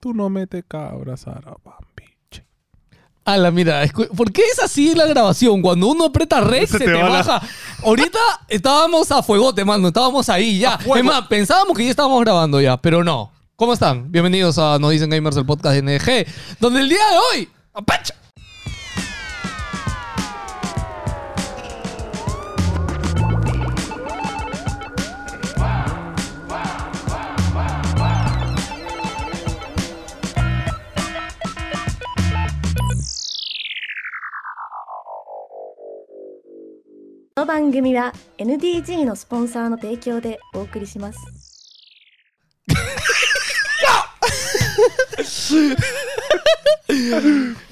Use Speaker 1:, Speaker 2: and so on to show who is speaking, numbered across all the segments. Speaker 1: Tú no me te cabras, Arabambiche.
Speaker 2: A la mira, escu- ¿por qué es así la grabación? Cuando uno aprieta rec se,
Speaker 1: Se
Speaker 2: te,
Speaker 1: te va la-
Speaker 2: baja. Ahorita estábamos a fuegote, mano, estábamos ahí ya.
Speaker 1: fuego.
Speaker 2: Es más, pensábamos que ya estábamos grabando ya, pero no. ¿Cómo están? Bienvenidos a Nos Dicen Gamers, el podcast de NG, donde el día de hoy, ¡apacha!
Speaker 3: この番組は NDG のスポンサーの提供でお送りします。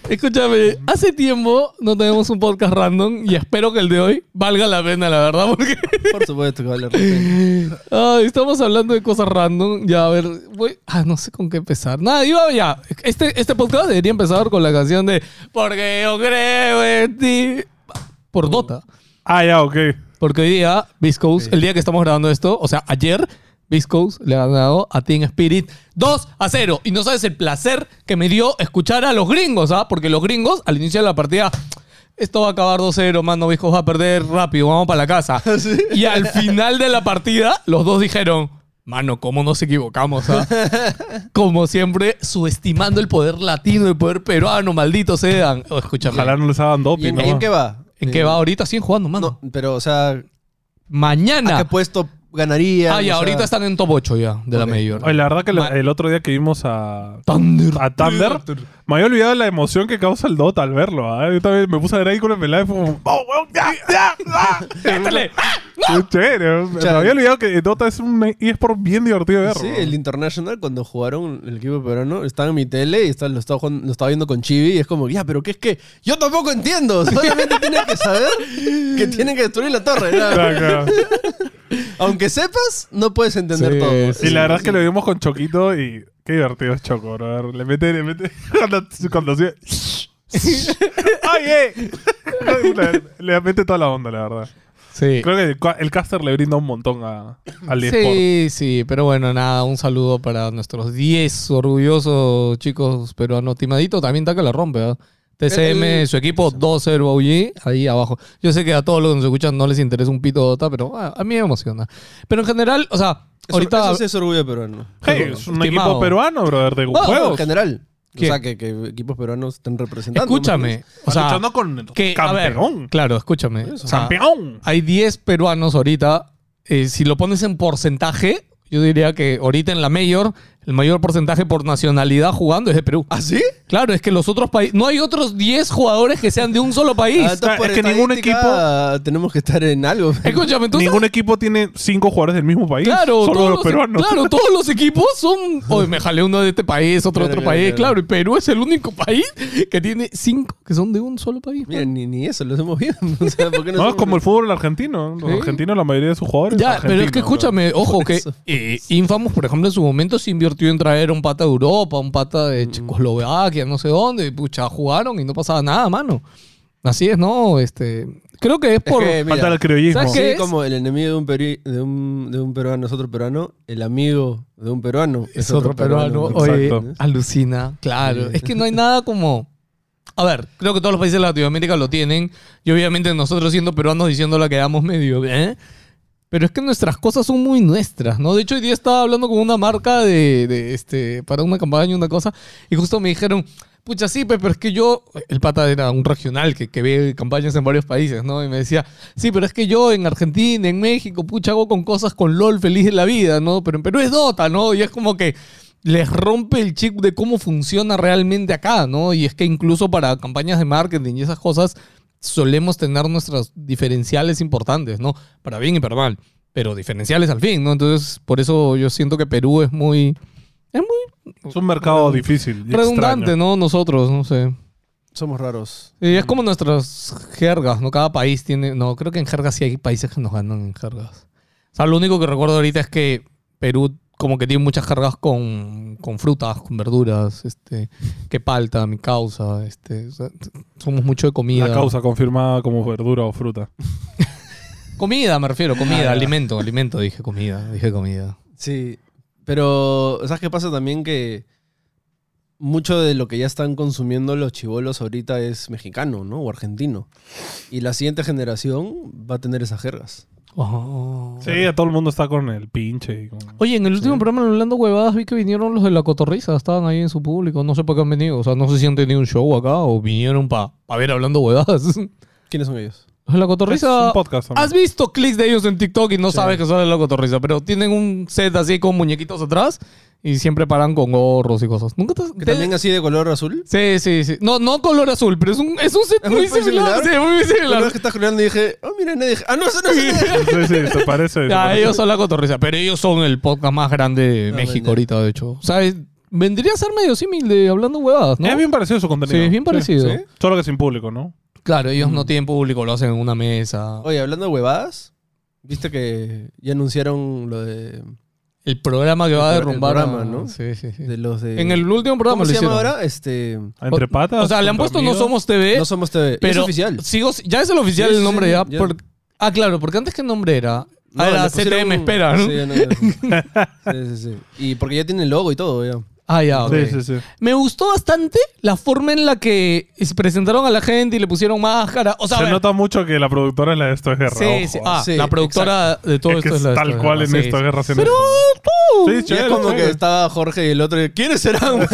Speaker 2: Escúchame, hace tiempo no tenemos un podcast random y espero que el de hoy valga la pena, la verdad, porque
Speaker 4: Por supuesto que vale la pena.
Speaker 2: Ay, estamos hablando de cosas random. Ya, a ver, voy. Ah, no sé con qué empezar. Nada, iba ya. Este, este podcast debería empezar con la canción de Porque yo creo en ti. Por Dota.
Speaker 1: Ah, ya, ok.
Speaker 2: Porque hoy día, Viscous, el día que estamos grabando esto, o sea, ayer, Viscous le ha ganado a Team Spirit 2 a 0. Y no sabes el placer que me dio escuchar a los gringos, ¿ah? Porque los gringos, al inicio de la partida, esto va a acabar 2-0, mano, Viscous va a perder rápido, vamos para la casa. Y al final de la partida, los dos dijeron. Mano, cómo nos equivocamos, ¿ah? Como siempre, subestimando el poder latino, el poder peruano, maldito sean. Oh, escúchame.
Speaker 1: Ojalá no les hagan
Speaker 4: ¿Y
Speaker 1: doping,
Speaker 4: en,
Speaker 1: ¿no?
Speaker 4: y en qué va? Eh,
Speaker 2: ¿En qué va ahorita? Siguen jugando, mano.
Speaker 4: No, pero, o sea,
Speaker 2: Mañana.
Speaker 4: ¿a qué puesto ganaría?
Speaker 2: Ah, ya, ahorita están en top 8 ya de la
Speaker 4: Ok.
Speaker 2: mayor.
Speaker 1: Oye, la verdad que la-
Speaker 2: Ma-
Speaker 1: el otro día que vimos a...
Speaker 2: Thunder.
Speaker 1: A Thunder, me había olvidado la emoción que causa el Dota al verlo. ¿ah? Yo también me puse a ver ahí con el pelado y fue como, ¡Oh, weón! ¡Ya! ¡Ya! ¡Ah!
Speaker 2: Métele.
Speaker 1: Qué chévere. Me
Speaker 4: Chale.
Speaker 1: había olvidado que Dota es un eSport bien divertido de ver.
Speaker 4: Sí,
Speaker 1: ¿no?
Speaker 4: el International, cuando jugaron el equipo peruano, estaba en mi tele y está- lo, estaba, jugando- lo estaba viendo con Chibi y es como, ya, pero ¿qué es que? Yo tampoco entiendo. Solamente tienes que saber que tienen que destruir la torre. ¿no?
Speaker 1: Claro, claro.
Speaker 4: Aunque sepas, no puedes entender
Speaker 2: Sí,
Speaker 4: todo.
Speaker 2: sí,
Speaker 1: Y la verdad es que lo vimos con Choquito y qué divertido es Choco, bro. Le mete, le mete. Cuando, cuando sigue. ¡Oye! le, le mete toda la onda, la verdad.
Speaker 2: Sí.
Speaker 1: Creo que el, ca- el caster le brinda un montón a, al eSport.
Speaker 2: Sí, sí, pero bueno, nada, un saludo para nuestros 10 orgullosos chicos peruanos. Timadito también está que la rompe, ¿ah? TCM,
Speaker 4: El-
Speaker 2: su equipo 2-0 OG, ahí abajo. Yo sé que a todos los que nos escuchan no les interesa un pito Dota, pero ah, a mí me emociona. Pero en general, o sea,
Speaker 4: Eso-
Speaker 2: ahorita...
Speaker 4: Eso sí es orgullo peruano.
Speaker 1: Hey, es un
Speaker 2: Timado.
Speaker 1: equipo peruano, brother, de
Speaker 2: Bueno,
Speaker 4: Bueno, en
Speaker 1: juegos.
Speaker 4: general.
Speaker 2: ¿Qué?
Speaker 4: O sea, que, que equipos peruanos estén representando.
Speaker 2: escúchame, o
Speaker 1: Está
Speaker 2: sea,
Speaker 1: luchando con
Speaker 2: que, a ver,
Speaker 1: campeón.
Speaker 2: claro, escúchame. o sea,
Speaker 1: campeón.
Speaker 2: hay 10 peruanos ahorita. eh, si lo pones en porcentaje, yo diría que ahorita en la mayor, el mayor porcentaje por nacionalidad jugando es de Perú.
Speaker 4: ¿Así?
Speaker 2: Claro, es que los otros países. No hay otros 10 jugadores que sean de un solo país.
Speaker 4: Ah, entonces, por
Speaker 1: es que ningún
Speaker 4: estadística, Tenemos que estar en algo.
Speaker 2: Escúchame, tú
Speaker 1: Ningún equipo tiene cinco jugadores del mismo país.
Speaker 2: Claro,
Speaker 1: solo
Speaker 2: todos
Speaker 1: los peruanos.
Speaker 2: Claro, todos los equipos son. Oye, me jalé uno de este país, otro de otro
Speaker 4: Claro, claro,
Speaker 2: país.
Speaker 4: claro.
Speaker 2: Claro, y Perú es el único país que tiene cinco que son de un solo país.
Speaker 4: Mira, ni, ni eso lo hacemos bien. O sea, ¿por qué
Speaker 1: No, es
Speaker 4: somos-
Speaker 1: como el fútbol argentino. Los
Speaker 2: Sí.
Speaker 1: argentinos, la mayoría de sus jugadores.
Speaker 2: Ya, pero es
Speaker 1: argentinos,
Speaker 2: que
Speaker 1: brother.
Speaker 2: escúchame, ojo, que
Speaker 4: eso.
Speaker 2: eh, Infamous, por ejemplo, en su momento se invirtió en traer un pata de Europa, un pata de Checoslovaquia, no sé dónde, y pucha, jugaron y no pasaba nada, mano. Así es, ¿no? Este, creo que es
Speaker 4: Es
Speaker 2: por...
Speaker 4: que, mira,
Speaker 1: Falta el criollismo.
Speaker 2: ¿Sabes
Speaker 4: así
Speaker 2: qué es?
Speaker 4: como el enemigo de un, peri- de, un, de un peruano es otro peruano, el amigo de un peruano
Speaker 2: es otro peruano,
Speaker 1: ¿no?
Speaker 2: oye, ah,
Speaker 1: Exacto.
Speaker 2: alucina, claro. Es que no hay nada como... A ver, creo que todos los países de Latinoamérica lo tienen, y obviamente nosotros siendo peruanos diciéndola quedamos medio... ¿eh? Pero es que nuestras cosas son muy nuestras, ¿no? De hecho, hoy día estaba hablando con una marca de, de, este, para una campaña, una cosa, y justo me dijeron, pucha, sí, pe, pero es que yo, el pata era un regional que, que ve campañas en varios países, ¿no? Y me decía, sí, pero es que yo en Argentina, en México, pucha, hago con cosas con LOL feliz de la vida, ¿no? Pero en Perú es Dota, ¿no? Y es como que les rompe el chip de cómo funciona realmente acá, ¿no? Y es que incluso para campañas de marketing y esas cosas, solemos tener nuestros diferenciales importantes, ¿no? Para bien y para mal, pero diferenciales al fin, ¿no? Entonces, por eso yo siento que Perú es muy, es muy
Speaker 1: Es un mercado difícil. y
Speaker 2: Mm, redundante, ¿no? Nosotros, no sé.
Speaker 4: Somos raros.
Speaker 2: Y es como nuestras jergas, ¿no? Cada país tiene, no, creo que en jergas sí hay países que nos ganan en jergas. O sea, lo único que recuerdo ahorita es que Perú como que tiene muchas jergas con, con frutas, con verduras, este, que palta, mi causa, este, o sea, somos mucho de comida.
Speaker 1: extraño. La causa confirmada como verdura o fruta.
Speaker 2: Comida, me refiero,
Speaker 1: Ah,
Speaker 2: comida, alimento, alimento, dije comida, dije comida.
Speaker 4: Sí. Pero, ¿sabes qué pasa también? Que mucho de lo que ya están consumiendo los chivolos ahorita es mexicano, ¿no? O argentino. Y la siguiente generación va a tener esas jergas.
Speaker 2: Oh.
Speaker 1: Sí, a todo el mundo está con el pinche. y con-
Speaker 2: Oye, en el último programa de Hablando Huevadas vi que vinieron los de la cotorriza, estaban ahí en su público, no sé por qué han venido, o sea, no sé si han tenido un show acá o vinieron para ver Hablando Huevadas. Los
Speaker 4: ¿Quiénes son ellos?
Speaker 2: de
Speaker 1: Es
Speaker 2: la
Speaker 1: un
Speaker 2: cotorriza...
Speaker 1: podcast. también.
Speaker 2: Has visto clics de ellos en TikTok y no sabes que son de la cotorriza, pero tienen un set así con muñequitos atrás y siempre paran con gorros y cosas. Nunca te,
Speaker 4: Que
Speaker 2: te-
Speaker 4: también así de color azul.
Speaker 2: Sí, sí, sí. No, no color azul, pero es un, es un set
Speaker 4: ¿Es
Speaker 2: muy
Speaker 4: muy
Speaker 2: similar.
Speaker 4: similar?
Speaker 2: Sí, muy
Speaker 4: La
Speaker 2: similar.
Speaker 4: vez que estás creando dije, oh, mira, nadie. Ah, no, eso no es.
Speaker 1: Sí, sí, se parece. se
Speaker 2: Ya,
Speaker 1: parece.
Speaker 2: ellos son la cotorriza, pero ellos son el podcast más grande de
Speaker 4: No,
Speaker 2: México
Speaker 4: vende.
Speaker 2: ahorita, de hecho. O sea, es- vendría a ser medio símil de hablando huevadas, ¿no?
Speaker 1: Es bien parecido su contenido.
Speaker 2: Sí, es bien parecido.
Speaker 1: sí. Solo que sin público, ¿no?
Speaker 2: Claro, ellos
Speaker 4: Mm.
Speaker 2: no tienen público, lo hacen en una mesa.
Speaker 4: Oye, hablando de huevadas, viste que ya anunciaron lo de,
Speaker 2: El programa que va a
Speaker 4: El pro- el
Speaker 2: derrumbar.
Speaker 4: programa,
Speaker 2: a-
Speaker 4: ¿no?
Speaker 2: Sí, sí, sí.
Speaker 4: de los de.
Speaker 2: En el último programa
Speaker 4: ¿Cómo
Speaker 2: lo
Speaker 4: se llama
Speaker 2: hicieron.
Speaker 4: ahora? Este.
Speaker 1: Entre patas.
Speaker 2: O sea, le han
Speaker 1: junto
Speaker 2: puesto No
Speaker 1: amigos.
Speaker 2: Somos TV,
Speaker 4: No somos TV.
Speaker 2: pero
Speaker 4: es oficial.
Speaker 2: Sigo, ya es el oficial
Speaker 4: Sí,
Speaker 2: el
Speaker 4: sí,
Speaker 2: nombre
Speaker 4: sí,
Speaker 2: ya.
Speaker 4: ya.
Speaker 2: por- ah, claro, porque antes qué nombre era.
Speaker 4: No,
Speaker 2: ah, era
Speaker 4: le pusieron-
Speaker 2: CTM Espera, ¿no?
Speaker 4: Sí, ya no, ya no. sí, sí, sí. Y porque ya tiene el logo y todo, ya.
Speaker 2: Ah, ya, ok.
Speaker 1: Sí, sí, sí.
Speaker 2: Me gustó bastante la forma en la que se presentaron a la gente y le pusieron máscara. O sea, a
Speaker 1: Se
Speaker 2: ver,
Speaker 1: nota mucho que la productora es la de esto es guerra.
Speaker 2: sí, sí.
Speaker 1: ojo.
Speaker 2: Ah,
Speaker 4: Sí,
Speaker 2: la productora de todo
Speaker 1: Es que
Speaker 2: esto es
Speaker 1: es
Speaker 2: la de
Speaker 1: tal
Speaker 2: Esto
Speaker 1: cual
Speaker 2: es
Speaker 1: en
Speaker 2: Guerra,
Speaker 1: Esto es Guerra, sí, en
Speaker 2: Pero tú.
Speaker 1: Sí,
Speaker 4: Y es
Speaker 1: chévere,
Speaker 4: como que
Speaker 1: chévere.
Speaker 4: estaba Jorge y el otro. ¿Quiénes serán?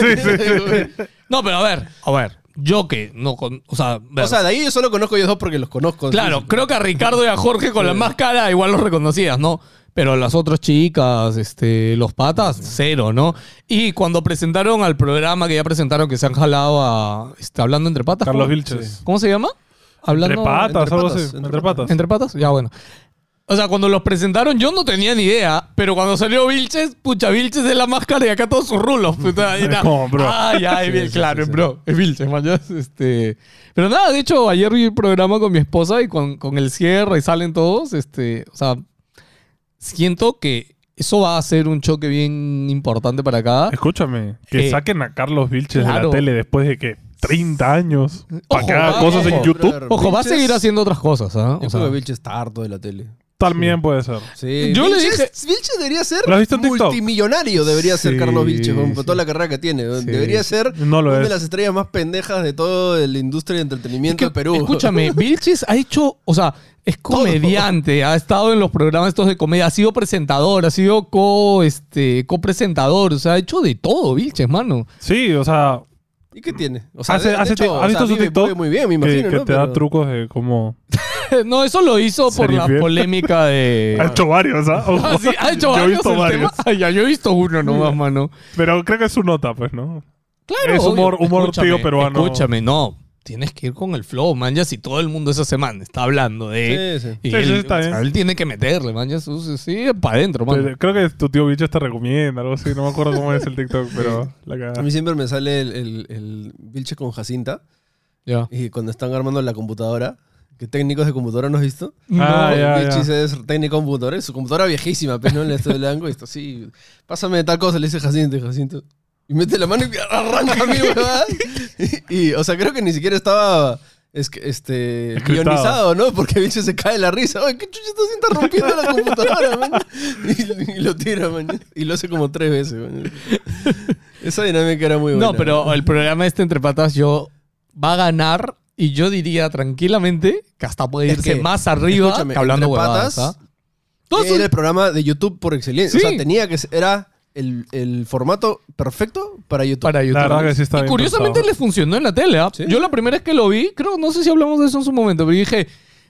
Speaker 2: No, pero a ver, a ver. Yo que no con, o sea, ver.
Speaker 4: o sea, de ahí yo solo conozco a ellos dos porque los conozco.
Speaker 2: claro, creo que a Ricardo y a Jorge con la máscara igual los reconocías, ¿no? Pero las otras chicas, este, los patas, cero, ¿no? Y cuando presentaron al programa que ya presentaron que se han jalado a este, hablando entre patas.
Speaker 1: Carlos
Speaker 2: ¿cómo?
Speaker 1: Vilches.
Speaker 2: ¿Cómo se llama?
Speaker 1: Entre
Speaker 2: Hablando
Speaker 1: patas,
Speaker 4: entre
Speaker 1: algo
Speaker 4: patas,
Speaker 1: así.
Speaker 4: entre
Speaker 1: Entre patas.
Speaker 2: ¿Entre patas? Ya, bueno. O sea, cuando los presentaron yo no tenía ni idea, pero cuando salió Vilches, pucha, Vilches es la máscara y acá todos sus rulos. Puta, y
Speaker 1: Es
Speaker 2: nada.
Speaker 1: como, bro.
Speaker 2: Ah, ya, es
Speaker 4: Sí,
Speaker 2: bien,
Speaker 4: sí,
Speaker 2: claro,
Speaker 4: sí, sí.
Speaker 2: bro. Es Vilches, man, ya, Este... Pero nada, de hecho, ayer vi el programa con mi esposa y con, con el cierre y salen todos. Este, o sea, siento que eso va a ser un choque bien importante para acá.
Speaker 1: Escúchame, que
Speaker 2: Eh,
Speaker 1: saquen a Carlos Vilches de
Speaker 2: claro.
Speaker 1: la tele después de que 30 años para
Speaker 2: Ojo,
Speaker 1: que haga
Speaker 2: ah,
Speaker 1: cosas en
Speaker 2: ojo.
Speaker 1: YouTube.
Speaker 2: Ojo, va a seguir haciendo otras cosas, ¿ah?
Speaker 4: Yo
Speaker 2: O
Speaker 4: creo
Speaker 2: sea,
Speaker 4: que Vilches está harto de la tele.
Speaker 1: También puede ser.
Speaker 4: Sí.
Speaker 2: Yo le
Speaker 4: Vilches-
Speaker 2: dije-
Speaker 4: Vilches debería ser
Speaker 1: ¿Lo has visto en TikTok?
Speaker 4: multimillonario, debería ser
Speaker 2: Sí,
Speaker 4: Carlos Vilches, con por
Speaker 2: sí.
Speaker 4: toda la carrera que tiene.
Speaker 2: Sí.
Speaker 4: Debería ser
Speaker 1: No lo
Speaker 4: una
Speaker 1: es.
Speaker 4: de las estrellas más pendejas de toda la industria de entretenimiento
Speaker 2: que,
Speaker 4: de Perú.
Speaker 2: Escúchame, Vilches ha hecho, o sea, es comediante, ha estado en los programas estos de comedia, ha sido presentador, ha sido co, este, copresentador, o sea, ha hecho de todo, Vilches, mano.
Speaker 1: Sí, o sea,
Speaker 4: ¿Y qué tiene? O
Speaker 1: hace,
Speaker 4: de- de
Speaker 1: hace
Speaker 4: hecho,
Speaker 1: ti-
Speaker 4: o
Speaker 1: ¿has visto
Speaker 4: sea,
Speaker 1: su
Speaker 4: vive-
Speaker 1: TikTok?
Speaker 4: vive muy bien, me
Speaker 1: que-
Speaker 4: imagino,
Speaker 1: que
Speaker 4: ¿no?
Speaker 1: te da
Speaker 4: Pero-
Speaker 1: trucos de cómo...
Speaker 2: no, eso lo hizo por la
Speaker 1: Serifiel.
Speaker 2: polémica
Speaker 1: Ha
Speaker 2: de.
Speaker 1: hecho varios, ¿ah? Ojo.
Speaker 2: Ah, sí, ha
Speaker 1: Yo
Speaker 2: hecho
Speaker 1: he
Speaker 2: varios
Speaker 1: visto
Speaker 2: el
Speaker 1: varios.
Speaker 2: tema. Ay, ya, yo he visto uno nomás, mano.
Speaker 1: Pero creo que es su nota, pues, ¿no?
Speaker 2: Claro,
Speaker 1: Es humor-
Speaker 2: obvio.
Speaker 1: humor
Speaker 2: Escúchame,
Speaker 1: tío peruano.
Speaker 2: Escúchame, no. Tienes que ir con el flow, man. Ya si todo el mundo esa semana está hablando de.
Speaker 4: Sí, sí.
Speaker 2: y
Speaker 1: Sí,
Speaker 2: él,
Speaker 1: sí, está bien.
Speaker 2: él tiene que meterle, man. Ya su- su- sí, para adentro, man.
Speaker 1: Pero Creo que tu tío Vilches te recomienda, algo así. No me acuerdo cómo es el TikTok, pero la
Speaker 4: A
Speaker 1: cagada.
Speaker 4: mí siempre me sale el, el, el Vilches con Jacinta
Speaker 2: Ya.
Speaker 4: y cuando están armando la computadora, que técnicos de computadora no has visto.
Speaker 1: Ah,
Speaker 4: No,
Speaker 1: ya,
Speaker 4: el Vilchis
Speaker 1: ya.
Speaker 4: es técnico de computadores, su computadora viejísima, pero no en esto de blanco, y está así, pásame tal cosa, le dice Jacinto, y Jacinto, y mete la mano y arranca mi huevada. Y, y, o sea, creo que ni siquiera estaba es que, este,
Speaker 1: Escritado.
Speaker 4: guionizado, ¿no? Porque Vilchis se cae de la risa, oye, ¿qué chucha estás interrumpiendo la computadora, man? Y, y lo tira, man, y lo hace como tres veces, man. Esa dinámica era muy buena.
Speaker 2: No, pero el programa este entre patas yo va a ganar y yo diría tranquilamente que hasta puede
Speaker 4: Es
Speaker 2: irse
Speaker 4: que,
Speaker 2: más arriba
Speaker 4: escúchame,
Speaker 2: que hablando
Speaker 4: Entre
Speaker 2: huevadas.
Speaker 4: Patas,
Speaker 2: ¿ah? Todo
Speaker 4: era el
Speaker 2: su-
Speaker 4: programa de YouTube por excelencia. O
Speaker 2: Sí.
Speaker 4: sea, tenía que ser- era el, el formato perfecto para YouTube.
Speaker 2: para
Speaker 1: La verdad que
Speaker 2: YouTube.
Speaker 1: sí está
Speaker 2: y
Speaker 1: bien
Speaker 2: curiosamente
Speaker 1: pensado.
Speaker 2: le funcionó en la tele. ¿ah?
Speaker 4: Sí.
Speaker 2: Yo la primera vez que lo vi, creo, no sé si hablamos de eso en su momento, pero dije,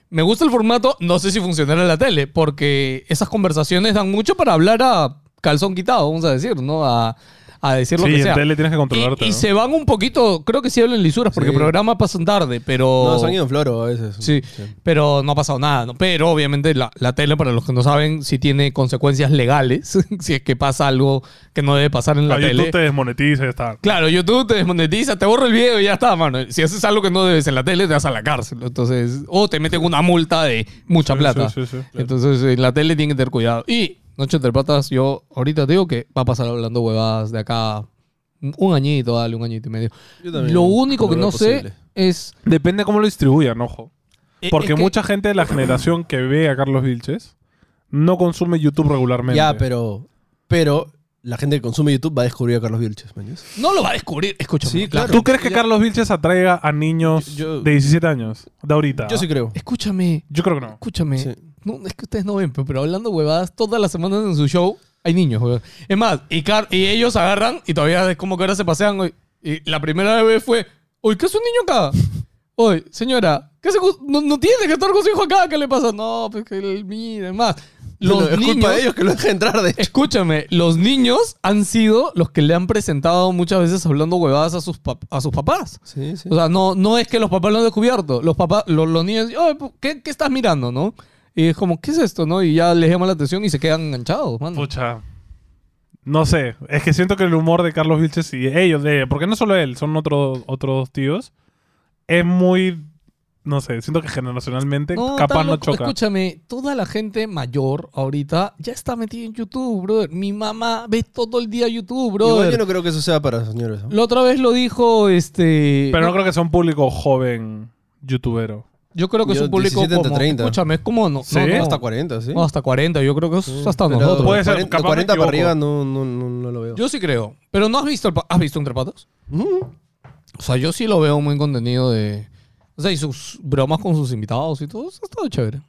Speaker 2: me gusta el formato, no sé si funcionará en la tele, porque esas conversaciones dan mucho para hablar a calzón quitado, vamos a decir, ¿no? A, a decir lo
Speaker 1: Sí,
Speaker 2: que
Speaker 1: en
Speaker 2: sea.
Speaker 1: tele tienes que
Speaker 2: y
Speaker 1: controlarte.
Speaker 2: y
Speaker 1: ¿no?
Speaker 2: se van un poquito, creo que sí hablan lisuras, porque
Speaker 4: Sí.
Speaker 2: el programa pasan tarde, pero...
Speaker 4: No, se han ido en floro a veces.
Speaker 2: Sí, pero no ha pasado nada. ¿no? Pero obviamente la, la tele, para los que no saben, sí tiene consecuencias legales. si es que pasa algo que no debe pasar en la
Speaker 1: A
Speaker 2: tele.
Speaker 1: Ah, YouTube te desmonetiza y ya está.
Speaker 2: Claro, YouTube te desmonetiza, te borra el video y ya está, mano. Si haces algo que no debes en la tele, te vas a la cárcel. Entonces, o te meten una multa de mucha
Speaker 1: Sí,
Speaker 2: plata.
Speaker 1: sí, sí, sí.
Speaker 2: Entonces, en la tele tienen que tener cuidado. Y Noche entre patas, yo ahorita te digo que va a pasar hablando huevadas de acá un añito, dale, un añito y medio.
Speaker 4: Yo también
Speaker 2: Lo único
Speaker 4: lo
Speaker 2: que
Speaker 4: veo
Speaker 2: no
Speaker 4: posible.
Speaker 2: sé es...
Speaker 1: Depende cómo lo distribuyan, ojo.
Speaker 4: Eh,
Speaker 1: Porque
Speaker 2: es que-
Speaker 1: mucha gente de la generación que ve a Carlos Vilches no consume YouTube regularmente.
Speaker 4: Ya, pero, pero la gente que consume YouTube va a descubrir a Carlos Vilches, mañas.
Speaker 2: No lo va a descubrir. Escúchame.
Speaker 4: Sí,
Speaker 2: la-
Speaker 4: claro.
Speaker 1: ¿Tú crees que
Speaker 4: ya-
Speaker 1: Carlos Vilches atraiga a niños
Speaker 4: Yo- yo-
Speaker 1: de 17 años? De ahorita.
Speaker 4: Yo sí creo.
Speaker 2: Escúchame,
Speaker 1: Yo creo que no.
Speaker 2: escúchame.
Speaker 4: Sí.
Speaker 2: No, es que ustedes no ven, pero, pero hablando huevadas, todas las semanas en su show hay niños, huevón. Es más, y, Car- y ellos agarran y todavía es como que ahora se pasean. hoy. Y la primera vez fue, uy, ¿qué es un niño acá? Oye, señora, ¿qué se cu- no, no tiene que estar con su hijo acá, ¿qué le pasa? No, pues que él, mira, es más. Los
Speaker 4: Bueno, es
Speaker 2: niños,
Speaker 4: culpa de ellos que lo deja entrar de
Speaker 2: Escúchame, los niños han sido los que le han presentado muchas veces hablando huevadas a sus, pap- a sus papás.
Speaker 4: Sí, sí.
Speaker 2: O sea, no, no es que los papás lo han descubierto. Los papás, los, los niños, "Oye, pu- ¿qué, qué estás mirando, no? Y es como, ¿qué es esto, no? Y ya les llama la atención y se quedan enganchados, mano.
Speaker 1: Pucha. Mm. No sé. Es que siento que el humor de Carlos Vilches y ellos, de, porque no solo él, son otros otros tíos, es muy. No sé, siento que generacionalmente capaz
Speaker 2: tan
Speaker 1: no
Speaker 2: loco.
Speaker 1: choca.
Speaker 2: Escúchame, toda la gente mayor ahorita ya está metida en YouTube, brother. Mi mamá ve todo el día YouTube,
Speaker 4: Igual
Speaker 2: brother.
Speaker 4: yo no creo que eso sea para señores. ¿no?
Speaker 2: La otra vez lo dijo, este...
Speaker 1: Pero no creo que sea un público joven youtubero.
Speaker 2: Yo creo que es
Speaker 4: Yo,
Speaker 2: un público
Speaker 4: 17 entre
Speaker 2: como...
Speaker 4: 30.
Speaker 2: Escúchame, es como... No, no,
Speaker 1: ¿Sí?
Speaker 2: no,
Speaker 1: No,
Speaker 4: Hasta 40, sí.
Speaker 2: No, hasta 40. Yo creo que es hasta
Speaker 4: Pero
Speaker 2: nosotros.
Speaker 1: Puede ser,
Speaker 4: 40,
Speaker 1: capaz me
Speaker 4: 40 para
Speaker 1: equivoco.
Speaker 4: arriba no, no, no, no lo veo.
Speaker 2: Yo sí creo. Pero ¿no has visto el pa- ¿Has visto Entre Patas?
Speaker 4: Mm.
Speaker 2: O sea, yo sí lo veo muy contenido de... O sea, y sus bromas con sus invitados y todo. Eso ha estado chévere.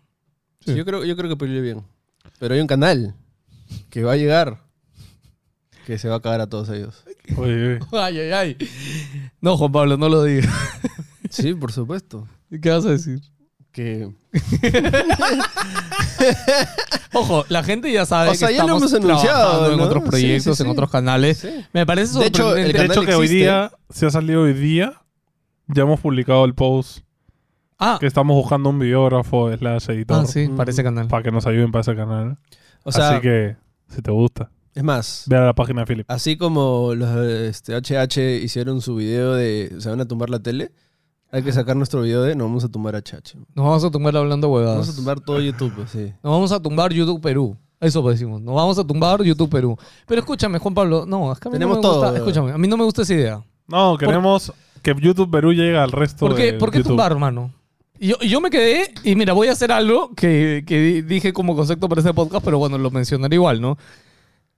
Speaker 2: Sí.
Speaker 4: Yo, creo, yo creo que peleé bien. Pero hay un canal que va a llegar que se va a cagar a todos ellos.
Speaker 1: Oye, oye.
Speaker 2: Ay, ay, ay. No, Juan Pablo, no lo digas.
Speaker 4: Sí, por supuesto.
Speaker 2: ¿Qué vas a decir?
Speaker 4: Que...
Speaker 2: Ojo, la gente ya sabe
Speaker 4: O sea,
Speaker 2: que
Speaker 4: ya lo
Speaker 2: estamos
Speaker 4: hemos anunciado,
Speaker 2: trabajando en
Speaker 4: ¿no?
Speaker 2: otros
Speaker 4: Sí,
Speaker 2: proyectos,
Speaker 4: sí,
Speaker 2: en
Speaker 4: sí.
Speaker 2: otros canales.
Speaker 4: Sí.
Speaker 2: Me parece
Speaker 4: De hecho,
Speaker 2: sorprendente.
Speaker 4: el
Speaker 1: De hecho,
Speaker 4: canal
Speaker 1: que hoy
Speaker 4: existe.
Speaker 1: día, se ha salido hoy día, ya hemos publicado el post
Speaker 2: ah,
Speaker 1: que estamos buscando un videógrafo, slash editor,
Speaker 2: ah, sí, para ese canal.
Speaker 1: para que nos ayuden para ese canal.
Speaker 4: O sea,
Speaker 1: Así que, si te gusta,
Speaker 4: es más,
Speaker 1: ve a la página de Philip.
Speaker 4: así como los este, HH hicieron su video de se van a tumbar la tele, hay que sacar nuestro video de no vamos a tumbar a HH.
Speaker 2: Nos vamos a tumbar hablando huevadas.
Speaker 4: Vamos a tumbar todo YouTube, pues, sí.
Speaker 2: Nos vamos a tumbar YouTube Perú. Eso pues decimos. Nos vamos a tumbar YouTube Perú. Pero escúchame, Juan Pablo. No, es que a mí
Speaker 4: Tenemos
Speaker 2: no me gusta.
Speaker 4: todo.
Speaker 2: Escúchame, a mí no me gusta esa idea.
Speaker 1: No, queremos que YouTube Perú llegue al resto
Speaker 2: ¿Por qué,
Speaker 1: de
Speaker 2: ¿por qué
Speaker 1: YouTube.
Speaker 2: tumbar, hermano? Y Yo, y yo me quedé y mira, voy a hacer algo que, que di- dije como concepto para este podcast, pero bueno, lo mencionaré igual, ¿no?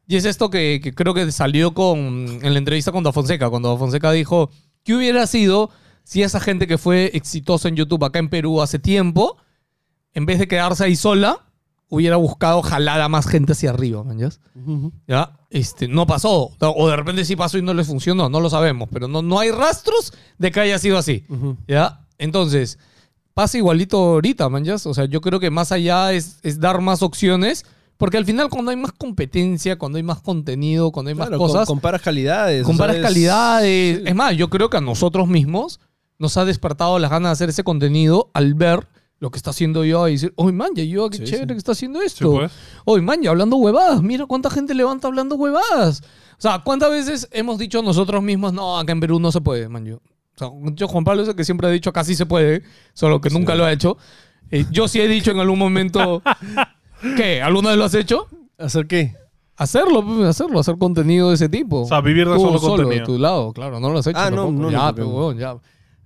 Speaker 2: Y es esto que, que creo que salió con, en la entrevista con Da Fonseca, cuando Da Fonseca dijo, ¿qué hubiera sido si esa gente que fue exitosa en YouTube acá en Perú hace tiempo, en vez de quedarse ahí sola, hubiera buscado jalar a más gente hacia arriba, man? ¿yas? ¿ya? Este, no pasó. O de repente sí pasó y no les funcionó, no lo sabemos. Pero no, no hay rastros de que haya sido así. ¿Ya? Entonces, pasa igualito ahorita, manjas. O sea, yo creo que más allá es, es dar más opciones. Porque al final, cuando hay más competencia, cuando hay más contenido, cuando hay
Speaker 4: Claro,
Speaker 2: más cosas,
Speaker 4: com- comparas calidades.
Speaker 2: comparas
Speaker 4: o sea, es-
Speaker 2: calidades.
Speaker 4: sí.
Speaker 2: Es más, yo creo que a nosotros mismos nos ha despertado las ganas de hacer ese contenido al ver lo que está haciendo yo y decir, ¡Uy, man, ya yo, qué
Speaker 4: Sí,
Speaker 2: chévere
Speaker 4: sí.
Speaker 2: que está haciendo
Speaker 1: Sí,
Speaker 2: esto!
Speaker 1: pues.
Speaker 2: Oye, man, ya hablando huevadas. Mira cuánta gente levanta hablando huevadas. O sea, ¿cuántas veces hemos dicho nosotros mismos, no, acá en Perú no se puede, man? Yo, o sea, yo, Juan Pablo es el que siempre ha dicho, acá sí se puede, solo que nunca lo ha hecho. Eh, yo sí he dicho en algún momento, ¿qué? ¿Alguna vez lo has hecho?
Speaker 4: ¿Hacer qué?
Speaker 2: Hacerlo, pues, hacerlo, hacer contenido de ese tipo.
Speaker 1: O sea, vivir de
Speaker 2: Tú
Speaker 1: solo
Speaker 2: de
Speaker 1: contenido.
Speaker 2: tu lado, claro, no lo has hecho.
Speaker 4: Ah, no,
Speaker 2: tampoco.
Speaker 4: no, no,
Speaker 2: ya,
Speaker 4: porque-
Speaker 2: pero, huevón, ya.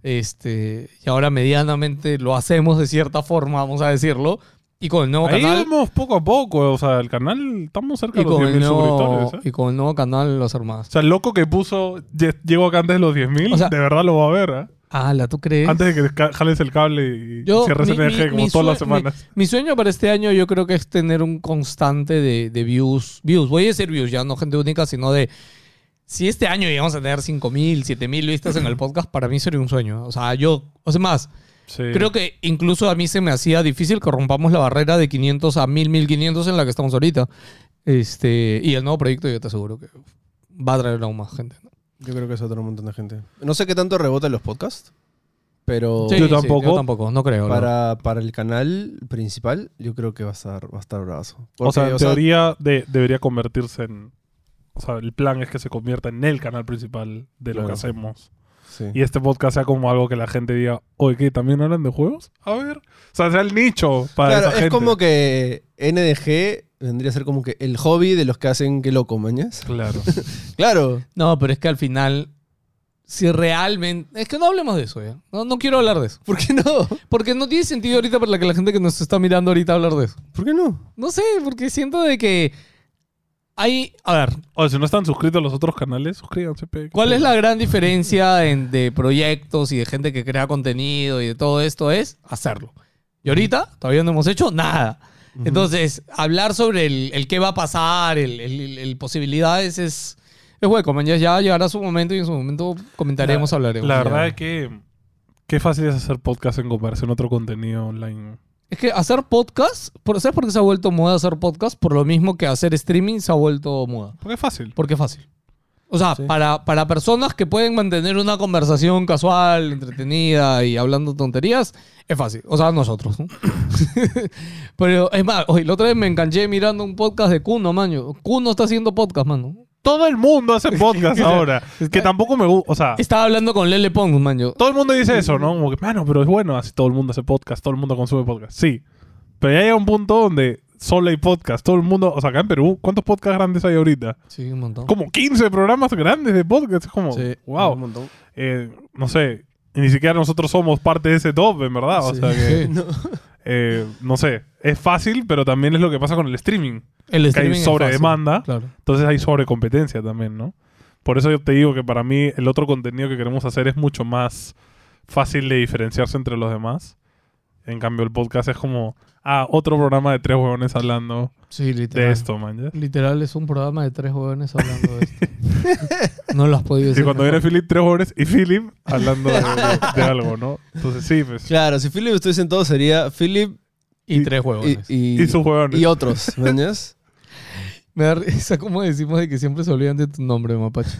Speaker 2: Este, y ahora medianamente lo hacemos de cierta forma, vamos a decirlo. Y con el nuevo
Speaker 1: Ahí
Speaker 2: canal.
Speaker 1: vamos poco a poco, o sea, el canal estamos cerca
Speaker 2: Y
Speaker 1: de los
Speaker 2: con, el
Speaker 1: 10.000
Speaker 2: nuevo,
Speaker 1: suscriptores. ¿eh?
Speaker 2: y con el nuevo canal Los Armados.
Speaker 1: O sea, el loco que puso, "Lle- llego acá antes de los 10.000,
Speaker 2: O sea-
Speaker 1: de verdad lo va a ver, ¿eh?
Speaker 2: Ala, Ah, ¿tú crees?
Speaker 1: Antes de que ca- jales el cable y cierres el eje como
Speaker 2: mi
Speaker 1: todas las
Speaker 2: sue- mi-
Speaker 1: semanas.
Speaker 2: Mi, sueño para este año yo creo que es tener un constante de, de views. Views, voy a decir views, ya no gente única, sino de... Si este año llegamos a tener 5.000, 7.000 vistas en el podcast, para mí sería un sueño. O sea, yo... O sea, más,
Speaker 1: Sí.
Speaker 2: creo que incluso a mí se me hacía difícil que rompamos la barrera de 500 a 1.000, 1.500 en la que estamos ahorita. Este, y el nuevo proyecto yo te aseguro que va a traer aún más gente. ¿no?
Speaker 4: Yo creo que es otro montón de gente. No sé qué tanto rebota en los podcasts, pero
Speaker 1: Sí. Yo tampoco.
Speaker 2: yo tampoco, no creo. la verdad.
Speaker 4: para, para el canal principal yo creo que va a estar, va a estar bravazo.
Speaker 1: o sea,
Speaker 4: Porque,
Speaker 1: en teoría de- debería convertirse en... O sea, el plan es que se convierta en el canal principal de lo
Speaker 4: Claro.
Speaker 1: que hacemos.
Speaker 4: sí.
Speaker 1: Y este podcast sea como algo que la gente diga, oye, ¿qué? ¿También hablan de juegos? A ver. O sea, sea el nicho para
Speaker 4: Claro,
Speaker 1: esa
Speaker 4: es
Speaker 1: gente.
Speaker 4: como que NDG vendría a ser como que el hobby de los que hacen que loco, mañas.
Speaker 1: Claro.
Speaker 4: Claro.
Speaker 2: No, pero es que al final, si realmente... Es que no hablemos de eso, ¿ya? No, no quiero hablar de eso.
Speaker 4: ¿Por qué no?
Speaker 2: Porque no tiene sentido ahorita para la que la gente que nos está mirando ahorita hablar de eso.
Speaker 4: ¿Por qué no?
Speaker 2: No sé, porque siento de que Hay, a ver,
Speaker 1: O si no están suscritos a los otros canales, suscríbanse. pe.
Speaker 2: ¿Cuál es la gran diferencia en- de proyectos y de gente que crea contenido y de todo esto? Es hacerlo. Y ahorita todavía no hemos hecho nada. Entonces, hablar sobre el, el qué va a pasar, el, el- el- el posibilidades es, es hueco. man. Ya, ya llegará su momento y en su momento comentaremos, hablaremos.
Speaker 1: La
Speaker 2: ya.
Speaker 1: verdad es que. Qué fácil es hacer podcast en comparación a otro contenido online.
Speaker 2: Es que hacer podcast, por- ¿sabes por qué se ha vuelto moda hacer podcast? Por lo mismo que hacer streaming se ha vuelto moda.
Speaker 1: Porque es fácil.
Speaker 2: Porque es fácil. O sea, para, para personas que pueden mantener una conversación casual, entretenida y hablando tonterías, es fácil. O sea, nosotros. ¿no? Pero es más, hoy la otra vez me enganché mirando un podcast de Kuno, maño. Kuno está haciendo podcast, mano.
Speaker 1: Todo el mundo hace podcast ahora. Que tampoco me gusta. O sea,
Speaker 2: Estaba hablando con Lele Pons, maño.
Speaker 1: todo el mundo dice eso, ¿no? Como que, mano, pero es bueno. Así todo el mundo hace podcast, todo el mundo consume podcast. Sí. Pero ya llega un punto donde solo hay podcast. Todo el mundo. O sea, acá en Perú, ¿cuántos podcasts grandes hay ahorita?
Speaker 2: Sí, un montón.
Speaker 1: Como 15 programas grandes de podcast. Es como,
Speaker 4: Sí,
Speaker 1: wow.
Speaker 4: un montón.
Speaker 1: eh, no sé, y ni siquiera nosotros somos parte de ese top, en verdad. O
Speaker 4: Sí.
Speaker 1: sea que,
Speaker 4: No.
Speaker 1: eh, no sé, es fácil, pero también es lo que pasa con el streaming.
Speaker 2: El
Speaker 1: que hay
Speaker 2: es
Speaker 1: sobredemanda.
Speaker 2: fácil. Claro.
Speaker 1: Entonces hay sobrecompetencia también, ¿no? Por eso yo te digo que para mí el otro contenido que queremos hacer es mucho más fácil de diferenciarse entre los demás. En cambio, el podcast es como, ah, otro programa de tres huevones hablando
Speaker 2: Sí,
Speaker 1: de
Speaker 2: literal.
Speaker 1: esto, man. ¿ya?
Speaker 2: Literal es un programa de tres jóvenes hablando de esto. no lo has podido decir.
Speaker 1: Y cuando
Speaker 2: mejor.
Speaker 1: viene Philip, tres jóvenes y Philip hablando de, de- de algo, ¿no? Entonces sí, pues.
Speaker 4: Claro, si Philip estuviese en todo sería Philip
Speaker 2: Y tres
Speaker 4: y,
Speaker 2: huevones.
Speaker 4: y,
Speaker 1: Y sus huevones.
Speaker 4: y otros, ¿mañas?
Speaker 2: Me da risa como decimos de que siempre se olvidan de tu nombre, mapache.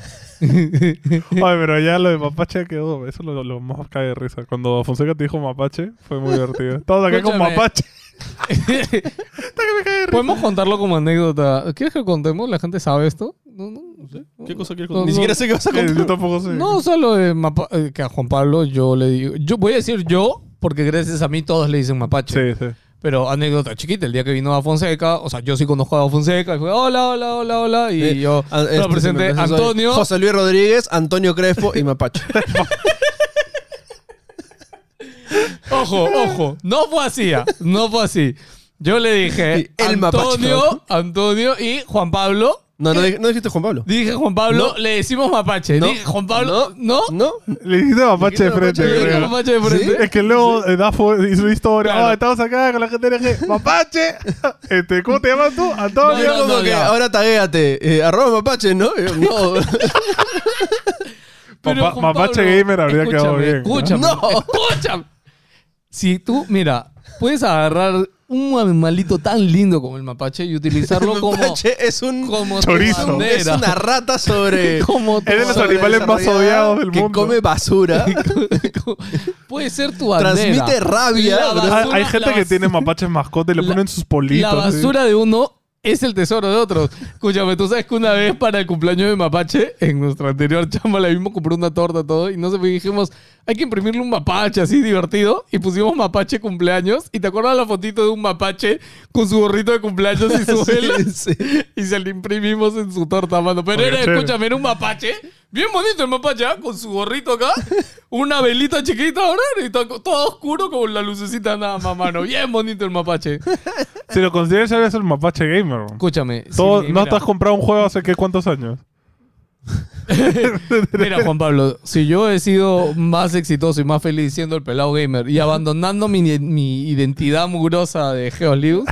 Speaker 1: Ay, pero ya lo de Mapache quedó. Eso es lo, lo más cae de risa. Cuando Fonseca te dijo Mapache, fue muy divertido. Todos acá con
Speaker 2: Escúchame.
Speaker 1: Mapache. Hasta que me cae de risa.
Speaker 2: Podemos contarlo como anécdota. ¿Quieres que contemos? ¿La gente sabe esto? No, no, no sé.
Speaker 4: ¿Qué cosa quieres
Speaker 2: No,
Speaker 4: contar? Ni
Speaker 2: no.
Speaker 4: siquiera sé qué vas a
Speaker 1: Eh, yo
Speaker 4: contar.
Speaker 1: tampoco sé.
Speaker 2: No, o sea, lo de mapa- eh, que a Juan Pablo yo le digo. Yo voy a decir yo, porque gracias a mí todos le dicen mapache.
Speaker 1: Sí, sí.
Speaker 2: Pero anécdota chiquita, el día que vino a Fonseca, o sea, yo sí conozco a Fonseca, y fue hola, hola, hola, hola. Y
Speaker 4: Eh,
Speaker 2: yo
Speaker 4: Ah, este,
Speaker 2: lo presenté
Speaker 4: me parece, soy
Speaker 2: Antonio.
Speaker 4: José Luis Rodríguez, Antonio Crespo y Mapache.
Speaker 2: Ojo, ojo, no fue así, ah, no fue así. Yo le dije
Speaker 4: Y el mapache.
Speaker 2: Antonio, Antonio y Juan Pablo.
Speaker 4: No, no, dij- no dijiste Juan Pablo.
Speaker 2: Dije Juan Pablo,
Speaker 4: No.
Speaker 2: le decimos mapache.
Speaker 4: No.
Speaker 2: Dije Juan Pablo, no.
Speaker 4: No.
Speaker 1: Le dijiste Mapache de
Speaker 4: Le
Speaker 1: frente,
Speaker 4: dijiste
Speaker 2: Le dije
Speaker 1: creo.
Speaker 2: mapache de frente.
Speaker 1: Es que luego eh, Dafo hizo una historia.
Speaker 2: Claro.
Speaker 1: "Ah, estamos acá con la gente LG. ¡Mapache! este, ¿Cómo te llamas tú? Antonio.
Speaker 2: No, no,
Speaker 4: Como que
Speaker 2: ya.
Speaker 4: ahora taguéate. eh, arroba Mapache, ¿no? Y yo, No.
Speaker 2: Pero
Speaker 1: Mapa-
Speaker 2: Juan
Speaker 1: mapache
Speaker 2: Pablo,
Speaker 1: gamer habría
Speaker 2: escúchame,
Speaker 1: quedado bien, ¿eh? ¿no?
Speaker 2: Escúchame,
Speaker 4: No.
Speaker 2: escúchame. Si tú, mira, puedes agarrar un animalito tan lindo como el mapache y utilizarlo como,
Speaker 4: Mapache es un.
Speaker 2: como tu
Speaker 1: Chorizo.
Speaker 4: es un-
Speaker 2: bandera.
Speaker 4: Es una rata sobre.
Speaker 2: Como tu
Speaker 1: Es de los
Speaker 2: bandera.
Speaker 1: animales más
Speaker 4: sobredesarrollada
Speaker 1: odiados del mundo.
Speaker 4: Que come basura.
Speaker 2: Puede ser tu bandera.
Speaker 4: Transmite rabia,
Speaker 2: La
Speaker 4: bro.
Speaker 1: Ah,
Speaker 2: basura-
Speaker 1: hay gente
Speaker 2: la
Speaker 1: que
Speaker 2: bas-
Speaker 1: tiene mapaches mascota y le
Speaker 2: La-
Speaker 1: ponen sus politos.
Speaker 2: La
Speaker 1: así.
Speaker 2: basura de uno es el tesoro de otros. Escúchame, tú sabes que una vez para el cumpleaños de Mapache, en nuestra anterior chamba la vimos comprar una torta todo y no sé, pues, dijimos, hay que imprimirle un mapache así divertido y pusimos mapache cumpleaños y te acuerdas la fotito de un mapache con su gorrito de cumpleaños y su
Speaker 4: Sí,
Speaker 2: vela
Speaker 4: sí.
Speaker 2: y se le imprimimos en su torta, mano. Pero
Speaker 1: Oye,
Speaker 2: era,
Speaker 1: chévere.
Speaker 2: escúchame, era un mapache. Bien bonito el mapache, ¿ah? con su gorrito acá, una velita chiquita ahora, y to- todo oscuro con la lucecita nada más, mano. Bien bonito el mapache.
Speaker 1: Si lo consideras, ya eres el mapache gamer. bro.
Speaker 2: Escúchame.
Speaker 1: Todo-
Speaker 2: sí,
Speaker 1: ¿No
Speaker 2: mira,
Speaker 1: te has comprado un juego hace qué cuántos años?
Speaker 2: mira, Juan Pablo, si yo he sido más exitoso y más feliz siendo el pelado gamer y abandonando mi, mi identidad mugrosa de Geolius,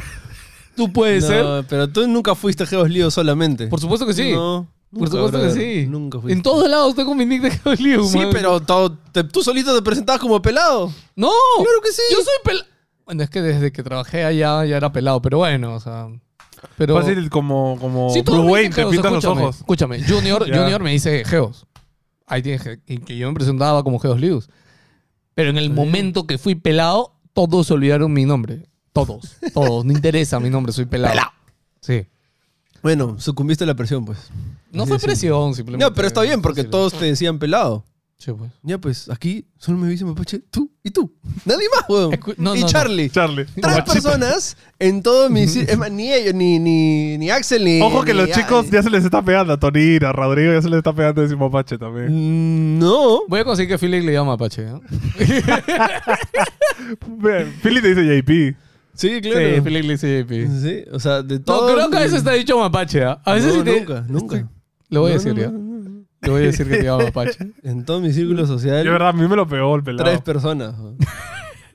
Speaker 2: tú puedes ser.
Speaker 4: No, pero tú nunca fuiste a Geos Lío solamente.
Speaker 2: Por supuesto que sí.
Speaker 4: No.
Speaker 2: Por
Speaker 4: nunca,
Speaker 2: supuesto que
Speaker 4: brother,
Speaker 2: sí.
Speaker 4: Nunca fuiste.
Speaker 2: en todos lados estoy con mi nick de Geolius.
Speaker 4: Sí,
Speaker 2: man.
Speaker 4: pero to- te- tú solito te presentabas como pelado.
Speaker 2: No.
Speaker 4: Claro que sí.
Speaker 2: Yo soy pelado. Bueno, es que desde que trabajé allá ya era pelado, pero bueno, o sea. Pero.
Speaker 1: Fácil como, como
Speaker 2: Sí, todos
Speaker 1: Bruce
Speaker 2: me
Speaker 1: Wayne,
Speaker 2: dicen
Speaker 1: te
Speaker 2: Geos,
Speaker 1: pintas los
Speaker 2: escúchame,
Speaker 1: ojos.
Speaker 2: Escúchame, Junior,
Speaker 1: Ya.
Speaker 2: Junior me dice Geos. Ahí tienes que, y que yo me presentaba como Geos Lius. Pero en el momento que fui pelado, todos olvidaron mi nombre. Todos, todos. No interesa mi nombre, soy pelado. Sí.
Speaker 4: Bueno, sucumbiste a la presión, pues.
Speaker 2: No
Speaker 4: Así
Speaker 2: fue
Speaker 4: de
Speaker 2: presión, simplemente.
Speaker 4: No, pero está bien porque
Speaker 2: Fácil.
Speaker 4: todos te decían pelado.
Speaker 2: Sí, pues.
Speaker 4: Ya, pues aquí solo me dicen mapache tú y tú. Nadie más, weón.
Speaker 2: Escu- no,
Speaker 4: y
Speaker 2: no, no.
Speaker 4: Charlie.
Speaker 1: Charlie.
Speaker 4: Tres personas en todo mi cir- Es más, ni ellos, ni, ni, ni Axel, ni.
Speaker 1: Ojo que
Speaker 4: ni
Speaker 1: los
Speaker 4: a-
Speaker 1: chicos ya se les está pegando. A Tonina, a Rodrigo ya se les está pegando decir mapache también.
Speaker 4: Mm, No.
Speaker 2: Voy a conseguir que ¿eh? Philip le llama Apache. ¿no?
Speaker 1: Ve, Philly te dice JP.
Speaker 4: Sí,
Speaker 2: Sí,
Speaker 4: claro.
Speaker 2: fue la iglesia hippie.
Speaker 4: Sí, o sea, de
Speaker 2: No,
Speaker 4: todo.
Speaker 2: creo que a veces está dicho mapache. ¿ah? A veces
Speaker 4: No,
Speaker 2: sí te-
Speaker 4: nunca, nunca.
Speaker 2: Le voy a
Speaker 4: No,
Speaker 2: decir,
Speaker 4: no,
Speaker 2: ya.
Speaker 4: no, no, no.
Speaker 2: Le voy a decir que te llama mapache.
Speaker 4: En todo mi círculo social,
Speaker 1: Yo, de verdad, a mí me lo pegó el pelado.
Speaker 4: tres personas. ¿no?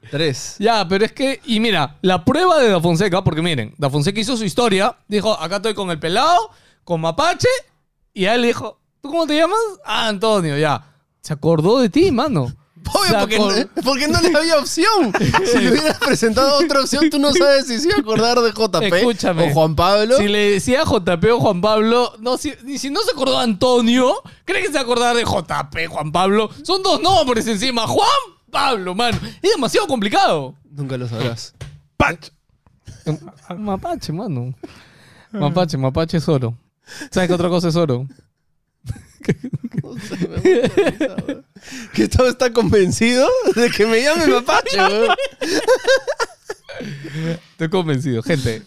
Speaker 4: tres.
Speaker 2: Ya, pero es que, y mira, la prueba de Da Fonseca, porque miren, Da Fonseca hizo su historia, dijo, acá estoy con el pelado, con Mapache, y a él le dijo, ¿tú cómo te llamas? Ah, Antonio, ya. Se acordó de ti, mano.
Speaker 4: Obvio,
Speaker 2: La
Speaker 4: porque,
Speaker 2: cor-
Speaker 4: porque no le había opción. Si le hubieras presentado otra opción, tú no sabes si se iba a acordar de JP
Speaker 2: Escúchame.
Speaker 4: o Juan Pablo.
Speaker 2: Si le decía JP o Juan Pablo, no, si, ni si no se acordó de Antonio, ¿cree que se acordaba de JP, Juan Pablo? Son dos nombres encima, Juan Pablo, mano. Es demasiado complicado.
Speaker 4: Nunca lo sabrás.
Speaker 2: eh,
Speaker 1: ¡Pach!
Speaker 2: Mapache, mano. Mapache, mapache es oro. ¿Sabes qué otra cosa es oro?
Speaker 4: que todo está convencido de que me llame Mapache. weón.
Speaker 2: Estoy convencido, gente.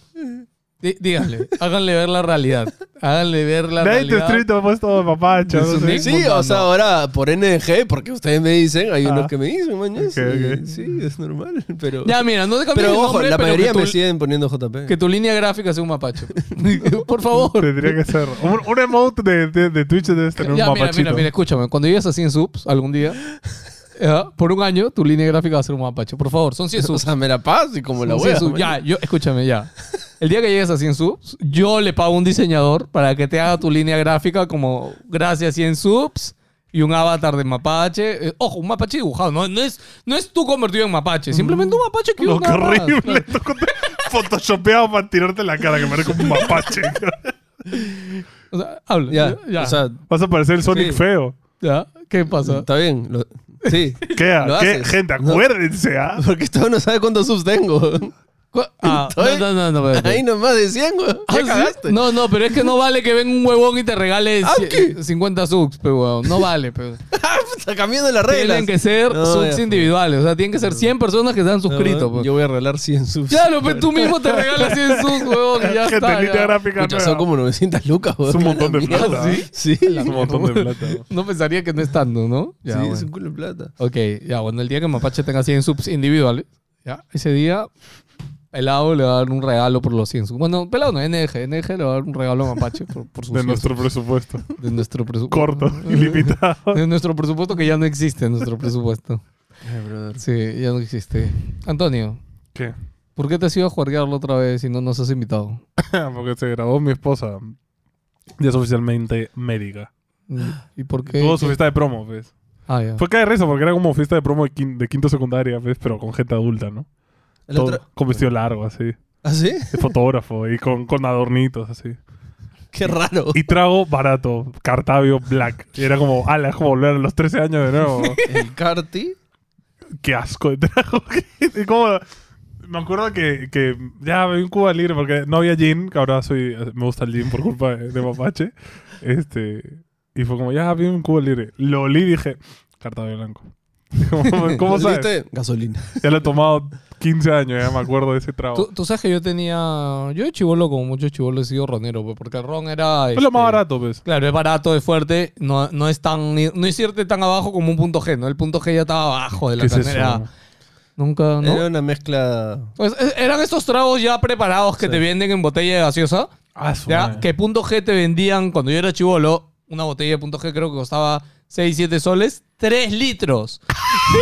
Speaker 2: dí- Díganle, háganle ver la realidad. Háganle ver la
Speaker 1: Nadie te
Speaker 2: realidad.
Speaker 1: street ha puesto de mapache.
Speaker 2: De
Speaker 1: no
Speaker 2: su
Speaker 1: sé.
Speaker 2: nick.
Speaker 4: Sí, o sea, ahora por NG, porque ustedes me dicen, hay
Speaker 1: Ah.
Speaker 4: unos que me dicen, mañana.
Speaker 1: Ok, ok.
Speaker 4: Sí, es normal. Pero,
Speaker 2: Ya, mira, no te cambies
Speaker 4: pero
Speaker 2: el
Speaker 4: ojo,
Speaker 2: nombre,
Speaker 4: la
Speaker 2: pero
Speaker 4: mayoría
Speaker 2: que,
Speaker 4: me
Speaker 2: tu,
Speaker 4: siguen poniendo JP.
Speaker 2: que tu línea gráfica sea un mapache. Por favor.
Speaker 1: Tendría que ser. Un, un emote de, de, de Twitch debes tener
Speaker 2: Ya,
Speaker 1: un
Speaker 2: mira,
Speaker 1: mapachito.
Speaker 2: mira, mira, escúchame. Cuando llegues a 100 subs algún día, ya, por un año, tu línea gráfica va a ser un mapache. Por favor, son 100
Speaker 4: O
Speaker 2: subs.
Speaker 4: sea, me la paso y como la
Speaker 2: Son
Speaker 4: voy
Speaker 2: 100 subs. Ya, yo, escúchame, ya. El día que llegues a 100 subs, yo le pago a un diseñador para que te haga tu línea gráfica como gracias 100 subs y un avatar de mapache. Eh, ojo, un mapache dibujado. No, no, es, no es tú convertido en
Speaker 4: Mm.
Speaker 2: mapache, simplemente un mapache que
Speaker 1: No,
Speaker 2: usa
Speaker 1: qué
Speaker 2: nada más.
Speaker 1: horrible. Esto con- Photoshopeado para tirarte la cara, que parezco un mapache.
Speaker 2: O sea, habla.
Speaker 4: Ya,
Speaker 2: Ya, ya.
Speaker 4: O sea,
Speaker 1: Vas a parecer el Sonic
Speaker 4: Sí.
Speaker 1: feo.
Speaker 2: ¿Qué pasa?
Speaker 4: está bien. lo- sí.
Speaker 1: ¿Qué?
Speaker 4: Lo
Speaker 1: ¿Qué?
Speaker 4: haces.
Speaker 1: Gente,
Speaker 4: No.
Speaker 1: acuérdense, ¿ah?
Speaker 4: Porque todo no sabe cuántos subs tengo. weón.
Speaker 2: Cu- Ah,
Speaker 4: Estoy-
Speaker 2: no, no, no, no. espérate.
Speaker 4: Ahí nomás de 100, weón.
Speaker 2: Ah,
Speaker 4: Ya
Speaker 2: ¿sí?
Speaker 4: cagaste.
Speaker 2: No, no, pero es que no vale que venga un huevón y te regale
Speaker 4: Ah,
Speaker 2: cie-
Speaker 4: ¿qué?
Speaker 2: 50 subs, pero huevón. No vale, pero.
Speaker 4: Está Ah, cambiando las reglas.
Speaker 2: Tienen que ser
Speaker 4: No,
Speaker 2: subs
Speaker 4: ya.
Speaker 2: individuales. O sea, tienen que ser 100 personas que se han suscrito.
Speaker 4: No,
Speaker 2: pues.
Speaker 4: Yo voy a arreglar 100 subs.
Speaker 2: Claro, pero tú mismo te regalas 100 subs, huevón, y ya
Speaker 1: Gente,
Speaker 2: está.
Speaker 1: línea
Speaker 2: ya.
Speaker 1: gráfica
Speaker 4: Escucha, son
Speaker 1: nueva.
Speaker 4: como 900 lucas, weón.
Speaker 1: Es un montón de plata.
Speaker 2: ¿eh?
Speaker 1: ¿ah?
Speaker 4: Sí.
Speaker 1: Es un montón de plata. ¿no?
Speaker 2: No pensaría que no es tanto, ¿no? Ya,
Speaker 4: sí,
Speaker 2: bueno.
Speaker 4: es un culo de plata.
Speaker 2: Ok, ya, bueno, el día que Mapache tenga 100 subs individuales, ya, ese día Pelado le va a dar un regalo por los 100 subs. Bueno, Pelado no, NG, NG le va a dar un regalo a Mapache por, por sus
Speaker 1: De
Speaker 2: 100
Speaker 1: nuestro
Speaker 2: subs.
Speaker 1: presupuesto.
Speaker 2: de nuestro presupuesto.
Speaker 1: Corto, ilimitado.
Speaker 2: De nuestro presupuesto que ya no existe, nuestro presupuesto. Sí, ya no existe. Antonio,
Speaker 1: ¿Qué?
Speaker 2: ¿por qué te has ido a jugarlo otra vez y no nos has invitado?
Speaker 1: Porque se graduó mi esposa. Ya es oficialmente médica.
Speaker 2: ¿Y por qué?
Speaker 1: Tuvo su fiesta de promo, ¿ves?
Speaker 2: Ah, ya.
Speaker 1: Fue cae de risa porque era como fiesta de promo de quin- de quinto secundaria, ¿ves? Pero con gente adulta, ¿no?
Speaker 4: El
Speaker 1: Todo
Speaker 4: otro-
Speaker 1: con vestido largo, así. De
Speaker 4: ¿Ah, sí?
Speaker 1: fotógrafo y con, con adornitos, así.
Speaker 4: Qué raro.
Speaker 1: Y trago barato, Cartavio Black. Y era como, ala, es como volver a los 13 años de nuevo.
Speaker 4: El Carti.
Speaker 1: Qué asco de trago. Y como- me acuerdo que, que ya bebí un Cuba libre porque no había gin, que ahora soy, me gusta el gin por culpa de, de Mapache. Este, y fue como, ya bebí un Cuba libre. Lo olí y dije, Cartavio Blanco. ¿Cómo, cómo sabes?
Speaker 4: ¿Viste? Gasolina.
Speaker 1: Ya lo he tomado 15 años, ya me acuerdo de ese trago.
Speaker 2: ¿Tú, tú sabes que yo tenía. Yo de chivolo, como muchos chivolos, he sido ronero, pues, porque el ron era.
Speaker 1: Es lo más
Speaker 2: este,
Speaker 1: barato, pues.
Speaker 2: Claro, es barato, es fuerte, no, no es tan. No es irte tan abajo como un punto G, ¿no? El punto G ya estaba abajo de la
Speaker 1: ¿Qué es eso? Eh,
Speaker 2: carnera. Nunca, ¿no?
Speaker 4: Era una mezcla.
Speaker 2: Pues, eh, eran estos tragos ya preparados que te venden en botella de gaseosa.
Speaker 1: Ah, su
Speaker 2: Ya,
Speaker 1: madre.
Speaker 2: que punto G te vendían cuando yo era chivolo. Una botella de punto G creo que costaba 6, 7 soles. 3 litros.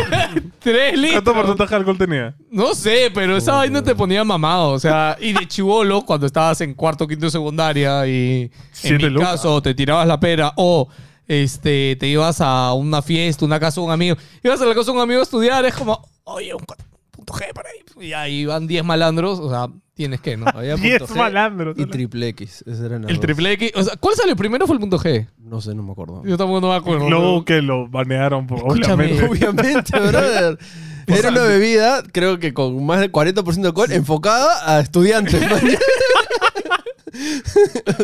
Speaker 2: 3 litros.
Speaker 1: ¿Cuánto porcentaje de alcohol tenía?
Speaker 2: No sé, pero esa vaina te ponía mamado. O sea, y de chivolo, cuando estabas en cuarto, quinto de secundaria y en
Speaker 1: Siete
Speaker 2: mi
Speaker 1: lucas.
Speaker 2: caso te tirabas la pera o este, te ibas a una fiesta, una casa de un amigo. Ibas a la casa de un amigo a estudiar, es como, oye, un cu- punto G para ahí. Y ahí van 10 malandros, o sea, tienes que, ¿no?
Speaker 4: Había
Speaker 1: Diez
Speaker 4: punto G
Speaker 1: malandros.
Speaker 4: Y triple X. Ese era
Speaker 2: El triple X. O sea, ¿cuál salió primero fue el punto G?
Speaker 4: No sé, no me acuerdo.
Speaker 2: Yo tampoco no me acuerdo.
Speaker 1: Luego que lo banearon, por-
Speaker 2: Escúchame.
Speaker 1: obviamente.
Speaker 4: Obviamente, brother. Era una bebida, creo que con más del 40% de alcohol, enfocada a estudiantes. man.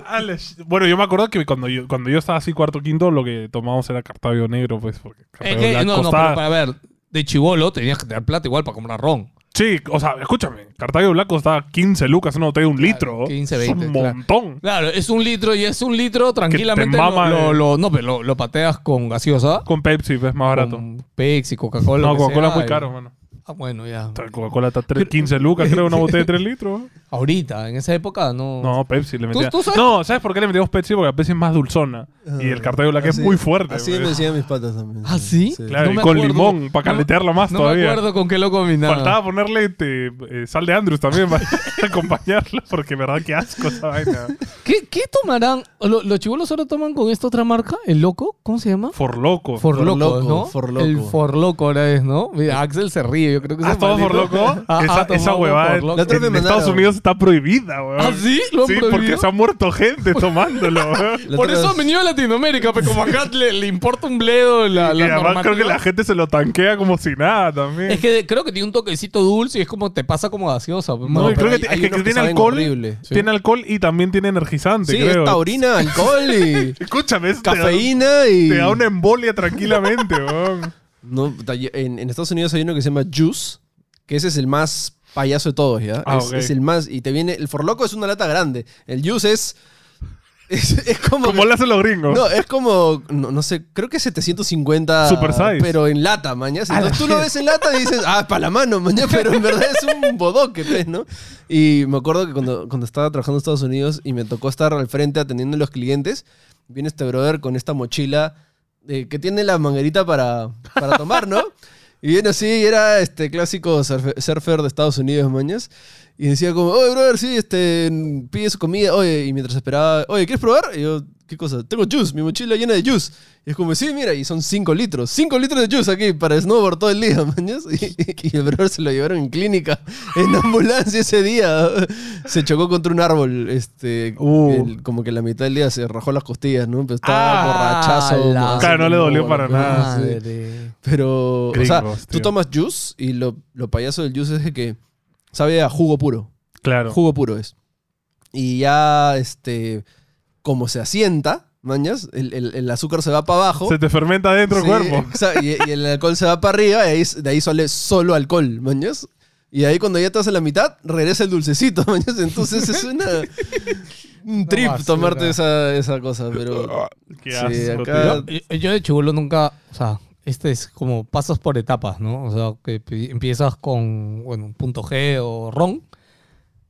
Speaker 1: Alex. Ah, Bueno, yo me acuerdo que cuando yo, cuando yo estaba así cuarto quinto, lo que tomábamos era cartabio negro, pues, porque
Speaker 2: Es
Speaker 1: cartabio
Speaker 2: que,
Speaker 1: blanco
Speaker 2: eh, no, no,
Speaker 1: estaba-
Speaker 2: pero para ver, de chivolo tenías que tener plata igual para comprar ron.
Speaker 1: Sí, o sea, escúchame, cartabio blanco estaba 15 lucas, una botella de un litro.
Speaker 2: 15,
Speaker 1: Es
Speaker 2: 20,
Speaker 1: un
Speaker 2: claro.
Speaker 1: montón.
Speaker 2: Claro, es un litro y es un litro tranquilamente.
Speaker 1: te mama
Speaker 2: lo,
Speaker 1: de-
Speaker 2: lo- no, pero lo, lo pateas con gaseosa.
Speaker 1: Con Pepsi, pues, es más barato.
Speaker 2: Con Pepsi, Coca-Cola.
Speaker 1: no,
Speaker 2: lo que
Speaker 1: Coca-Cola es
Speaker 2: sea,
Speaker 1: muy
Speaker 2: y-
Speaker 1: caro, mano.
Speaker 2: Ah, bueno, ya.
Speaker 1: Esta Coca-Cola está tres- 15 lucas, creo, una botella de 3 litros.
Speaker 2: Ahorita, en esa época, no.
Speaker 1: No, Pepsi le
Speaker 2: ¿Tú-
Speaker 1: metía.
Speaker 2: tú sabes-
Speaker 1: No, ¿sabes por qué le metíamos Pepsi? Porque la Pepsi es más dulzona. Y el cartel black es
Speaker 4: Ah, Así-
Speaker 1: muy fuerte.
Speaker 4: Así
Speaker 1: pues.
Speaker 4: me decían mis patas también.
Speaker 2: ¿Ah, sí?
Speaker 1: Claro,
Speaker 2: No
Speaker 1: y
Speaker 2: me
Speaker 1: con
Speaker 2: acuerdo.
Speaker 1: limón, para
Speaker 2: No-
Speaker 1: calentarla más
Speaker 2: No me
Speaker 1: todavía.
Speaker 2: acuerdo con qué lo combinaba.
Speaker 1: Faltaba ponerle este, eh, sal de Andrews también para acompañarlo, porque verdad que asco esa vaina.
Speaker 2: ¿Qué, qué tomarán? ¿Lo- ¿Los chibolos ahora toman con esta otra marca? ¿El loco? ¿Cómo se llama?
Speaker 1: Forloco.
Speaker 2: Forloco,
Speaker 4: Forloco,
Speaker 2: ¿no?
Speaker 4: Forloco.
Speaker 2: El Forloco ahora es, ¿no? Mira, Axel se ríe, yo creo que
Speaker 1: ¿Has
Speaker 2: ese
Speaker 1: tomado
Speaker 2: maldito-
Speaker 1: Forloco?
Speaker 2: Ah,
Speaker 1: esa,
Speaker 2: ah,
Speaker 1: esa
Speaker 2: tomamos
Speaker 1: huevada
Speaker 2: Forloco.
Speaker 4: La otra
Speaker 1: en,
Speaker 4: vez
Speaker 1: en
Speaker 4: me
Speaker 1: Estados
Speaker 4: mandaron.
Speaker 1: Unidos está prohibida, weón.
Speaker 2: ¿Ah, sí? ¿Lo han
Speaker 1: Sí,
Speaker 2: prohibido?
Speaker 1: porque se ha muerto gente tomándolo, weón.
Speaker 4: La
Speaker 2: Por
Speaker 4: otra
Speaker 2: eso
Speaker 4: vez-
Speaker 2: han venido a Latinoamérica, pero como acá le, le importa un bledo la,
Speaker 1: Y
Speaker 2: la
Speaker 1: además creo que
Speaker 2: normativa.
Speaker 1: la gente se lo tanquea como si nada también.
Speaker 2: Es que de- creo que tiene un toquecito dulce y es como te pasa como gaseosa. pues,
Speaker 1: No,
Speaker 2: mano.
Speaker 1: y creo
Speaker 4: pero
Speaker 1: que,
Speaker 4: hay-
Speaker 1: ti-
Speaker 4: hay
Speaker 1: es que
Speaker 4: unos que
Speaker 1: tiene
Speaker 4: saben
Speaker 1: alcohol.
Speaker 4: horrible, sí.
Speaker 1: Tiene alcohol y también tiene energizante,
Speaker 4: Sí,
Speaker 1: creo.
Speaker 4: es taurina, alcohol y
Speaker 1: Escúchame, es- te da-
Speaker 4: cafeína y...
Speaker 1: Te da una embolia tranquilamente, weón.
Speaker 4: No, puta, yo- en, en Estados Unidos hay uno que se llama Juice, que ese es el más payaso de todos, ¿ya?
Speaker 1: Ah,
Speaker 4: es,
Speaker 1: ok.
Speaker 4: es el más... Y te viene... El forloco es una lata grande. El Juice es... Es, es como...
Speaker 1: Como lo hacen los gringos.
Speaker 4: No, es como, no, no sé, creo que 750.
Speaker 1: Super size.
Speaker 4: Pero en lata, mañana. Entonces tú lo ves en lata y dices, ah, para la mano, mañana, pero en verdad es un bodoque, pues, ¿no? Y me acuerdo que cuando, cuando estaba trabajando en Estados Unidos y me tocó estar al frente atendiendo a los clientes, viene este brother con esta mochila eh, que tiene la manguerita para, para tomar, ¿no? Y viene así, y era este clásico surfe- surfer de Estados Unidos, mañas. Y decía como, oye, brother, sí, este, mm, pide su comida. Oye, y mientras esperaba, oye, ¿quieres probar? Y yo, ¿qué cosa? Tengo juice, mi mochila llena de juice. Y es como, sí, mira, y son 5 litros. 5 litros de juice aquí para snowboard todo el día, mañas. Y, y el brother se lo llevaron en clínica, en ambulancia ese día. Se chocó contra un árbol, este,
Speaker 1: Uh.
Speaker 4: el- como que la mitad del día se rajó las costillas, ¿no? Pero estaba borrachazo.
Speaker 2: Ah, la-
Speaker 4: más-
Speaker 1: Claro, no le dolió para
Speaker 4: gordo,
Speaker 1: nada,
Speaker 4: sí.
Speaker 2: Madre.
Speaker 4: Pero,
Speaker 1: Gringos,
Speaker 4: o sea,
Speaker 1: tío.
Speaker 4: tú tomas juice y lo, lo payaso del juice es de que sabe a jugo puro.
Speaker 1: Claro.
Speaker 4: Jugo puro es. Y ya, este, como se asienta, mañas, el, el- el azúcar se va para abajo.
Speaker 1: Se te fermenta dentro
Speaker 4: Sí,
Speaker 1: del cuerpo.
Speaker 4: exa- Y, y el alcohol se va para arriba y ahí- de ahí sale solo alcohol, mañas. Y ahí cuando ya estás en la mitad, regresa el dulcecito, mañas. Entonces es una... Un
Speaker 2: Una
Speaker 4: trip
Speaker 2: basura.
Speaker 4: tomarte esa, esa cosa, pero...
Speaker 1: Ah, Qué
Speaker 4: Sí,
Speaker 1: asco,
Speaker 4: acá-
Speaker 1: tío.
Speaker 2: Yo, Eh, yo de chibolo nunca, o sea, este es como pasas por etapas, ¿no? O sea, que pi- empiezas con, bueno, un punto G o ron.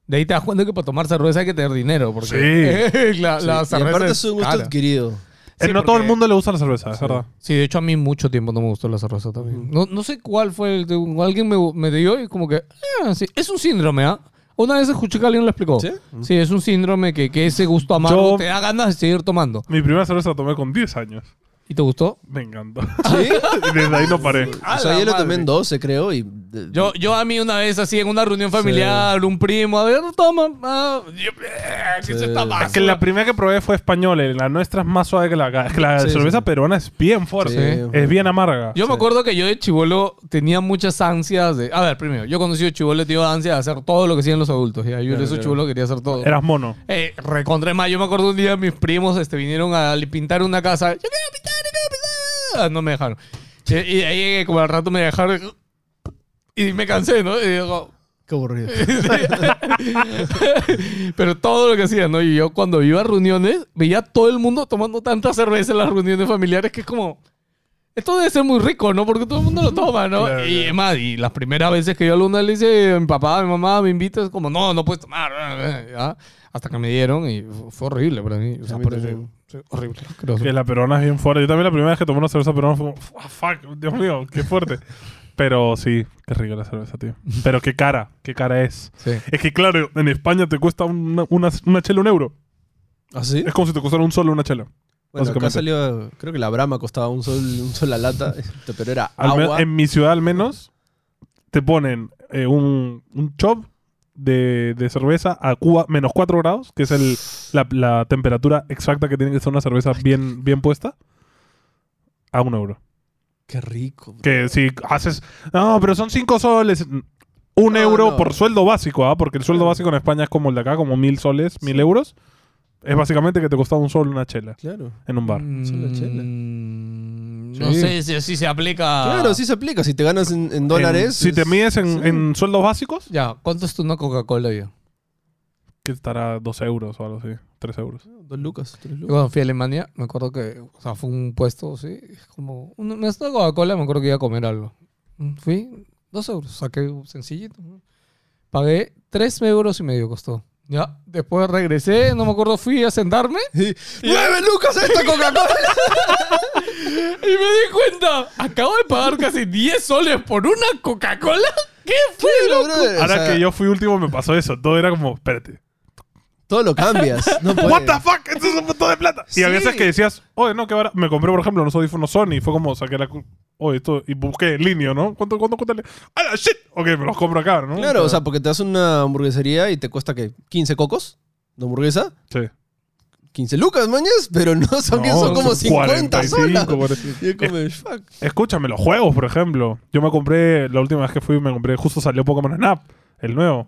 Speaker 2: De ahí te das cuenta que para tomar cerveza hay que tener dinero, porque la, la
Speaker 4: sí. Y aparte
Speaker 2: cerveza
Speaker 4: es un gusto
Speaker 2: cara.
Speaker 4: adquirido.
Speaker 1: Eh,
Speaker 2: Sí,
Speaker 1: no a todo el
Speaker 2: porque-
Speaker 1: mundo le gusta la cerveza, es verdad.
Speaker 2: Sí, de hecho a mí mucho tiempo no me gustó la cerveza también. No, no sé cuál fue el... de- Alguien me, me dio y como que... "Ah, sí". Es un síndrome, ¿ah? Una vez escuché que alguien lo explicó.
Speaker 4: ¿Sí?
Speaker 2: Sí, es un síndrome que, que ese gusto amargo
Speaker 1: Yo-
Speaker 2: te da ganas de seguir tomando.
Speaker 1: Mi primera cerveza la tomé con 10 años.
Speaker 2: ¿Y te gustó?
Speaker 1: Me encantó.
Speaker 4: ¿Sí?
Speaker 1: Y Desde ahí no paré.
Speaker 4: O sea,
Speaker 2: la
Speaker 4: yo lo tomé
Speaker 2: madre.
Speaker 4: en 12, creo, y... de-
Speaker 2: Yo, yo a mí una vez así en una reunión familiar, un primo, a ver, toma, ah, yo, eh, que
Speaker 4: Sí.
Speaker 2: se está
Speaker 1: Es que la primera que probé fue española. y La nuestra es más suave que la acá. Es que la
Speaker 4: Sí,
Speaker 1: cerveza
Speaker 4: sí.
Speaker 1: peruana es bien fuerte.
Speaker 4: Sí.
Speaker 1: Es bien amarga.
Speaker 2: Yo me acuerdo que yo de chivolo tenía muchas ansias de... A ver, primero, yo cuando he sido chivolo he tenido ansia de hacer todo lo que hacían los adultos. ¿ya? Yo de esos chivolo quería hacer todo.
Speaker 1: Eras mono.
Speaker 2: Eh, recontra más. Yo me acuerdo un día mis primos este, vinieron a li- pintar una casa. Yo quiero pintar, yo quiero pintar. Ah, No me dejaron. Y, y ahí eh, como al rato me dejaron y me cansé, ¿no? Y digo,
Speaker 4: Qué aburrido.
Speaker 2: Pero todo lo que hacía, ¿no? Y yo cuando iba a reuniones, veía a todo el mundo tomando tanta cerveza en las reuniones familiares que es como... Esto debe ser muy rico, ¿no? Porque todo el mundo lo toma, ¿no?
Speaker 1: Claro,
Speaker 2: y
Speaker 1: claro.
Speaker 2: es más, y las primeras veces que yo a Luna le hice, mi papá, mi mamá me invita, es como, no, no puedes tomar. ¿ya? Hasta que me dieron y fu- fue horrible para mí. O sea,
Speaker 4: A
Speaker 2: Ah,
Speaker 4: mí
Speaker 2: por eso-
Speaker 4: también.
Speaker 2: sí, horrible. asqueroso.
Speaker 1: Que la peruana es bien fuerte. Yo también la primera vez que tomé una cerveza peruana fue como, "Ah, fuck, Dios mío, qué fuerte. Pero sí, qué rica la cerveza, tío. Pero qué cara, qué cara es.
Speaker 2: Sí.
Speaker 1: Es que claro, en España te cuesta una, una, una chela un euro.
Speaker 4: ¿Ah, sí?
Speaker 1: Es como si te costara un solo una chela.
Speaker 4: Bueno, acá
Speaker 1: Básicamente.
Speaker 4: salió, creo que la Brahma costaba un sol, un sol la lata, este, pero era
Speaker 1: Al me-
Speaker 4: agua.
Speaker 1: en mi ciudad al menos, te ponen eh, un, un chop de, de cerveza a Cuba menos 4 grados, que es el, la, la temperatura exacta que tiene que estar una cerveza bien, bien puesta, a un euro.
Speaker 4: Qué rico. bro.
Speaker 1: Que si haces. No, pero son cinco soles. Un
Speaker 4: No,
Speaker 1: euro
Speaker 4: no.
Speaker 1: por sueldo básico, ¿ah? Porque el sueldo básico en España es como el de acá, como mil soles, mil euros. Es básicamente que te costaba un sol una chela
Speaker 4: Claro.
Speaker 1: en un bar.
Speaker 4: Solo chela.
Speaker 2: Mm, No
Speaker 4: Sí.
Speaker 2: sé si así se aplica.
Speaker 4: Ah. Claro, sí se aplica. Si te ganas en, en dólares.
Speaker 1: En- si te
Speaker 4: es-
Speaker 1: mides en,
Speaker 4: sí.
Speaker 1: en sueldos básicos,
Speaker 2: Ya, ¿cuánto es tu una Coca-Cola yo?
Speaker 1: que estará dos euros o algo así, tres euros.
Speaker 4: Dos lucas, tres
Speaker 2: Yo
Speaker 4: lucas.
Speaker 2: cuando fui a Alemania, me acuerdo que, o sea, fue un puesto, sí, es como, un- me gastó Coca-Cola, me acuerdo que iba a comer algo. Mm, Fui, Dos euros. Saqué sencillito. ¿no? Pagué tres euros y medio costó. Ya, después regresé, no me acuerdo, fui a sentarme
Speaker 4: ¡Nueve lucas esta Coca-Cola!
Speaker 2: y me di cuenta, acabo de pagar casi 10 soles por una Coca-Cola. ¿Qué fue, loco?
Speaker 1: Ahora que yo fui último me pasó eso. Todo era como, espérate.
Speaker 4: Todo lo cambias. No
Speaker 1: ¿What
Speaker 4: puedes.
Speaker 1: the fuck? Esto es un montón de plata. Y a
Speaker 4: Sí.
Speaker 1: veces que decías, oye, no, qué barato. Me compré, por ejemplo, unos audífonos Sony y fue como saqué la. cu- Oye, esto. Y busqué en línea, ¿no? ¿Cuánto, cuánto cuesta? el- ¡Ah, la shit! Ok, me los compro acá, ¿no?
Speaker 4: Claro, o sea, porque te das una hamburguesería y te cuesta que 15 cocos de hamburguesa.
Speaker 1: Sí.
Speaker 4: 15 lucas, mañas, pero no son, que
Speaker 1: No,
Speaker 4: son como 50 solas.
Speaker 1: 45,
Speaker 4: Y es como, fuck.
Speaker 1: Escúchame, los juegos, por ejemplo. Yo me compré, la última vez que fui, me compré, justo salió Pokémon Snap, el nuevo.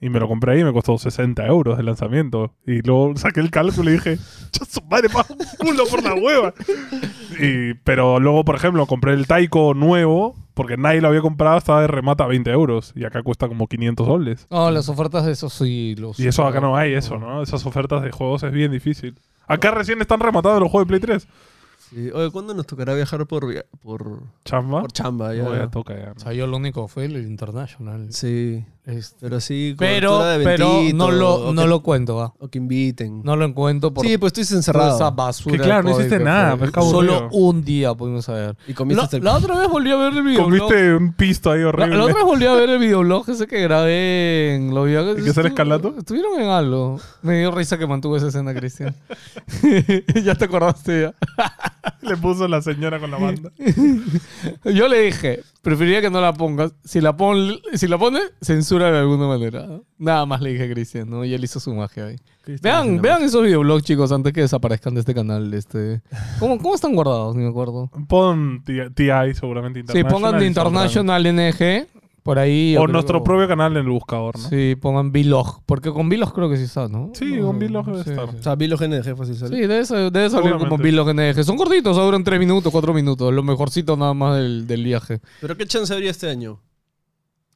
Speaker 1: Y me lo compré ahí, me costó 60 euros de lanzamiento. Y luego saqué el cálculo y dije, ¡Yo su madre, pago un culo por la hueva! Y, pero luego, por ejemplo, compré el Taiko nuevo, porque nadie lo había comprado, estaba de remata a 20 euros. Y acá cuesta como 500 soles.
Speaker 2: No, las ofertas de esos sí los.
Speaker 1: Y eso acá no hay, eso, ¿no? Esas ofertas de juegos es bien difícil. Acá recién están rematados los juegos de Play 3.
Speaker 4: Sí, Oye, ¿cuándo nos tocará viajar por, via- por,
Speaker 1: Chamba.
Speaker 4: por chamba? Ya,
Speaker 1: ¿Ah? No, ya toca ya. ¿no?
Speaker 2: O sea, yo lo único fue el International.
Speaker 4: Sí,
Speaker 2: Este,
Speaker 4: pero sí,
Speaker 2: Pero,
Speaker 4: cobertura de
Speaker 2: pero
Speaker 4: eventito,
Speaker 2: no, lo,
Speaker 4: o
Speaker 2: no
Speaker 4: que,
Speaker 2: lo cuento, va.
Speaker 4: o que inviten.
Speaker 2: No lo encuentro por
Speaker 4: sí, pues tú estás
Speaker 2: toda esa
Speaker 4: encerrado.
Speaker 2: basura.
Speaker 1: Que claro, no
Speaker 2: todo
Speaker 1: hiciste
Speaker 2: que
Speaker 1: nada,
Speaker 2: fue.
Speaker 1: pues, qué
Speaker 2: Solo
Speaker 1: aburrido.
Speaker 2: un día pudimos saber.
Speaker 4: Y
Speaker 2: La,
Speaker 4: comiste
Speaker 2: la otra vez volví a ver el videoblog.
Speaker 1: Comiste un pisto ahí
Speaker 2: La,
Speaker 1: horrible.
Speaker 2: la otra vez volví a ver el videoblog ese que grabé en los viajes.
Speaker 1: ¿Y qué sale
Speaker 2: Estu-
Speaker 1: Escarlato?
Speaker 2: Estuvieron en algo. Me dio risa que mantuvo esa escena, Cristian. ya te acordaste ya.
Speaker 1: Le puso la señora con la banda.
Speaker 2: Yo le dije, preferiría que no la pongas. Si la, pon, si la pone, censura de alguna manera. Nada más le diste a Cristian, ¿no? Y él hizo su magia ahí. Vean, vean esos videoblogs, chicos, antes que desaparezcan de este canal. Este. ¿Cómo, cómo están guardados? Ni me acuerdo.
Speaker 1: Pon T- TI seguramente
Speaker 2: Sí,
Speaker 1: International.
Speaker 2: pongan de
Speaker 1: y saldrán.
Speaker 2: International NG por ahí. yo
Speaker 1: O
Speaker 2: creo-
Speaker 1: nuestro propio canal en el buscador, ¿no? Sí,
Speaker 2: Sí, pongan Vlog. Porque con Vlog creo que sí está, ¿no? No,
Speaker 1: con Vlog debe
Speaker 2: sí,
Speaker 1: estar.
Speaker 2: sí.
Speaker 4: O sea, vi los genes de jefa si
Speaker 2: Sí,
Speaker 4: sale.
Speaker 2: debe, sa- debe salir como
Speaker 1: Seguramente.
Speaker 2: Vlog NG. Son cortitos, o sea, duran 3 minutos, 4 minutos. Lo mejorcito nada más del, del viaje.
Speaker 4: Pero qué chance habría este año.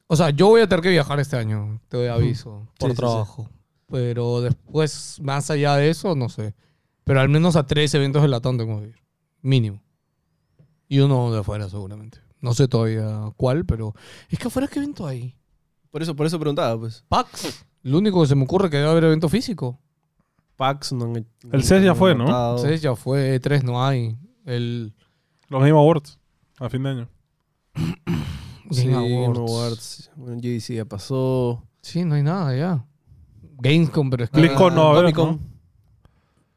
Speaker 2: O sea, yo voy a tener que viajar este año, te doy aviso, por
Speaker 4: sí, sí.
Speaker 2: trabajo. Pero después, más allá de eso, no sé. Pero al menos a tres eventos de Latam tengo que ir, mínimo. Y uno de afuera, seguramente. No sé todavía cuál, pero es que afuera, ¿qué evento hay?
Speaker 4: Por eso, por eso preguntaba, pues.
Speaker 2: PAX. Lo único que se me ocurre que debe haber evento físico.
Speaker 4: Pax no han- no
Speaker 1: El CES ya
Speaker 4: han
Speaker 1: fue, ¿no?
Speaker 4: notado.
Speaker 2: Entonces ya fue, E3 no hay. El
Speaker 1: Los Game Awards. A fin de año.
Speaker 4: Sí,
Speaker 2: Game
Speaker 4: Game
Speaker 2: pues Awards.
Speaker 4: Awards. Bueno, GDC ya pasó.
Speaker 2: Sí, no hay nada ya. Gamescom, pero es que
Speaker 1: Click Comic-Con no va a haber,
Speaker 4: Ah, Comic-Con.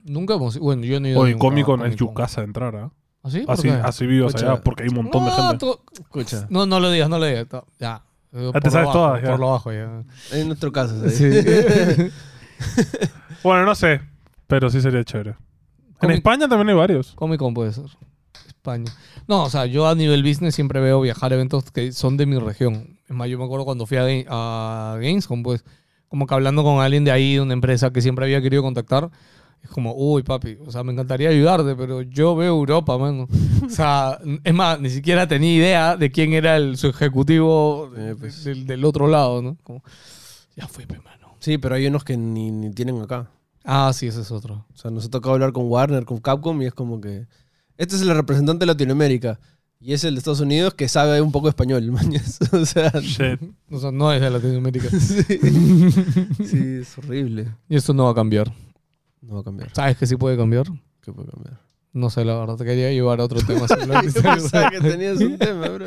Speaker 1: ¿no?
Speaker 2: nunca hemos... Bueno, yo no he ido
Speaker 1: Oye,
Speaker 2: nunca a
Speaker 1: Comic Con es
Speaker 2: Comic-Con.
Speaker 1: yucasa de entrar, ¿ah?
Speaker 2: ¿Ah, sí? ¿Por
Speaker 1: Así,
Speaker 2: qué?
Speaker 1: así vivas
Speaker 4: Escucha.
Speaker 1: allá, porque hay un montón de
Speaker 2: No,
Speaker 1: gente.
Speaker 2: to-
Speaker 4: Escucha,
Speaker 2: No, no lo digas, no lo digas. Ta- Ya. Eh,
Speaker 1: Ah, te
Speaker 2: por lo
Speaker 1: sabes
Speaker 2: bajo,
Speaker 1: todas, ya.
Speaker 2: Por lo bajo, ya.
Speaker 4: en nuestro caso. ¿sabes?
Speaker 1: Bueno, no sé, pero sí sería chévere. En
Speaker 2: Comic-
Speaker 1: España también hay varios.
Speaker 2: Comic Con puede ser. España. No, o sea, yo a nivel business siempre veo viajar a eventos que son de mi región. Es más, yo me acuerdo cuando fui a, Ga- a Gamescom, pues, como que hablando con alguien de ahí, de una empresa que siempre había querido contactar. Es como, uy, papi, o sea, me encantaría ayudarte, pero yo veo Europa, mano. O sea, es más, ni siquiera tenía idea de quién era el, su ejecutivo
Speaker 4: Eh, pues.
Speaker 2: del, del otro lado, ¿no? Como, ya fue, pe, mano.
Speaker 4: Sí, pero hay unos que ni, ni tienen acá.
Speaker 2: Ah, sí, ese es otro.
Speaker 4: O sea, nos ha tocado hablar con Warner, con Capcom y es como que... Este es el representante de Latinoamérica y es el de Estados Unidos que sabe un poco español, mañas. O sea,
Speaker 1: Shit.
Speaker 2: O sea, no es de Latinoamérica.
Speaker 4: sí, es horrible.
Speaker 2: Y esto no va a cambiar.
Speaker 4: No va a cambiar.
Speaker 2: ¿Sabes que sí puede cambiar?
Speaker 4: ¿Qué puede cambiar?
Speaker 2: No sé, la verdad. Te quería llevar a otro tema.
Speaker 4: Yo pensaba que
Speaker 2: simplemente.
Speaker 4: tenías un tema, bro.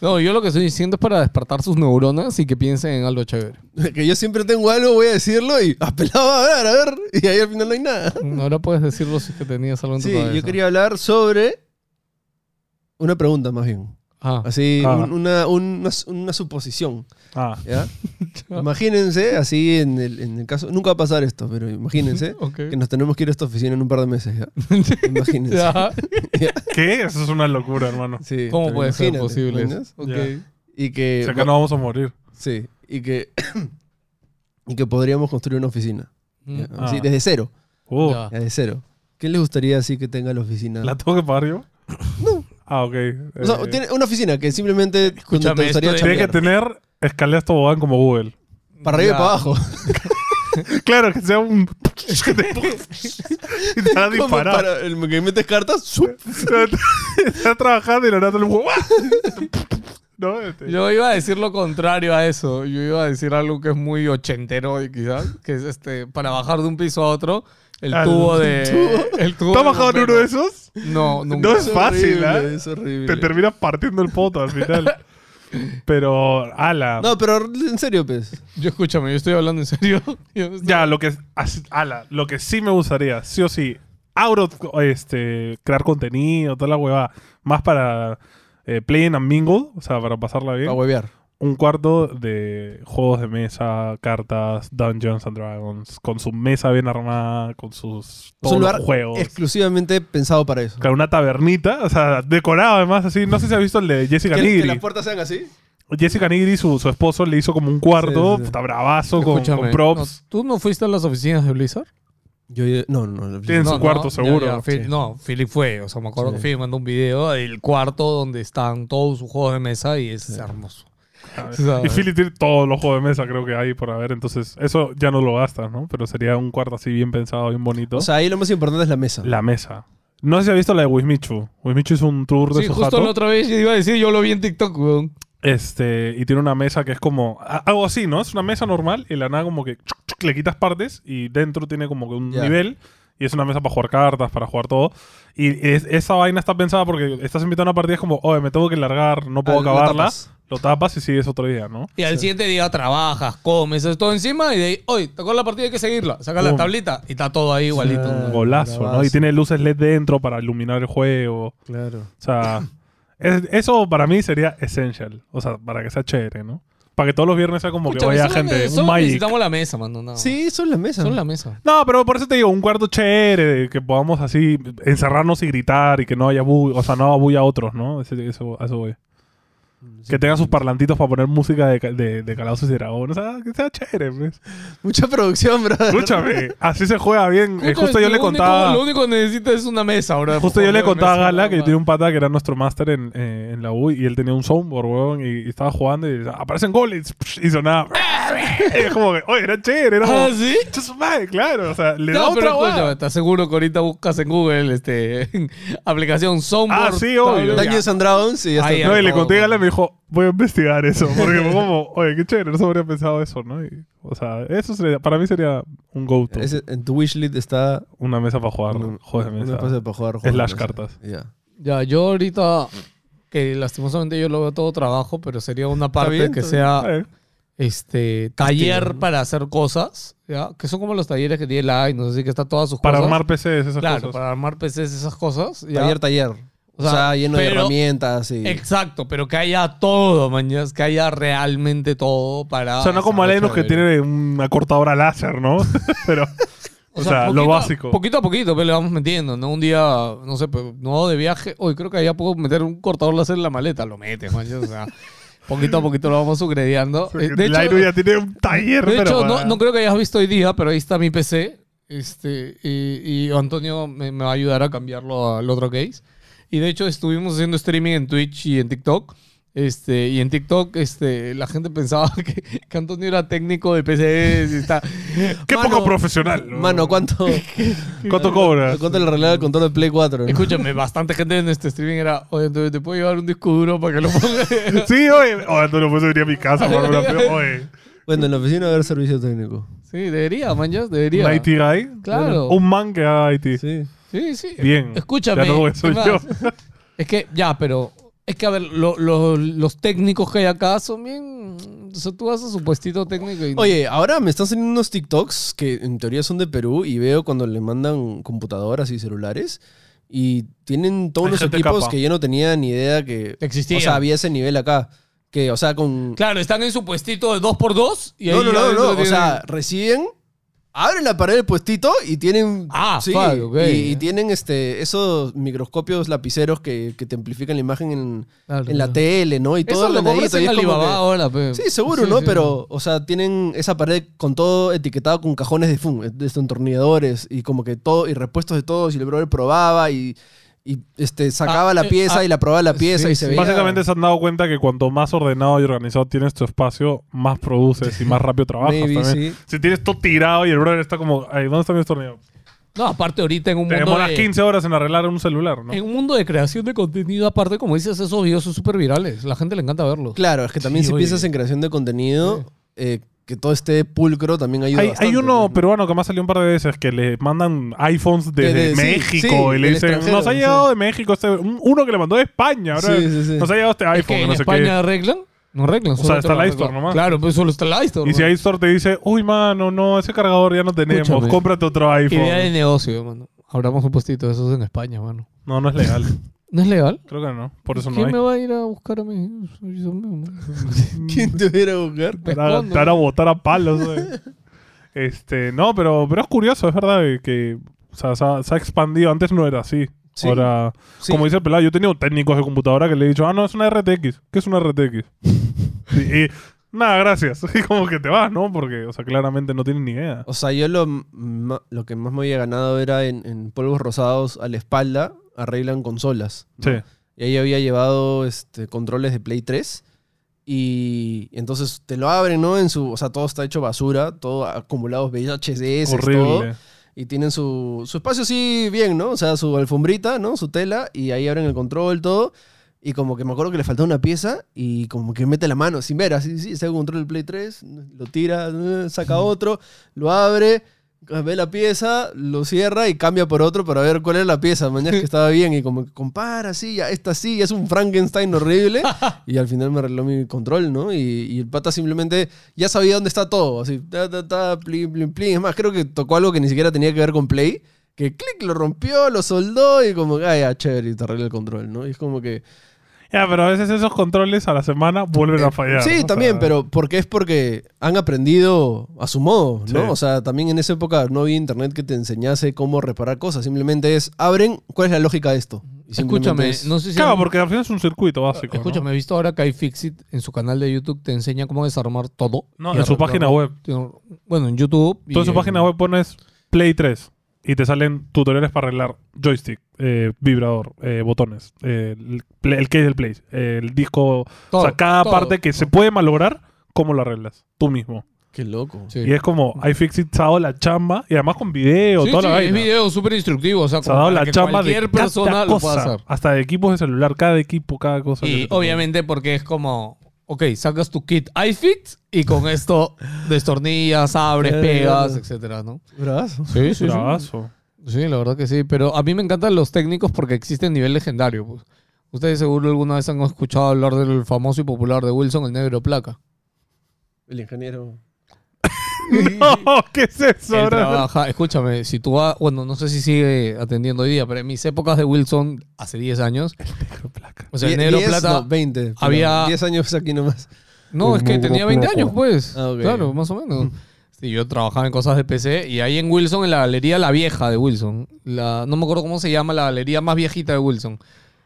Speaker 2: no, yo lo que estoy diciendo es para despertar sus neuronas y que piensen en algo chévere.
Speaker 4: Que yo siempre tengo algo, voy a decirlo y apelaba a ver, a ver. Y ahí al final no hay nada.
Speaker 2: Ahora puedes decirlo si es que tenías algo en tu
Speaker 4: Sí,
Speaker 2: cabeza.
Speaker 4: yo quería hablar sobre una pregunta más bien.
Speaker 2: Ah,
Speaker 4: Así,
Speaker 1: Ah.
Speaker 4: un- una, un- una, una suposición.
Speaker 1: Ah,
Speaker 4: ¿ya? imagínense, así en el, en el caso, nunca va a pasar esto, pero imagínense
Speaker 2: ok.
Speaker 4: que nos tenemos que ir a esta oficina en un par de meses. ¿ya? Imagínense.
Speaker 2: Ya,
Speaker 1: ¿qué? Eso es una locura, hermano.
Speaker 4: Sí,
Speaker 2: ¿Cómo
Speaker 4: pero
Speaker 2: puede ser
Speaker 4: imagínate,
Speaker 2: posible? eso?
Speaker 4: ¿entiendes?
Speaker 2: Ok.
Speaker 1: Ya.
Speaker 4: Y que,
Speaker 1: O sea que no vamos a morir.
Speaker 4: sí, y que, y que podríamos construir una oficina.
Speaker 2: Mm, Ah.
Speaker 4: ¿ya?
Speaker 1: Ah.
Speaker 4: Así, desde cero.
Speaker 1: Uh,
Speaker 2: ya.
Speaker 4: ya, desde cero. ¿Qué les gustaría así que tenga la oficina?
Speaker 1: ¿La tengo que pagar yo? No. Ah, ok.
Speaker 4: o sea,
Speaker 1: Eh,
Speaker 4: tiene una oficina que simplemente donde
Speaker 2: Escúchame,
Speaker 4: te gustaría
Speaker 2: esto de-
Speaker 1: Tiene que
Speaker 4: chambear.
Speaker 1: tener escaleras tobogán como Google.
Speaker 4: Para arriba
Speaker 2: Ya.
Speaker 4: y para abajo.
Speaker 1: Claro, que sea un. que te y te van a
Speaker 4: Como
Speaker 1: disparar.
Speaker 4: para el que metes cartas, ¡zup!
Speaker 1: Está trabajando y lo nata el huevo. ¿no? Este,
Speaker 2: Yo iba a decir lo contrario a eso. Yo iba a decir algo que es muy ochentero, y quizás, que es este, para bajar de un piso a otro, el
Speaker 1: Al-
Speaker 2: tubo de. Ah, El tubo
Speaker 1: ¿Tú has
Speaker 2: de
Speaker 1: bajado en
Speaker 2: bombero.
Speaker 1: uno de esos?
Speaker 2: No, ¿ah? nunca.
Speaker 1: No es fácil,
Speaker 4: horrible,
Speaker 1: ¿eh?
Speaker 4: Es horrible.
Speaker 1: Te terminas partiendo el poto al final. Pero,
Speaker 2: Ah.
Speaker 1: ala.
Speaker 4: No, pero en serio, pues.
Speaker 2: Yo escúchame, yo estoy hablando en serio. Yo estoy-
Speaker 1: Ya, lo que, as- ala, lo que sí me gustaría, sí o sí, abro, este, crear contenido, toda la huevada, más para eh, Playing and Mingle, o sea, para pasarla bien.
Speaker 4: Para huevear.
Speaker 1: un cuarto de juegos de mesa, cartas, Dungeons and Dragons, con su mesa bien armada, con sus
Speaker 4: Es un
Speaker 1: todos
Speaker 4: lugar
Speaker 1: los juegos.
Speaker 4: exclusivamente pensado para eso.
Speaker 1: Claro, una tabernita, o sea, decorado además, así. No sé si has visto el de Jessica
Speaker 4: ¿Quieres que
Speaker 1: Nigri.
Speaker 4: las puertas sean así?
Speaker 1: Jessica Nigri, su, su esposo, le hizo como un cuarto,
Speaker 4: Sí, sí, sí.
Speaker 1: puta, bravazo, con,
Speaker 2: Escúchame,
Speaker 1: con props.
Speaker 2: no, ¿Tú no fuiste a las oficinas de Blizzard?
Speaker 4: Yo, yo- no, no, no.
Speaker 1: Tienes- En
Speaker 2: No,
Speaker 1: su
Speaker 2: no,
Speaker 1: cuarto,
Speaker 2: ya,
Speaker 1: seguro.
Speaker 2: ya, Phil-
Speaker 1: Sí.
Speaker 2: No, Philip fue. O sea, me acuerdo
Speaker 4: Sí.
Speaker 2: que Philip mandó un video del cuarto donde están todos sus juegos de mesa y es hermoso.
Speaker 1: A ver.
Speaker 2: Sí.
Speaker 1: Y Philly tiene todos los juegos de mesa, creo que hay por haber. Entonces, eso ya no lo gastas, ¿no? Pero sería un cuarto así bien pensado, bien bonito.
Speaker 4: O sea, ahí lo más importante es la mesa.
Speaker 1: la mesa. No sé si has visto la de Wismichu. Wismichu hizo un tour de
Speaker 2: Sí,
Speaker 1: su
Speaker 2: justo
Speaker 1: jato.
Speaker 2: la otra vez yo iba a decir, yo lo vi en TikTok, weón.
Speaker 1: Este, y tiene una mesa que es como. a- Algo así, ¿no? Es una mesa normal y de la nada como que chuc, chuc, le quitas partes y dentro tiene como que un
Speaker 4: Ya.
Speaker 1: nivel. Y es una mesa para jugar cartas, para jugar todo. Y es- esa vaina está pensada porque estás invitado a una partida es como, oye, me tengo que largar, no puedo
Speaker 4: Ah, lo
Speaker 1: acabarla.
Speaker 4: tapas.
Speaker 1: Lo tapas y sigues otro día, ¿no?
Speaker 2: Y al siguiente día trabajas, comes, es todo encima y de ahí, hoy, tocó la partida, hay que seguirla. Saca la
Speaker 1: Pum.
Speaker 2: tablita y está todo ahí igualito.
Speaker 4: Ah,
Speaker 1: Un golazo, ¿no? Y
Speaker 4: bravazo.
Speaker 1: tiene luces LED dentro para iluminar el juego.
Speaker 4: Claro.
Speaker 1: O sea, es- eso para mí sería essential. O sea, para que sea chévere, ¿no? Para que todos los viernes sea como
Speaker 2: Escúchame,
Speaker 1: que vaya
Speaker 2: solo ne-
Speaker 1: gente, un
Speaker 2: solo
Speaker 1: Magic.
Speaker 2: necesitamos la mesa, mano. nada más.
Speaker 4: Sí, son las mesas.
Speaker 2: Solo la mesa.
Speaker 1: No, pero por eso te digo, un cuarto chévere, de que podamos así encerrarnos y gritar y que no haya bulla, o sea, no abulla a otros, ¿no? Ese- Eso, a eso voy. que tengan sus parlantitos para poner música de, ca- de, de calabozos y dragones. O sea, que sea chévere, pues.
Speaker 4: Mucha producción, bro.
Speaker 1: Escúchame, así se juega bien. Eh,
Speaker 2: Escúchame,
Speaker 1: justo yo
Speaker 2: lo
Speaker 1: le
Speaker 2: único-
Speaker 1: contaba...
Speaker 2: lo único que necesitas es una mesa, ahora.
Speaker 1: Justo yo le contaba a Gala que yo tenía un pata que era nuestro máster en, eh, en la U y él tenía un soundboard, weón, y, y estaba jugando y decía, aparecen goles psh, y sonaba. y es como que, oye, era chévere, era como,
Speaker 2: ¿Ah, sí?
Speaker 1: "Chu su madre", claro, o sea, le da
Speaker 2: No,
Speaker 1: otra
Speaker 2: pero
Speaker 1: guada.
Speaker 2: escúchame, te aseguro que ahorita buscas en Google este, aplicación Soundboard.
Speaker 1: Ah, sí, obvio.
Speaker 2: tablet.
Speaker 4: Dungeons and Dragons y ya
Speaker 2: Ahí,
Speaker 4: está.
Speaker 1: No, y le
Speaker 2: todo,
Speaker 1: conté a Gala y
Speaker 2: weón.
Speaker 1: me dijo, voy a investigar eso, porque fue como, oye, qué chévere, no se habría pensado eso, ¿no? Y, o sea, eso sería, para mí sería un go-to,
Speaker 4: Ese- en tu wishlist está
Speaker 1: una mesa para jugar,
Speaker 4: un-
Speaker 1: joder,
Speaker 4: un
Speaker 1: mesa.
Speaker 4: espacio para jugar
Speaker 1: Slash
Speaker 4: juegos de mesa.
Speaker 1: cartas.
Speaker 4: Ya.
Speaker 2: Ya, yo ahorita, que lastimosamente yo lo veo todo trabajo, pero sería una parte
Speaker 4: bien,
Speaker 2: que
Speaker 4: está
Speaker 2: sea
Speaker 1: Eh,
Speaker 2: este taller
Speaker 4: Castigo, ¿no?
Speaker 2: para hacer cosas, ¿ya? que son como los talleres que tiene la y no sé, que está todas sus
Speaker 1: para
Speaker 2: cosas.
Speaker 1: armar PCs, esas
Speaker 2: Claro,
Speaker 1: cosas.
Speaker 2: para armar PCs, esas cosas. ¿ya?
Speaker 4: Taller, taller. O sea, lleno de
Speaker 2: pero-
Speaker 4: herramientas y...
Speaker 2: Exacto, pero que haya todo, mañas, que haya realmente todo para.
Speaker 1: O sea, no
Speaker 4: Ah,
Speaker 1: como
Speaker 2: esa
Speaker 1: Alenos que
Speaker 2: chévere.
Speaker 1: tiene una cortadora láser, ¿no? Pero, o, sea,
Speaker 2: poquito
Speaker 1: lo
Speaker 2: a-
Speaker 1: básico.
Speaker 2: Poquito a poquito, pues, le vamos metiendo, ¿no? Un día, no sé, pues, no de viaje. Hoy creo que allá puedo meter un cortador láser en la maleta. Lo metes, man. O sea, poquito a poquito lo vamos upgradeando. Eh, De hecho,
Speaker 1: Lairo ya tiene un taller,
Speaker 2: de
Speaker 1: pero
Speaker 2: hecho, no,
Speaker 1: para-
Speaker 2: no creo que hayas visto hoy día, pero ahí está mi PC. Este, y, y Antonio me, me va a ayudar a cambiarlo al otro case. Y de hecho, estuvimos haciendo streaming en Twitch y en TikTok. Este, y en TikTok este, la gente pensaba que, que Antonio era técnico de PCs y está.
Speaker 1: Qué
Speaker 4: Mano,
Speaker 1: poco profesional. ¿no?
Speaker 4: Mano, ¿cuánto,
Speaker 1: ¿cuánto cobra?
Speaker 4: ¿cuánto le arreglaron el control de Play 4? no?
Speaker 2: Escúchame, bastante gente en este streaming era, oye, entonces te puedo llevar un disco duro para que lo pongas.
Speaker 1: Sí, oye. Oye, tú no puedes venir a mi casa para una pe- Oye.
Speaker 4: Bueno, en la oficina va a haber servicio técnico.
Speaker 2: Sí, debería, manjas, debería.
Speaker 1: ¿Un IT guy?
Speaker 2: Claro.
Speaker 1: Un man que haga IT.
Speaker 4: Sí.
Speaker 2: Sí, sí.
Speaker 1: Bien.
Speaker 2: Escúchame.
Speaker 1: Ya no soy
Speaker 2: ¿qué
Speaker 1: yo.
Speaker 2: más? Es que, ya, pero. Es que, a ver, lo- lo- los técnicos que hay acá son bien. O sea, tú vas a su puestito técnico y.
Speaker 4: Oye, ahora me están saliendo unos TikToks que en teoría son de Perú y veo cuando le mandan computadoras y celulares y tienen todos
Speaker 1: Hay
Speaker 4: los
Speaker 1: gente
Speaker 4: equipos
Speaker 1: capa.
Speaker 4: que yo no tenía ni idea que
Speaker 2: Existía.
Speaker 4: O sea, había ese nivel acá. Que, o sea, con.
Speaker 2: Claro, están en su puestito de 2x2 y ahí.
Speaker 4: no, no, no,
Speaker 2: adentro
Speaker 4: no. O
Speaker 2: tienen-
Speaker 4: sea, reciben. Abren la pared del puestito y tienen.
Speaker 2: Ah, fuck, ok.
Speaker 4: y, y tienen este, esos microscopios lapiceros que, que te amplifican la imagen en,
Speaker 2: Claro,
Speaker 4: en la
Speaker 2: claro.
Speaker 4: tele, ¿no? Y todo
Speaker 2: Eso lo compras
Speaker 4: ordenadito, y
Speaker 2: en
Speaker 4: es como
Speaker 2: Alibaba
Speaker 4: que-
Speaker 2: ahora, pe.
Speaker 4: Sí, seguro, ¿no?
Speaker 2: sí.
Speaker 4: Pero, o sea, tienen esa pared con todo etiquetado con cajones de fun, de destornilladores y como que todo, y repuestos de todos, y el brother probaba y, y, este, sacaba
Speaker 2: Ah,
Speaker 4: la
Speaker 2: eh,
Speaker 4: pieza
Speaker 2: ah,
Speaker 4: y la probaba la pieza
Speaker 2: sí,
Speaker 4: y se
Speaker 2: sí.
Speaker 4: veía.
Speaker 1: Básicamente se han dado cuenta que cuanto más ordenado y organizado tienes tu espacio, más produces y más rápido trabajas
Speaker 4: Maybe,
Speaker 1: también.
Speaker 4: sí.
Speaker 1: Si tienes todo tirado y el brother está como, "Ay, ¿dónde está mi torneo?
Speaker 2: No, aparte ahorita en un
Speaker 1: Te
Speaker 2: mundo
Speaker 1: demoras
Speaker 2: de,
Speaker 1: 15 horas en arreglar un celular, ¿no?
Speaker 2: en un mundo de creación de contenido, aparte, como dices, esos videos son súper virales. La gente le encanta verlos.
Speaker 4: Claro, es que también
Speaker 2: Sí,
Speaker 4: si
Speaker 2: oye.
Speaker 4: piensas en creación de contenido, eh, que todo esté pulcro también ayuda.
Speaker 1: Hay,
Speaker 4: bastante,
Speaker 1: hay uno
Speaker 4: pues, ¿no?
Speaker 1: peruano que me ha salido un par de veces que le mandan iPhones desde
Speaker 4: Desde- sí,
Speaker 1: México
Speaker 4: sí,
Speaker 1: y le
Speaker 4: del
Speaker 1: dicen,
Speaker 4: extranjero,
Speaker 1: nos ha
Speaker 4: sí.
Speaker 1: llegado de México, este, un- uno que le mandó de España, bro.
Speaker 4: Sí, sí, sí.
Speaker 1: Nos ha llegado este
Speaker 2: Es que
Speaker 1: iPhone, que
Speaker 2: en
Speaker 1: no sé
Speaker 2: España arreglan. No arreglan.
Speaker 1: sea,
Speaker 2: solo
Speaker 1: está
Speaker 2: te lo
Speaker 1: la iStore
Speaker 2: arreglan.
Speaker 1: nomás.
Speaker 2: Claro, pues solo está la
Speaker 1: qué.
Speaker 2: iStore.
Speaker 1: Y si
Speaker 2: ¿no?
Speaker 1: iStore te dice, uy, mano, no, ese cargador ya no tenemos,
Speaker 2: Escúchame.
Speaker 1: cómprate otro
Speaker 2: Idea de
Speaker 1: iPhone.
Speaker 2: negocio, mano. Abramos un puestito de esos en España, mano.
Speaker 1: No, no es legal.
Speaker 2: ¿No es legal?
Speaker 1: Creo que no, por eso no
Speaker 2: ¿Quién
Speaker 1: hay.
Speaker 2: me va a ir a buscar a mí? Soy yo mismo.
Speaker 4: ¿Quién te hubiera buscar?
Speaker 2: Me
Speaker 1: Te van a-
Speaker 2: escondo.
Speaker 1: te van a botar a palos, güey. Este, no, pero, pero es curioso, es verdad que- que o sea, se, ha, se ha expandido. Antes no era así.
Speaker 4: Sí.
Speaker 1: Ahora,
Speaker 4: Sí.
Speaker 1: como dice el pelado, yo he tenido técnicos de computadora que le he dicho, ah, no, es una RTX. ¿Qué es una RTX? y, y, nada, gracias. Y como que te vas, ¿no? Porque, o sea, claramente no tienes ni idea.
Speaker 4: O sea, yo lo, ma- lo que más me había ganado era en, en polvos rosados a la espalda, arreglan consolas.
Speaker 1: Sí.
Speaker 4: Y ahí había llevado este, controles de Play 3. Y entonces te lo abren, ¿no? En su, o sea, todo está hecho basura, todo acumulados VHS, todo.
Speaker 1: Horrible.
Speaker 4: Y tienen su, su espacio así bien, ¿no? O sea, su alfombrita, ¿no? Su tela. Y ahí abren el control, todo. Y como que me acuerdo que le faltaba una pieza y como que mete la mano sin ver, así, sí, se control del Play 3, lo tira, eh, saca otro, lo abre, ve la pieza, lo cierra y cambia por otro para ver cuál era la pieza, mañana que estaba bien y como que compara, sí, ya esta sí, ya es un Frankenstein horrible y al final me arregló mi control, ¿no? Y, y el pata simplemente ya sabía dónde está todo, así, ta, ta, ta, plin, plin, plin, es más, creo que tocó algo que ni siquiera tenía que ver con Play, que clic, lo rompió, lo soldó y como, ah, ya, chévere, y te arregla el control, ¿no? Y es como que...
Speaker 1: Ya, pero a veces esos controles a la semana vuelven a fallar. ¿no? O
Speaker 4: Eh, Sí,
Speaker 1: sea,
Speaker 4: también, pero porque es porque han aprendido a su modo, ¿no?
Speaker 1: Sí.
Speaker 4: O sea, también en esa época no había internet que te enseñase cómo reparar cosas. Simplemente es, abren, ¿cuál es la lógica de esto? Y simplemente
Speaker 2: Escúchame,
Speaker 4: es-
Speaker 2: no sé si...
Speaker 1: Claro,
Speaker 2: han-
Speaker 1: porque al final es un circuito básico. ¿no?
Speaker 2: Escúchame, he visto ahora que hay Fixit en su canal de YouTube te enseña cómo desarmar todo.
Speaker 1: No,
Speaker 2: y
Speaker 1: en su
Speaker 2: arreglarlo.
Speaker 1: página web.
Speaker 2: Tiene- Bueno, en YouTube. y eh,
Speaker 1: Tú en su
Speaker 2: en-
Speaker 1: página web pones Play 3 y te salen tutoriales para arreglar joystick, eh, vibrador, eh, botones, eh, el, play- el case del Play, eh, el disco.
Speaker 2: Todo,
Speaker 1: o sea, cada
Speaker 2: todo.
Speaker 1: parte que se puede malograr, ¿cómo lo arreglas? Tú mismo.
Speaker 4: Qué loco.
Speaker 2: Sí.
Speaker 1: Y es como, iFixit se ha dado la chamba y además con video,
Speaker 2: Sí,
Speaker 1: toda
Speaker 2: sí,
Speaker 1: la
Speaker 2: es
Speaker 1: vaina.
Speaker 2: video súper instructivo. O sea,
Speaker 1: Se ha
Speaker 2: como
Speaker 1: dado
Speaker 2: para
Speaker 1: la
Speaker 2: que
Speaker 1: chamba de
Speaker 2: cualquier
Speaker 1: cada
Speaker 2: persona lo pueda
Speaker 1: cosa,
Speaker 2: hacer.
Speaker 1: hasta de equipos de celular, cada equipo, cada cosa. que
Speaker 2: Y
Speaker 1: se te
Speaker 2: obviamente porque es como, ok, sacas tu kit iFit y con esto destornillas, abres,
Speaker 4: Claro.
Speaker 2: pegas, etcétera, ¿no?
Speaker 4: Bravazo.
Speaker 2: Sí,
Speaker 1: ocurre. Bravazo.
Speaker 2: Sí, la verdad que sí. Pero a mí me encantan los técnicos porque existen nivel legendario. Pues. Ustedes seguro alguna vez han escuchado hablar del famoso y popular de Wilson, el negro placa.
Speaker 4: El ingeniero.
Speaker 1: No, ¿qué es eso,
Speaker 2: Él
Speaker 1: bro?
Speaker 2: trabaja, escúchame, si tú vas, bueno, no sé si sigue atendiendo hoy día, pero en mis épocas de Wilson, hace 10 años, o sea, el
Speaker 4: Die-
Speaker 2: negro
Speaker 4: diez,
Speaker 2: plata...
Speaker 4: no, 20. pero
Speaker 2: había-
Speaker 4: 10 años aquí nomás.
Speaker 2: No, es que
Speaker 1: Negro
Speaker 2: tenía 20
Speaker 1: Plata.
Speaker 2: años, pues.
Speaker 4: Ah, ok.
Speaker 2: Claro, más o menos. Sí, yo trabajaba en cosas de PC y ahí en Wilson, en la galería La Vieja de Wilson, la, no me acuerdo cómo se llama, la galería más viejita de Wilson.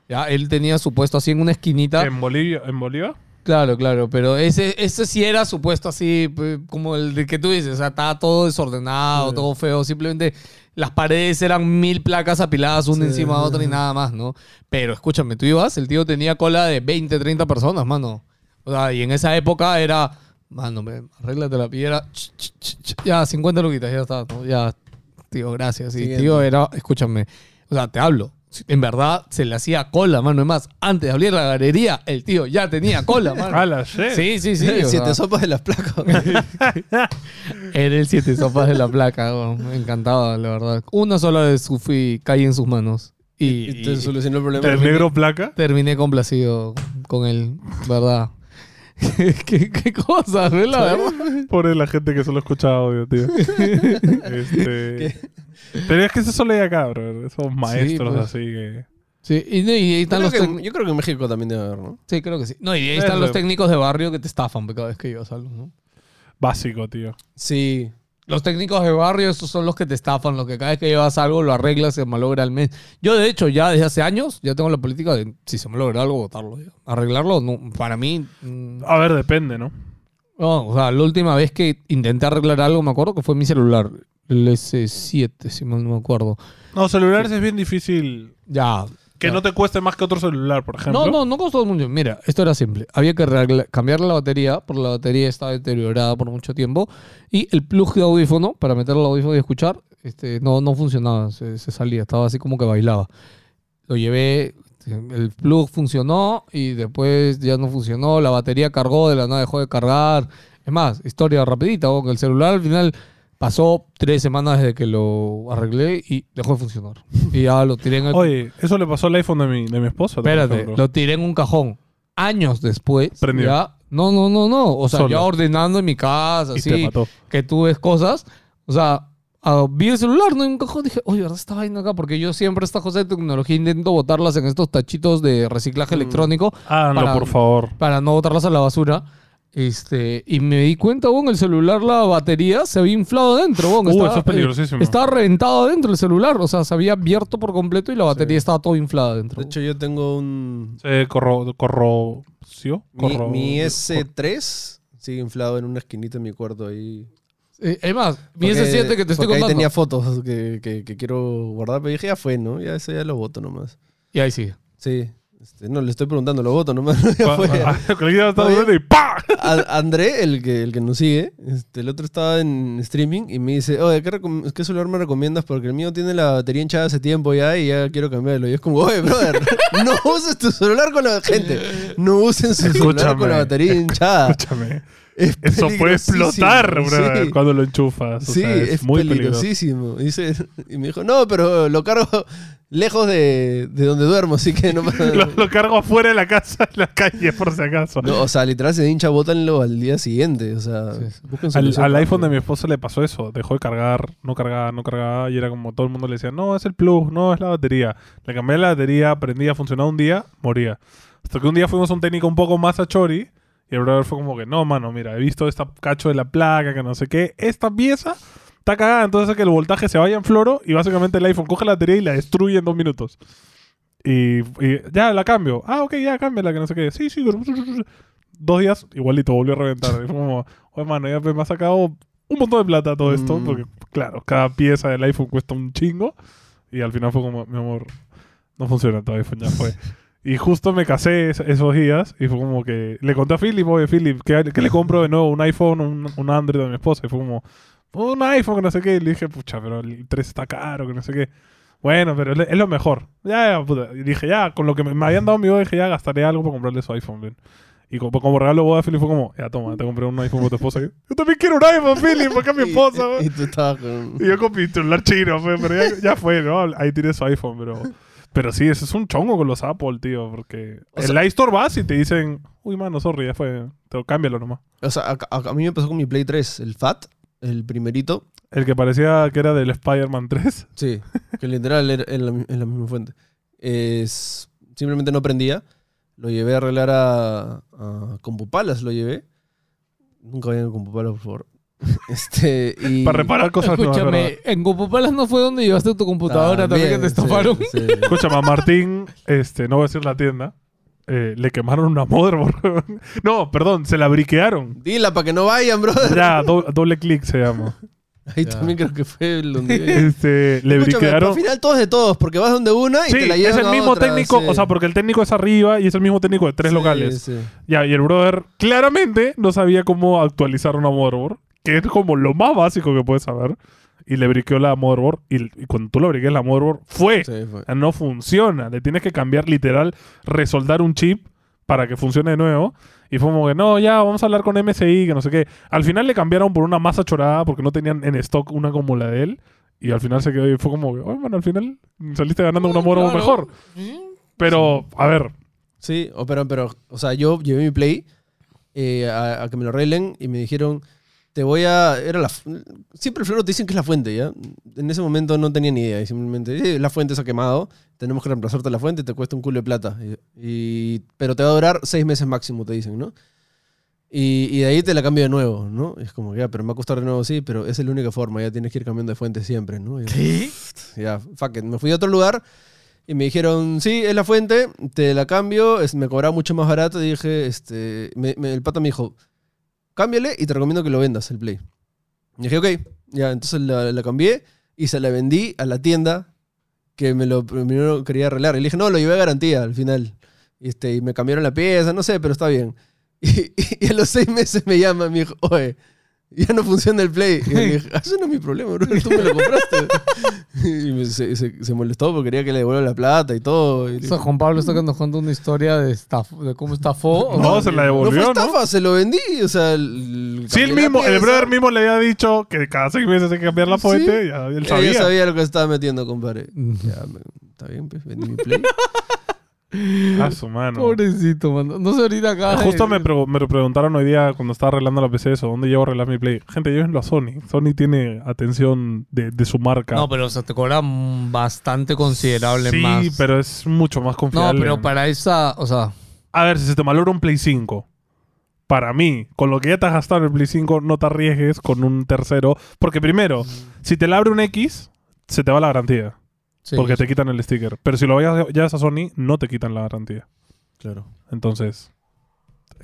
Speaker 2: Ya, él tenía su puesto así en una esquinita.
Speaker 1: ¿En Bolivia? ¿En Bolivia?
Speaker 2: Claro, claro, pero ese, ese sí era supuesto así, pues, como el de que tú dices, o sea, estaba todo desordenado, todo feo, simplemente las paredes eran mil placas apiladas una
Speaker 4: Sí.
Speaker 2: encima de otra y nada más, ¿no? Pero escúchame, tú ibas, el tío tenía cola de 20, 30 personas, mano. O sea, y en esa época era, mano, me- arréglate la piedra, ch, ch, ch, ch, ya, 50 luquitas, ya está, ¿no? ya, tío, gracias. Y
Speaker 4: Siguiente.
Speaker 2: tío era, escúchame, o sea, te hablo. En verdad se le hacía cola, mano. Es más, antes de abrir la galería, el tío ya tenía cola, mano.
Speaker 1: A la shit.
Speaker 2: Ah, Sí, sí, sí. o
Speaker 4: Siete
Speaker 2: sea,
Speaker 4: sopas de las placas.
Speaker 2: Era el siete sopas de la placa. weón. Me encantaba, la verdad. Una sola vez fui, caí en sus manos. Y,
Speaker 4: y
Speaker 2: y
Speaker 4: te Este solucionó el problema.
Speaker 1: ¿Del negro placa?
Speaker 2: terminé complacido con él, ¿verdad? ¿Qué, qué cosa, ¿verdad?
Speaker 1: Pobre la gente que solo escucha audio, tío. Este, pero es que eso solo hay acá, bro. Esos maestros
Speaker 2: pues.
Speaker 1: así que.
Speaker 2: Sí, y, no, y ahí están
Speaker 4: Creo
Speaker 2: los
Speaker 4: que-
Speaker 2: técnicos.
Speaker 4: yo creo que en México también debe haber, ¿no?
Speaker 2: Sí, creo que sí. No, y ahí
Speaker 1: Es
Speaker 2: están
Speaker 1: lo-
Speaker 2: los técnicos de barrio que te estafan cada vez que llevas algo, ¿no?
Speaker 1: Básico, tío.
Speaker 4: Sí.
Speaker 2: Los técnicos de barrio, esos son los que te estafan, los que cada vez que llevas algo lo arreglas, se malogra al mes. Yo, de hecho, ya desde hace años, ya tengo la política de si se malogra algo, votarlo. Arreglarlo, no, para mí. mm,
Speaker 1: A ver, depende, ¿no?
Speaker 2: no, o sea, la última vez que intenté arreglar algo, me acuerdo que fue mi celular, el S7, si mal no me acuerdo.
Speaker 1: No, celulares es bien difícil.
Speaker 2: Ya.
Speaker 1: Que no te cueste más que otro celular, por ejemplo.
Speaker 2: No, no, no costó mucho. Mira, esto era simple. Había que arregla- cambiar la batería, porque la batería estaba deteriorada por mucho tiempo. Y el plug de audífono, para meter el audífono y escuchar, este, no, no funcionaba, se, se salía, estaba así como que bailaba. Lo llevé, el plug funcionó y después ya no funcionó, la batería cargó, de la nada dejó de cargar. Es más, historia rapidita, con el celular al final... Pasó tres semanas desde que lo arreglé y dejó de funcionar. Y ya lo tiré en el
Speaker 1: Oye, eso le pasó al iPhone de mi, de mi esposa. por
Speaker 2: Espérate,
Speaker 1: ejemplo.
Speaker 2: lo tiré en un cajón. Años después.
Speaker 1: Prendió.
Speaker 2: Ya, no, no, no, no. O sea,
Speaker 1: Solo.
Speaker 2: ya ordenando en mi casa,
Speaker 1: Y te
Speaker 2: así,
Speaker 1: mató.
Speaker 2: que tú ves cosas. O sea, ah, vi el celular, no en un cajón. Dije, oye, ¿verdad esta vaina acá? Porque yo siempre estas cosas de tecnología intento botarlas en estos tachitos de
Speaker 1: Mm.
Speaker 2: reciclaje electrónico
Speaker 1: Háganlo,
Speaker 2: Para-
Speaker 1: Ah, por favor.
Speaker 2: para no botarlas a la basura. Este, y me di cuenta, weón, el celular, la batería se había inflado dentro, weón.
Speaker 1: Uh,
Speaker 2: Estaba-
Speaker 1: eso es peligrosísimo.
Speaker 2: eh, Estaba reventado dentro el celular, o sea, se había abierto por completo y la batería estaba todo inflada dentro.
Speaker 4: De hecho, yo tengo un.
Speaker 1: Se corro, corroció.
Speaker 4: Mi,
Speaker 1: corro-
Speaker 4: mi S3 sigue inflado en una esquinita en mi cuarto ahí.
Speaker 2: Eh, es más, mi
Speaker 4: Porque-
Speaker 2: S7 que te estoy
Speaker 4: porque
Speaker 2: contando.
Speaker 4: Ahí tenía fotos que, que- que quiero guardar, pero dije, ya fue, ¿no? Ya eso ya lo voto nomás.
Speaker 2: Y ahí sigue.
Speaker 4: Sí. Este, no, le estoy preguntando, lo voto nomás. ya fue.
Speaker 1: Ah, ah, creí que iba a estar
Speaker 4: Oye.
Speaker 1: durmiendo y ¡pa!
Speaker 4: A- André, el que, el que nos sigue, este, el otro estaba en streaming y me dice, oye, ¿qué, recom- qué celular me recomiendas? Porque el mío tiene la batería hinchada hace tiempo ya y ya quiero cambiarlo. Y es como, oye, brother, no uses tu celular con la gente. No usen su celular con
Speaker 1: Escúchame.
Speaker 4: la batería
Speaker 2: Ah.
Speaker 4: hinchada.
Speaker 1: Escúchame.
Speaker 4: Es
Speaker 1: Eso puede
Speaker 4: peligrosísimo.
Speaker 1: explotar, brother,
Speaker 4: Sí.
Speaker 1: cuando lo enchufas. O
Speaker 4: Sí,
Speaker 1: sea,
Speaker 4: es,
Speaker 1: es, muy peligroso.
Speaker 4: peligrosísimo. Dice, y me dijo, no, pero lo cargo lejos de, de donde duermo, así que no pasa
Speaker 1: Lo,
Speaker 4: nada".
Speaker 1: lo cargo afuera de la casa, en la calle, por si acaso.
Speaker 4: No, o sea, literal se hincha, bótanlo al día siguiente. O sea,
Speaker 2: Sí, sí.
Speaker 4: busquen
Speaker 1: Al,
Speaker 4: solución
Speaker 1: al iPhone de
Speaker 4: rápido.
Speaker 1: mi esposa le pasó eso. Dejó de cargar, no cargaba, no cargaba. Y era como todo el mundo le decía, no, es el plug, no, es la batería. Le cambié la batería, prendía, funcionaba un día, moría. Hasta que un día fuimos a un técnico un poco más a Chori. Y el brother fue como que, no, mano, mira, he visto esta cacho de la placa, que no sé qué. Esta pieza está cagada, entonces hace que el voltaje se vaya en floro. Y básicamente el iPhone coge la batería y la destruye en dos minutos. Y, y ya, la cambio. Ah, ok, ya, cámbiala, que no sé qué. Sí, sí. Dos días, igualito, volvió a reventar. Es como, oye, mano, ya me ha sacado un montón de plata todo esto.
Speaker 4: Mm.
Speaker 1: Porque, claro, cada pieza del iPhone cuesta un chingo. Y al final fue como, mi amor, no funciona tu iPhone, ya fue. Y justo me casé es- esos días y fue como que le conté a Philip, oye Philip, ¿qué, qué le compro de nuevo? ¿Un iPhone o un, un Android a mi esposa? Y fue como, un iPhone, que no sé qué. Y le dije, pucha, pero el 3 está caro, que no sé qué. Bueno, pero es lo- es lo mejor. Ya, ya, puta. Y dije, ya, con lo que me, me habían dado mi boda, dije, ya, gastaré algo para comprarle su iPhone, bien. Y como, como regalo de boda, Philip fue como, ya, toma, te compré un iPhone para tu esposa. Y yo, yo también quiero un iPhone, Philip, acá mi esposa,
Speaker 4: Y, y
Speaker 1: weón.
Speaker 4: tú estabas con.
Speaker 1: Y yo con mi celular chino, fue, pero ya, ya fue, ¿no? Ahí tiene su iPhone, pero... Pero sí, eso es un chongo con los Apple, tío, porque...
Speaker 4: O
Speaker 1: en
Speaker 4: sea-
Speaker 1: la iStore vas y te dicen, uy, mano, sorry, ya fue, te, cámbialo nomás.
Speaker 4: O sea, a, a- a mí me pasó con mi Play 3, el FAT, el primerito.
Speaker 1: El que parecía que era del Spider-Man 3.
Speaker 4: Sí, que literal era- es la, es la misma fuente. Es, simplemente no prendía. Lo llevé a arreglar a, a Compupalas, lo llevé. Nunca vayan a Compupalas, por favor. Este, y...
Speaker 1: Para reparar cosas nuevas, ¿verdad?
Speaker 2: Escúchame, en Copopalas no fue donde llevaste tu computadora también, que te
Speaker 4: sí,
Speaker 2: estafaron.
Speaker 4: sí.
Speaker 1: Escúchame, a Martín, este, no voy a decir la tienda, eh, le quemaron una motherboard. no, perdón, se la briquearon.
Speaker 4: Dila para que no vayan, brother.
Speaker 1: Ya, do- doble clic se llama.
Speaker 4: Ahí
Speaker 2: Ya.
Speaker 4: también creo que fue el donde...
Speaker 1: Este, le
Speaker 4: Escúchame, pero
Speaker 1: briquearon.
Speaker 4: al final todos de todos, porque vas donde una y
Speaker 1: Sí,
Speaker 4: te la
Speaker 1: es
Speaker 4: llevan
Speaker 1: el
Speaker 4: a
Speaker 1: mismo
Speaker 4: otra,
Speaker 1: técnico,
Speaker 4: sí.
Speaker 1: o sea, porque el técnico es arriba y es el mismo técnico de tres
Speaker 4: Sí,
Speaker 1: locales.
Speaker 4: sí.
Speaker 1: Ya, y el brother claramente no sabía cómo actualizar una motherboard, que es como lo más básico que puedes saber. Y le briqueó la motherboard y, y cuando tú le briqueas la motherboard, fue.
Speaker 4: Sí, fue.
Speaker 1: O sea, No funciona. Le tienes que cambiar literal, resoldar un chip para que funcione de nuevo. Y fue como que, no, ya, vamos a hablar con MSI, que no sé qué. Al final le cambiaron por una masa chorada porque no tenían en stock una como la de él. Y al final se quedó y fue como que, oye, bueno, al final saliste ganando una
Speaker 4: Oh,
Speaker 1: moro
Speaker 2: Claro.
Speaker 1: mejor. Pero, a ver,
Speaker 4: Sí, o- pero, pero, o sea, yo llevé mi play eh, a, a que me lo arreglen y me dijeron, te voy a... Era la, fu- siempre el floro te dicen que es la fuente, ¿ya? En ese momento no tenía ni idea y simplemente, "Eh, la fuente se ha quemado, tenemos que reemplazarte la fuente, te cuesta un culo de plata. Y, y- pero te va a durar seis meses máximo, te dicen, ¿no? Y, y de ahí te la cambio de nuevo, ¿no? Y es como, ya, pero me va a costar de nuevo, sí, pero esa es la única forma, ya tienes que ir cambiando de fuente siempre, ¿no? Y- ya, fuck it. Me fui a otro lugar y me dijeron, sí, es la fuente, te la cambio, es- me cobraba mucho más barato. Y dije, este, me- me- el pata me dijo, cámbiale y te recomiendo que lo vendas el Play. Y dije, ok, ya, entonces la, la cambié y se la vendí a la tienda que me lo primero quería arreglar. Y le dije, no, lo llevé a garantía al final. Este, y me cambiaron la pieza, no sé, pero está bien. Y, y a los seis meses me llama, me dijo, oye, ya no funciona el Play. Y le dije, "Ah, eso no es mi problema, bro, tú me lo compraste. y me- se, se- se molestó porque quería que le devuelva la plata y todo. Y le
Speaker 2: O
Speaker 4: dije,
Speaker 2: sea, Juan Pablo está nos cuenta una historia de, estaf- de cómo estafó. o
Speaker 1: No,
Speaker 2: sea,
Speaker 1: se la
Speaker 4: Oh, no fue
Speaker 1: devolvió, ¿no?
Speaker 4: estafa, se lo vendí. O sea, el,
Speaker 1: Sí, el
Speaker 4: cambié la
Speaker 1: mismo, el
Speaker 4: pieza.
Speaker 1: brother mismo le había dicho que cada seis meses hay que cambiar la
Speaker 4: Sí.
Speaker 1: fuente, ya él
Speaker 4: Él
Speaker 1: sabía.
Speaker 4: ya sabía lo que estaba metiendo, compadre.
Speaker 2: Mm.
Speaker 4: Ya, me- está bien, pues, vendí mi Play.
Speaker 1: A su mano.
Speaker 2: Pobrecito, mano. No sé ahorita acá.
Speaker 1: Justo
Speaker 2: eh,
Speaker 1: me, pre- me preguntaron hoy día cuando estaba arreglando la PC eso, ¿dónde llevo a arreglar mi Play? Gente, llévenlo a Sony. Sony tiene atención de, de su marca.
Speaker 2: No, pues, pero o sea, te cobra mm, bastante considerable
Speaker 1: sí,
Speaker 2: más.
Speaker 1: pero es mucho más
Speaker 2: No,
Speaker 1: confiable.
Speaker 2: pero para esa, o sea,
Speaker 1: A ver, si se te malogra un Play 5, para mí, con lo que ya te has gastado en el Play 5, no te arriesgues con un tercero. Porque
Speaker 2: Mm.
Speaker 1: primero, si te la abre un X, se te va la garantía.
Speaker 2: sí.
Speaker 1: porque te quitan el sticker. Pero si lo vayas ya a Sony, no te quitan la garantía.
Speaker 4: Claro.
Speaker 1: Entonces,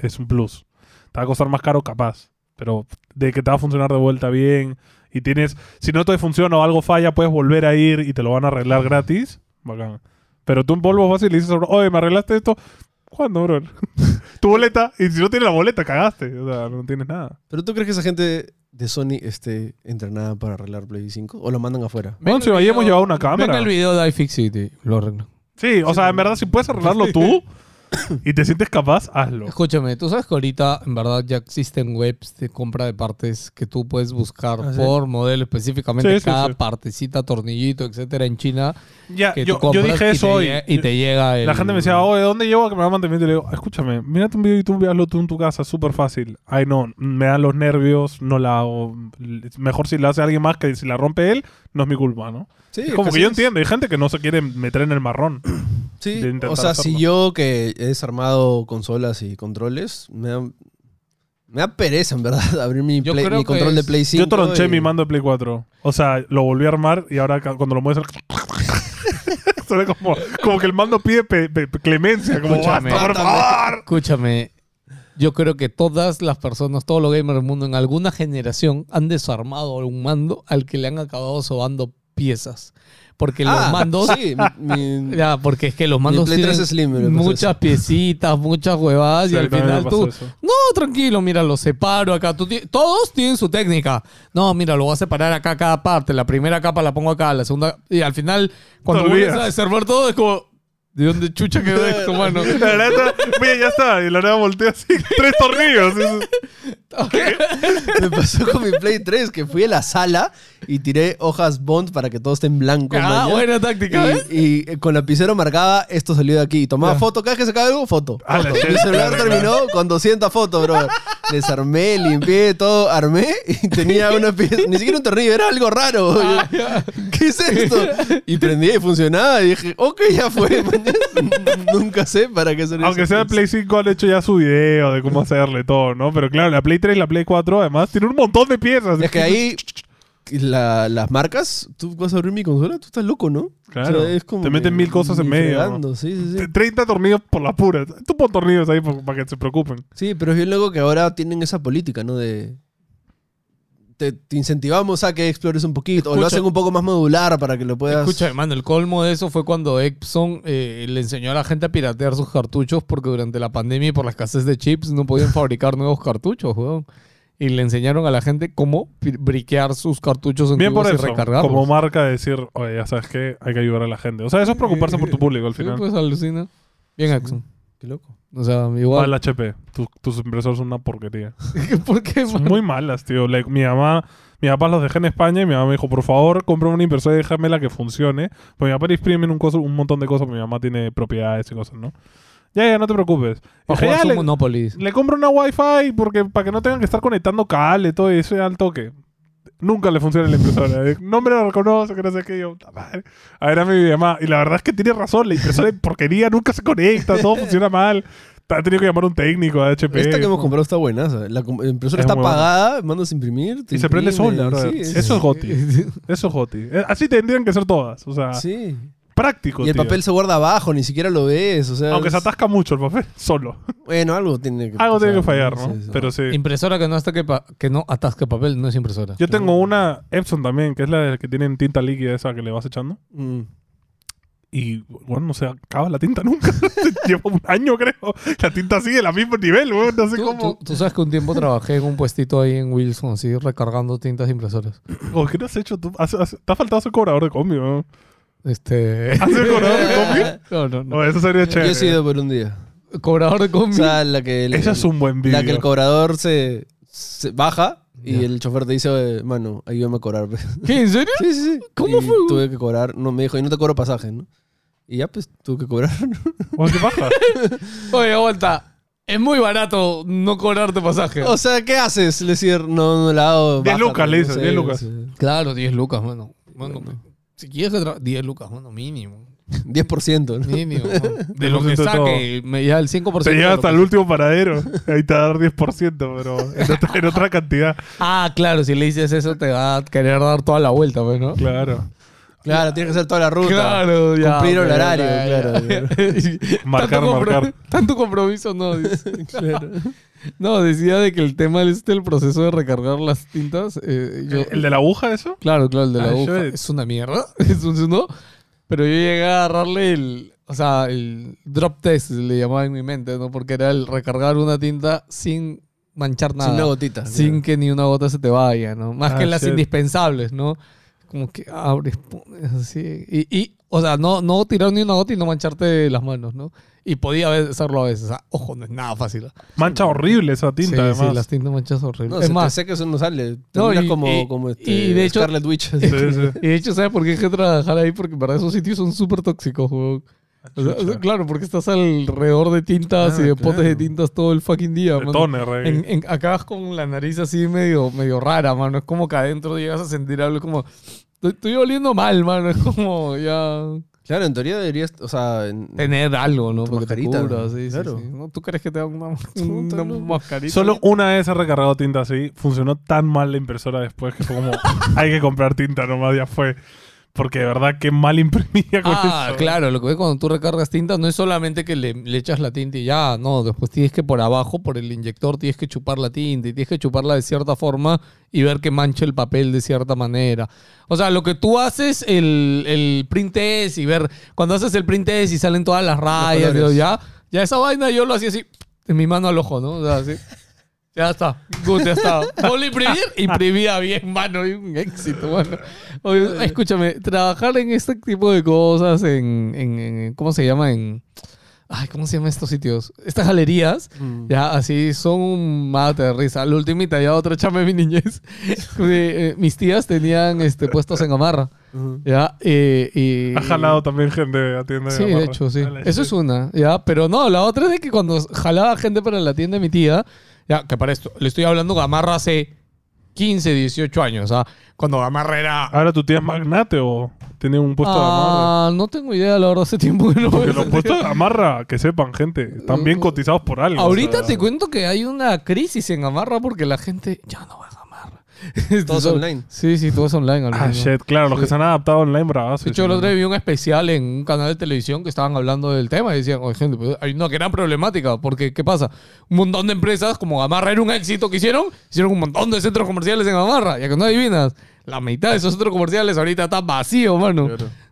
Speaker 1: es un plus. Te va a costar más caro, capaz. Pero de que te va a funcionar de vuelta bien y tienes. Si no te funciona o algo falla, puedes volver a ir y te lo van a arreglar gratis. Bacán. Pero tú en polvo fácil le dices, bro, oye, ¿me arreglaste esto? ¿Cuándo, bro? tu boleta. Y si no tienes la boleta, cagaste. O sea, no tienes nada.
Speaker 4: ¿Pero tú crees que esa gente de Sony esté entrenada para arreglar Play 5? ¿O lo mandan afuera?
Speaker 1: Bueno,
Speaker 2: Ven
Speaker 1: si
Speaker 2: el
Speaker 1: habíamos
Speaker 2: video-
Speaker 1: llevado una cámara.
Speaker 2: Ven el video de iFix City, lo arreglo.
Speaker 1: Sí, o sea, en verdad, si puedes arreglarlo tú y te sientes capaz, hazlo.
Speaker 2: Escúchame, tú sabes que ahorita en verdad ya existen webs de compra de partes que tú puedes buscar
Speaker 4: Ah, sí.
Speaker 2: por modelo específicamente
Speaker 1: Sí, sí,
Speaker 2: cada
Speaker 1: sí.
Speaker 2: partecita, tornillito, etcétera en China
Speaker 1: Ya,
Speaker 2: que
Speaker 1: yo,
Speaker 2: tú
Speaker 1: yo
Speaker 2: compras
Speaker 1: dije
Speaker 2: y
Speaker 1: eso
Speaker 2: te
Speaker 1: hoy.
Speaker 2: llega- y te llega el-
Speaker 1: La gente me decía, "Oh". oye, ¿dónde llevo a que me hagan mantenimiento? Y le digo, escúchame, mírate un video de YouTube, hazlo tú en tu casa, súper fácil. Ay, no, me dan los nervios, no la hago. Mejor si la hace alguien más que si la rompe él, no es mi culpa, ¿no?
Speaker 4: Sí,
Speaker 1: es como que yo entiendo, hay gente que no se quiere meter en el marrón.
Speaker 4: Sí,
Speaker 1: de intentar
Speaker 4: o sea,
Speaker 1: hacerlo.
Speaker 4: si yo que he desarmado consolas y controles, me da, me da pereza, en verdad, abrir mi,
Speaker 2: Yo
Speaker 4: Play-
Speaker 2: creo
Speaker 4: mi
Speaker 2: que
Speaker 4: control de
Speaker 2: es-
Speaker 4: Play 5.
Speaker 1: yo tronché
Speaker 4: y-
Speaker 1: mi mando de Play 4. O sea, lo volví a armar y ahora ca- cuando lo mueves... el- Suena como, como que el mando pide pe- pe- pe- clemencia, como
Speaker 2: Escúchame.
Speaker 1: "Basta, por favor.
Speaker 2: Escúchame, yo creo que todas las personas, todos los gamers del mundo en alguna generación han desarmado un mando al que le han acabado sobando piezas. Porque
Speaker 4: Ah,
Speaker 2: los mandos...
Speaker 4: Sí, mi- mi-
Speaker 2: Ya, porque es que los mandos
Speaker 4: Play
Speaker 2: tienen
Speaker 4: 3 Slim me lo pasó
Speaker 2: muchas
Speaker 4: eso.
Speaker 2: piecitas, muchas huevadas y
Speaker 1: Sí,
Speaker 2: al
Speaker 1: también me
Speaker 2: final
Speaker 1: pasó
Speaker 2: tú...
Speaker 1: eso.
Speaker 2: No, tranquilo, mira, lo separo acá. Tú ti- todos tienen su técnica. No, mira, lo voy a separar acá cada parte. La primera capa la pongo acá, la segunda... Y al final, cuando
Speaker 1: Te
Speaker 2: vuelves
Speaker 1: olvidas.
Speaker 2: a desarmar todo, es como... ¿De dónde chucha quedó esto, mano?
Speaker 1: La neta, mira, ya está. Y la neta voltea así, tres tornillos.
Speaker 2: Ah,
Speaker 4: me pasó con mi Play 3, que fui a la sala y tiré hojas Bond para que todo esté en blanco.
Speaker 2: Ah,
Speaker 4: maña.
Speaker 2: buena táctica, ¿ves?
Speaker 4: Y, y con lapicero marcaba esto salió de aquí. Y tomaba foto, cada vez que sacaba algo, foto.
Speaker 1: A Ah, la
Speaker 4: Foto.
Speaker 1: gente,
Speaker 4: Mi celular
Speaker 1: claro,
Speaker 4: terminó con 200 fotos, bro. Desarmé, limpié todo, armé y tenía una pieza. Ni siquiera un tornillo, era algo raro. Yo,
Speaker 1: Ah,
Speaker 4: ¿Qué es esto? Y prendía y funcionaba. Y dije, ok, ya fue. maña. Nunca sé para qué salió.
Speaker 1: Aunque
Speaker 4: esa
Speaker 1: sea de
Speaker 4: pieza.
Speaker 1: Play 5, han hecho ya su video de cómo hacerle todo, ¿no? Pero claro, la Play 3 y la Play 4, además, tiene un montón de piezas.
Speaker 4: Es que ahí la- las marcas, tú vas a abrir mi consola, tú estás loco, ¿no?
Speaker 1: Claro. Te meten mil cosas en
Speaker 4: ni
Speaker 1: medio,
Speaker 4: fregando, Sí, sí, sí.
Speaker 1: T- 30 tornillos por la pura. Tú pon tornillos ahí por- para que se preocupen.
Speaker 4: Sí, pero es bien loco que ahora tienen esa política, ¿no? De. Te, te incentivamos a que explores un poquito, o lo
Speaker 2: Escucha.
Speaker 4: hacen un poco más modular para que lo puedas.
Speaker 2: Escúchame, mano, el colmo de eso fue cuando Exxon eh, le enseñó a la gente a piratear sus cartuchos porque durante la pandemia y por la escasez de chips no podían fabricar nuevos cartuchos, weón. Y le enseñaron a la gente cómo pi- briquear sus cartuchos
Speaker 1: Bien
Speaker 2: antiguos
Speaker 1: por
Speaker 2: y
Speaker 1: eso.
Speaker 2: recargarlos.
Speaker 1: Como marca, decir, oye, ya sabes que hay que ayudar a la gente. O sea, eso es preocuparse por tu público al
Speaker 2: Sí,
Speaker 1: final.
Speaker 2: pues alucina. Bien, Exxon.
Speaker 4: Qué loco.
Speaker 2: O sea,
Speaker 1: Va el
Speaker 2: igual.
Speaker 1: HP. Tu- tus impresores son una porquería.
Speaker 2: ¿Por qué,
Speaker 1: Son
Speaker 2: mano?
Speaker 1: muy malas, tío. Like, mi mamá, mi papá los dejé en España y mi mamá me dijo, por favor, compra una impresora y déjame la que funcione. Porque mi papá le imprime un, coso- un montón de cosas, porque mi mamá tiene propiedades y cosas, ¿no? Ya, ya, no te preocupes.
Speaker 2: Para
Speaker 1: Dije,
Speaker 2: jugar
Speaker 1: ya,
Speaker 2: su
Speaker 1: le,
Speaker 2: Monopoly.
Speaker 1: le compro una wifi porque para que no tengan que estar conectando cable y todo eso ya al toque. Nunca le funciona la impresora. Eh, No me la reconoce, que no sé qué. Yo, "Puta madre". A ver, a mi mamá. Y la verdad es que tiene razón. La impresora es porquería, nunca se conecta, todo funciona mal. Ha tenido que llamar a un técnico de HP.
Speaker 4: Esta que hemos comprado está buenaza. La com- la impresora
Speaker 1: eh, Es
Speaker 4: está
Speaker 1: muy buena.
Speaker 4: apagada, mandas a imprimir. te
Speaker 1: Y se prende
Speaker 4: imprime,
Speaker 1: sola, brother.
Speaker 4: Sí, es-
Speaker 1: Eso es goti. Eso es goti. Eh, Así tendrían que ser todas. O sea,
Speaker 4: sí.
Speaker 1: práctico.
Speaker 4: Y el
Speaker 1: tío.
Speaker 4: papel se guarda abajo, ni siquiera lo ves. O sea,
Speaker 1: Aunque se
Speaker 4: es-
Speaker 1: atasca mucho el papel, solo.
Speaker 4: Bueno, algo tiene que
Speaker 1: Algo tiene que
Speaker 4: pasar,
Speaker 1: fallar, ¿no?
Speaker 4: Sí, sí.
Speaker 1: Pero sí.
Speaker 2: Impresora que no, hasta que, pa- que no atasca papel, no es impresora.
Speaker 1: Yo tengo una Epson también, que es la de- que tienen tinta líquida esa que le vas echando.
Speaker 4: Mm.
Speaker 1: Y bueno, no se acaba la tinta nunca. Lleva un año, creo. La tinta sigue al mismo nivel, weón. No sé
Speaker 2: ¿Tú,
Speaker 1: cómo.
Speaker 2: tú- tú sabes que un tiempo trabajé en un puestito ahí en Wilson, así recargando tintas de impresoras.
Speaker 1: ¿O ¿Qué no has hecho tú? Has- has- te ha faltado ser cobrador de combi, weón.
Speaker 2: Este.
Speaker 1: ¿Has sido cobrador de combi?
Speaker 2: No, no, no.
Speaker 1: No, eso sería chévere.
Speaker 4: Yo he sido por un día.
Speaker 2: Cobrador de
Speaker 4: O
Speaker 2: combi.
Speaker 4: sea, la que el,
Speaker 1: Eso es un buen video.
Speaker 4: la que el cobrador se, se baja y
Speaker 2: Ya.
Speaker 4: el chofer te dice, "Oye, mano, ayúdame a cobrar. pues".
Speaker 2: ¿Qué? ¿En serio?
Speaker 4: sí, sí, sí.
Speaker 2: ¿Cómo
Speaker 4: Y
Speaker 2: fue, güey?
Speaker 4: Tuve que cobrar. No, me dijo, y no te cobro pasaje, ¿no? Y ya, pues, tuve que cobrar.
Speaker 1: Weón, ¿Qué pasa?
Speaker 2: Oye, aguanta. Es muy barato no cobrarte pasaje.
Speaker 4: o sea, ¿qué haces? Le decir, no, no la hago.
Speaker 1: Diez
Speaker 4: bájate,
Speaker 1: lucas, le
Speaker 4: no
Speaker 1: dices,
Speaker 4: sé,
Speaker 1: diez
Speaker 4: no
Speaker 1: lucas.
Speaker 4: sé.
Speaker 2: Claro, 10 lucas, mano. Bueno, si quieres que tra- 10 lucas, mano, mínimo.
Speaker 4: 10%, ¿no?
Speaker 2: Mínimo. mano. De lo
Speaker 1: 10% de
Speaker 2: que
Speaker 1: todo.
Speaker 2: saque, me ya el 5%.
Speaker 1: Te
Speaker 2: de
Speaker 1: lleva
Speaker 2: lo
Speaker 1: hasta
Speaker 2: que-
Speaker 1: el último paradero. Ahí te va a dar 10%, pero en otra, en otra cantidad.
Speaker 2: Ah, claro, si le dices eso te va a querer dar toda la vuelta, pues, ¿no?
Speaker 1: Claro.
Speaker 4: Claro, tienes que hacer toda la ruta.
Speaker 2: Claro, ya.
Speaker 4: Cumplir
Speaker 2: pero
Speaker 4: horario,
Speaker 2: ya,
Speaker 4: claro,
Speaker 2: ya.
Speaker 1: Marcar,
Speaker 2: Tanto compro-
Speaker 1: marcar.
Speaker 2: Tanto compromiso no. dice. No, decía de que el tema este, el proceso de recargar las tintas. eh, yo,
Speaker 1: ¿El de la aguja, eso?
Speaker 2: Claro, claro, el de la
Speaker 1: Ah,
Speaker 2: aguja.
Speaker 1: yo-
Speaker 2: Es una mierda. Es un no. Pero yo llegué a agarrarle el. O sea, el drop test le llamaba en mi mente, ¿no? Porque era el recargar una tinta sin manchar nada.
Speaker 4: Sin una gotita.
Speaker 2: Sin que ni una gota se te vaya, ¿no? Más
Speaker 1: Ah,
Speaker 2: que las
Speaker 1: shit.
Speaker 2: indispensables, ¿no? Como que abres, pones así. Y, y, o sea, no, no tirar ni una gota y no mancharte las manos, ¿no? Y podía ve- hacerlo a veces. O sea, ojo, no es nada fácil. ¿no?
Speaker 1: Mancha horrible esa tinta,
Speaker 2: sí,
Speaker 1: además.
Speaker 2: sí, las tintas manchas horribles.
Speaker 4: No,
Speaker 2: es
Speaker 4: se
Speaker 2: más,
Speaker 4: te seca, eso no sale.
Speaker 2: No,
Speaker 4: Terminas
Speaker 2: y-
Speaker 4: como,
Speaker 2: y-
Speaker 4: como este,
Speaker 2: y de hecho-
Speaker 4: Scarlet Witch.
Speaker 1: Sí, sí.
Speaker 2: Y de hecho, ¿sabes por qué dejé de trabajar ahí? Porque en verdad esos sitios son súper tóxicos, weón. O sea,
Speaker 1: Chucha.
Speaker 2: claro, porque estás alrededor de tintas
Speaker 4: Ah,
Speaker 2: y de potes de
Speaker 4: claro.
Speaker 2: tintas todo el fucking día,
Speaker 1: De
Speaker 2: mano.
Speaker 1: toner, eh.
Speaker 2: En- en- acabas con la nariz así medio, medio rara, mano. Es como que adentro llegas a sentir algo es como... "Estoy- Estoy oliendo mal, mano. Es como ya
Speaker 4: Claro, en teoría deberías, o sea, en-
Speaker 2: tener algo, ¿no?
Speaker 4: Tu
Speaker 2: Porque te
Speaker 4: mascarita,
Speaker 2: cubra, sí, sí,
Speaker 4: claro.
Speaker 2: sí. ¿No? ¿Tú crees que te da una,
Speaker 4: Puta,
Speaker 2: una
Speaker 4: loco.
Speaker 2: mascarita?
Speaker 1: Solo una vez he recargado tinta así. Funcionó tan mal la impresora después que fue como, hay que comprar tinta nomás, ya fue. Porque de verdad que mal imprimía con
Speaker 2: Ah,
Speaker 1: eso. ¿eh?
Speaker 2: claro, lo que ves cuando tú recargas tinta no es solamente que le, le echas la tinta y ya, no, después tienes que por abajo, por el inyector, tienes que chupar la tinta y tienes que chuparla de cierta forma y ver que manche el papel de cierta manera. O sea, lo que tú haces, el, el print test y ver, cuando haces el print test y salen todas las rayas,
Speaker 4: colores.
Speaker 2: digo, ya, ya esa vaina yo lo hacía así, en mi mano al ojo, ¿no? O sea, así. Ya está, good, ya está. Volví a imprimir, imprimía bien, mano, y un éxito, mano. Oye, escúchame, trabajar en este tipo de cosas, en, en- en- ¿cómo se llama? En, ay, ¿cómo se llaman estos sitios? Estas galerías, ya así son un mate de risa. La ultimita, ya otra chame mi niñez. Sí, eh, mis tías tenían este, puestos en amarra,
Speaker 4: Ujú.
Speaker 2: ya, eh, y...
Speaker 1: Ha jalado también gente a tienda de
Speaker 2: Sí, de
Speaker 1: Gamarra.
Speaker 2: hecho, sí.
Speaker 1: A la
Speaker 2: Eso es
Speaker 1: shit.
Speaker 2: una, ya. Pero no, la otra es de que cuando jalaba gente para la tienda de mi tía, ya, que para esto, le estoy hablando Gamarra hace 15, 18 años, ¿ah? Cuando Gamarra era.
Speaker 1: ¿Ahora tu tía es magnate o tiene un Ah, puesto
Speaker 2: Ah, no tengo idea, la verdad, hace tiempo Pues, que no
Speaker 1: de amarra? Porque
Speaker 2: veo
Speaker 1: los
Speaker 2: esa
Speaker 1: puestos
Speaker 2: tía.
Speaker 1: de amarra, que sepan, gente, están bien cotizados por algo.
Speaker 2: Ahorita
Speaker 1: o sea.
Speaker 2: te cuento que hay una crisis en Gamarra porque la gente ya no va a Gamarra.
Speaker 4: Todo es online.
Speaker 2: Sí, sí, todo es online. al
Speaker 1: Ah,
Speaker 2: menos.
Speaker 1: shit, claro, los que se han adaptado online, bravazo. y
Speaker 2: De hecho, el
Speaker 1: sí,
Speaker 2: otro día vi un especial en un canal de televisión que estaban hablando del tema y decían, oye, gente, pues, hay una gran problemática, porque ¿qué pasa? Un montón de empresas, como Gamarra era un éxito que hicieron, hicieron un montón de centros comerciales en Gamarra, ya que no adivinas, la mitad de esos centros comerciales ahorita están vacíos, mano.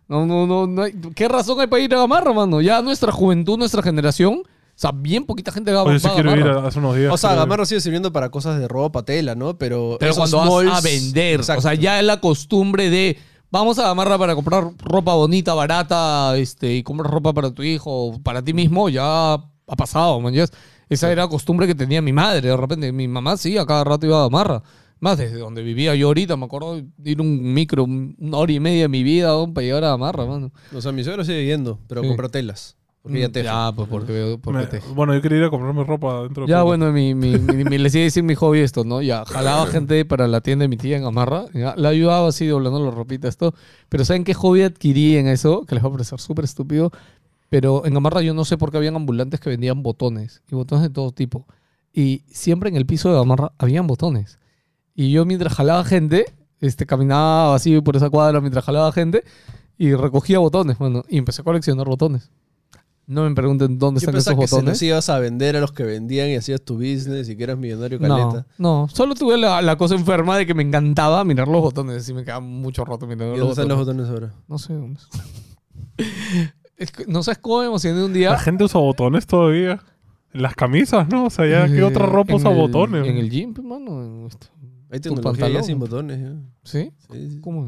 Speaker 2: No, no, no, no hay- ¿Qué razón hay para ir a Gamarra, mano? Ya nuestra juventud, nuestra generación, o sea, bien poquita gente va,
Speaker 1: Oye, sí
Speaker 2: va a
Speaker 1: quiero ir
Speaker 2: Gamarra.
Speaker 1: a- hace unos días.
Speaker 4: O sea,
Speaker 1: quiero ir.
Speaker 4: Gamarra sigue sirviendo para cosas de ropa, tela, ¿no? Pero,
Speaker 2: Pero
Speaker 4: esos
Speaker 2: cuando vas
Speaker 4: malls-
Speaker 2: a vender,
Speaker 4: Exacto.
Speaker 2: o sea, ya es la costumbre de vamos a Gamarra para comprar ropa bonita, barata, este, y comprar ropa para tu hijo, o para ti mismo, ya ha pasado, man. ya es- Esa era la costumbre que tenía mi madre, de repente mi mamá sí, a cada rato iba a Gamarra. Más desde donde vivía yo ahorita, me acuerdo de ir un micro, un- una hora y media de mi vida don, para llegar a Gamarra, mano.
Speaker 4: O sea, mi suegro sigue yendo, pero
Speaker 2: Sí.
Speaker 4: compra telas. Porque ella teje.
Speaker 2: Ya, pues porque, porque
Speaker 1: Me-
Speaker 2: te-
Speaker 1: Bueno, yo quería ir a comprarme ropa dentro de
Speaker 2: Ya,
Speaker 1: poco.
Speaker 2: bueno, mi, mi, mi, mi- les iba a decir mi hobby esto, ¿no? Ya, jalaba gente para la tienda de mi tía en Amarra. ya, la ayudaba así doblando la ropita, esto. Pero ¿saben qué hobby adquirí en eso? Que les va a parecer súper estúpido. Pero en Amarra yo no sé por qué habían ambulantes que vendían botones. Y botones de todo tipo. Y siempre en el piso de Amarra habían botones. Y yo mientras jalaba gente, este, caminaba así por esa cuadra mientras jalaba gente. Y recogía botones, mano. Y empecé a coleccionar botones. No me pregunten dónde
Speaker 4: Yo
Speaker 2: están esos
Speaker 4: pensaba que se
Speaker 2: botones.
Speaker 4: los ibas a vender a los que vendían y hacías tu business y que eras millonario
Speaker 2: No,
Speaker 4: caleta.
Speaker 2: no, solo tuve la, la cosa enferma de que me encantaba mirar los botones y me quedaba mucho rato mirando
Speaker 4: ¿Y
Speaker 2: los
Speaker 4: dónde
Speaker 2: botones.
Speaker 4: están los botones ahora?
Speaker 2: No sé dónde. Es que no sabes cómo me emocioné un día.
Speaker 1: La gente usa botones todavía. En las camisas, ¿no? O sea, ya qué
Speaker 2: Eh,
Speaker 1: otra ropa
Speaker 2: en
Speaker 1: usa
Speaker 2: el-
Speaker 1: botones.
Speaker 2: En el gym, pues, mano. en esto.
Speaker 4: Hay
Speaker 2: Tu
Speaker 4: tecnología ya
Speaker 2: pantalón.
Speaker 4: sin botones. ya.
Speaker 2: ¿Sí?
Speaker 4: Sí, sí.
Speaker 2: ¿Cómo?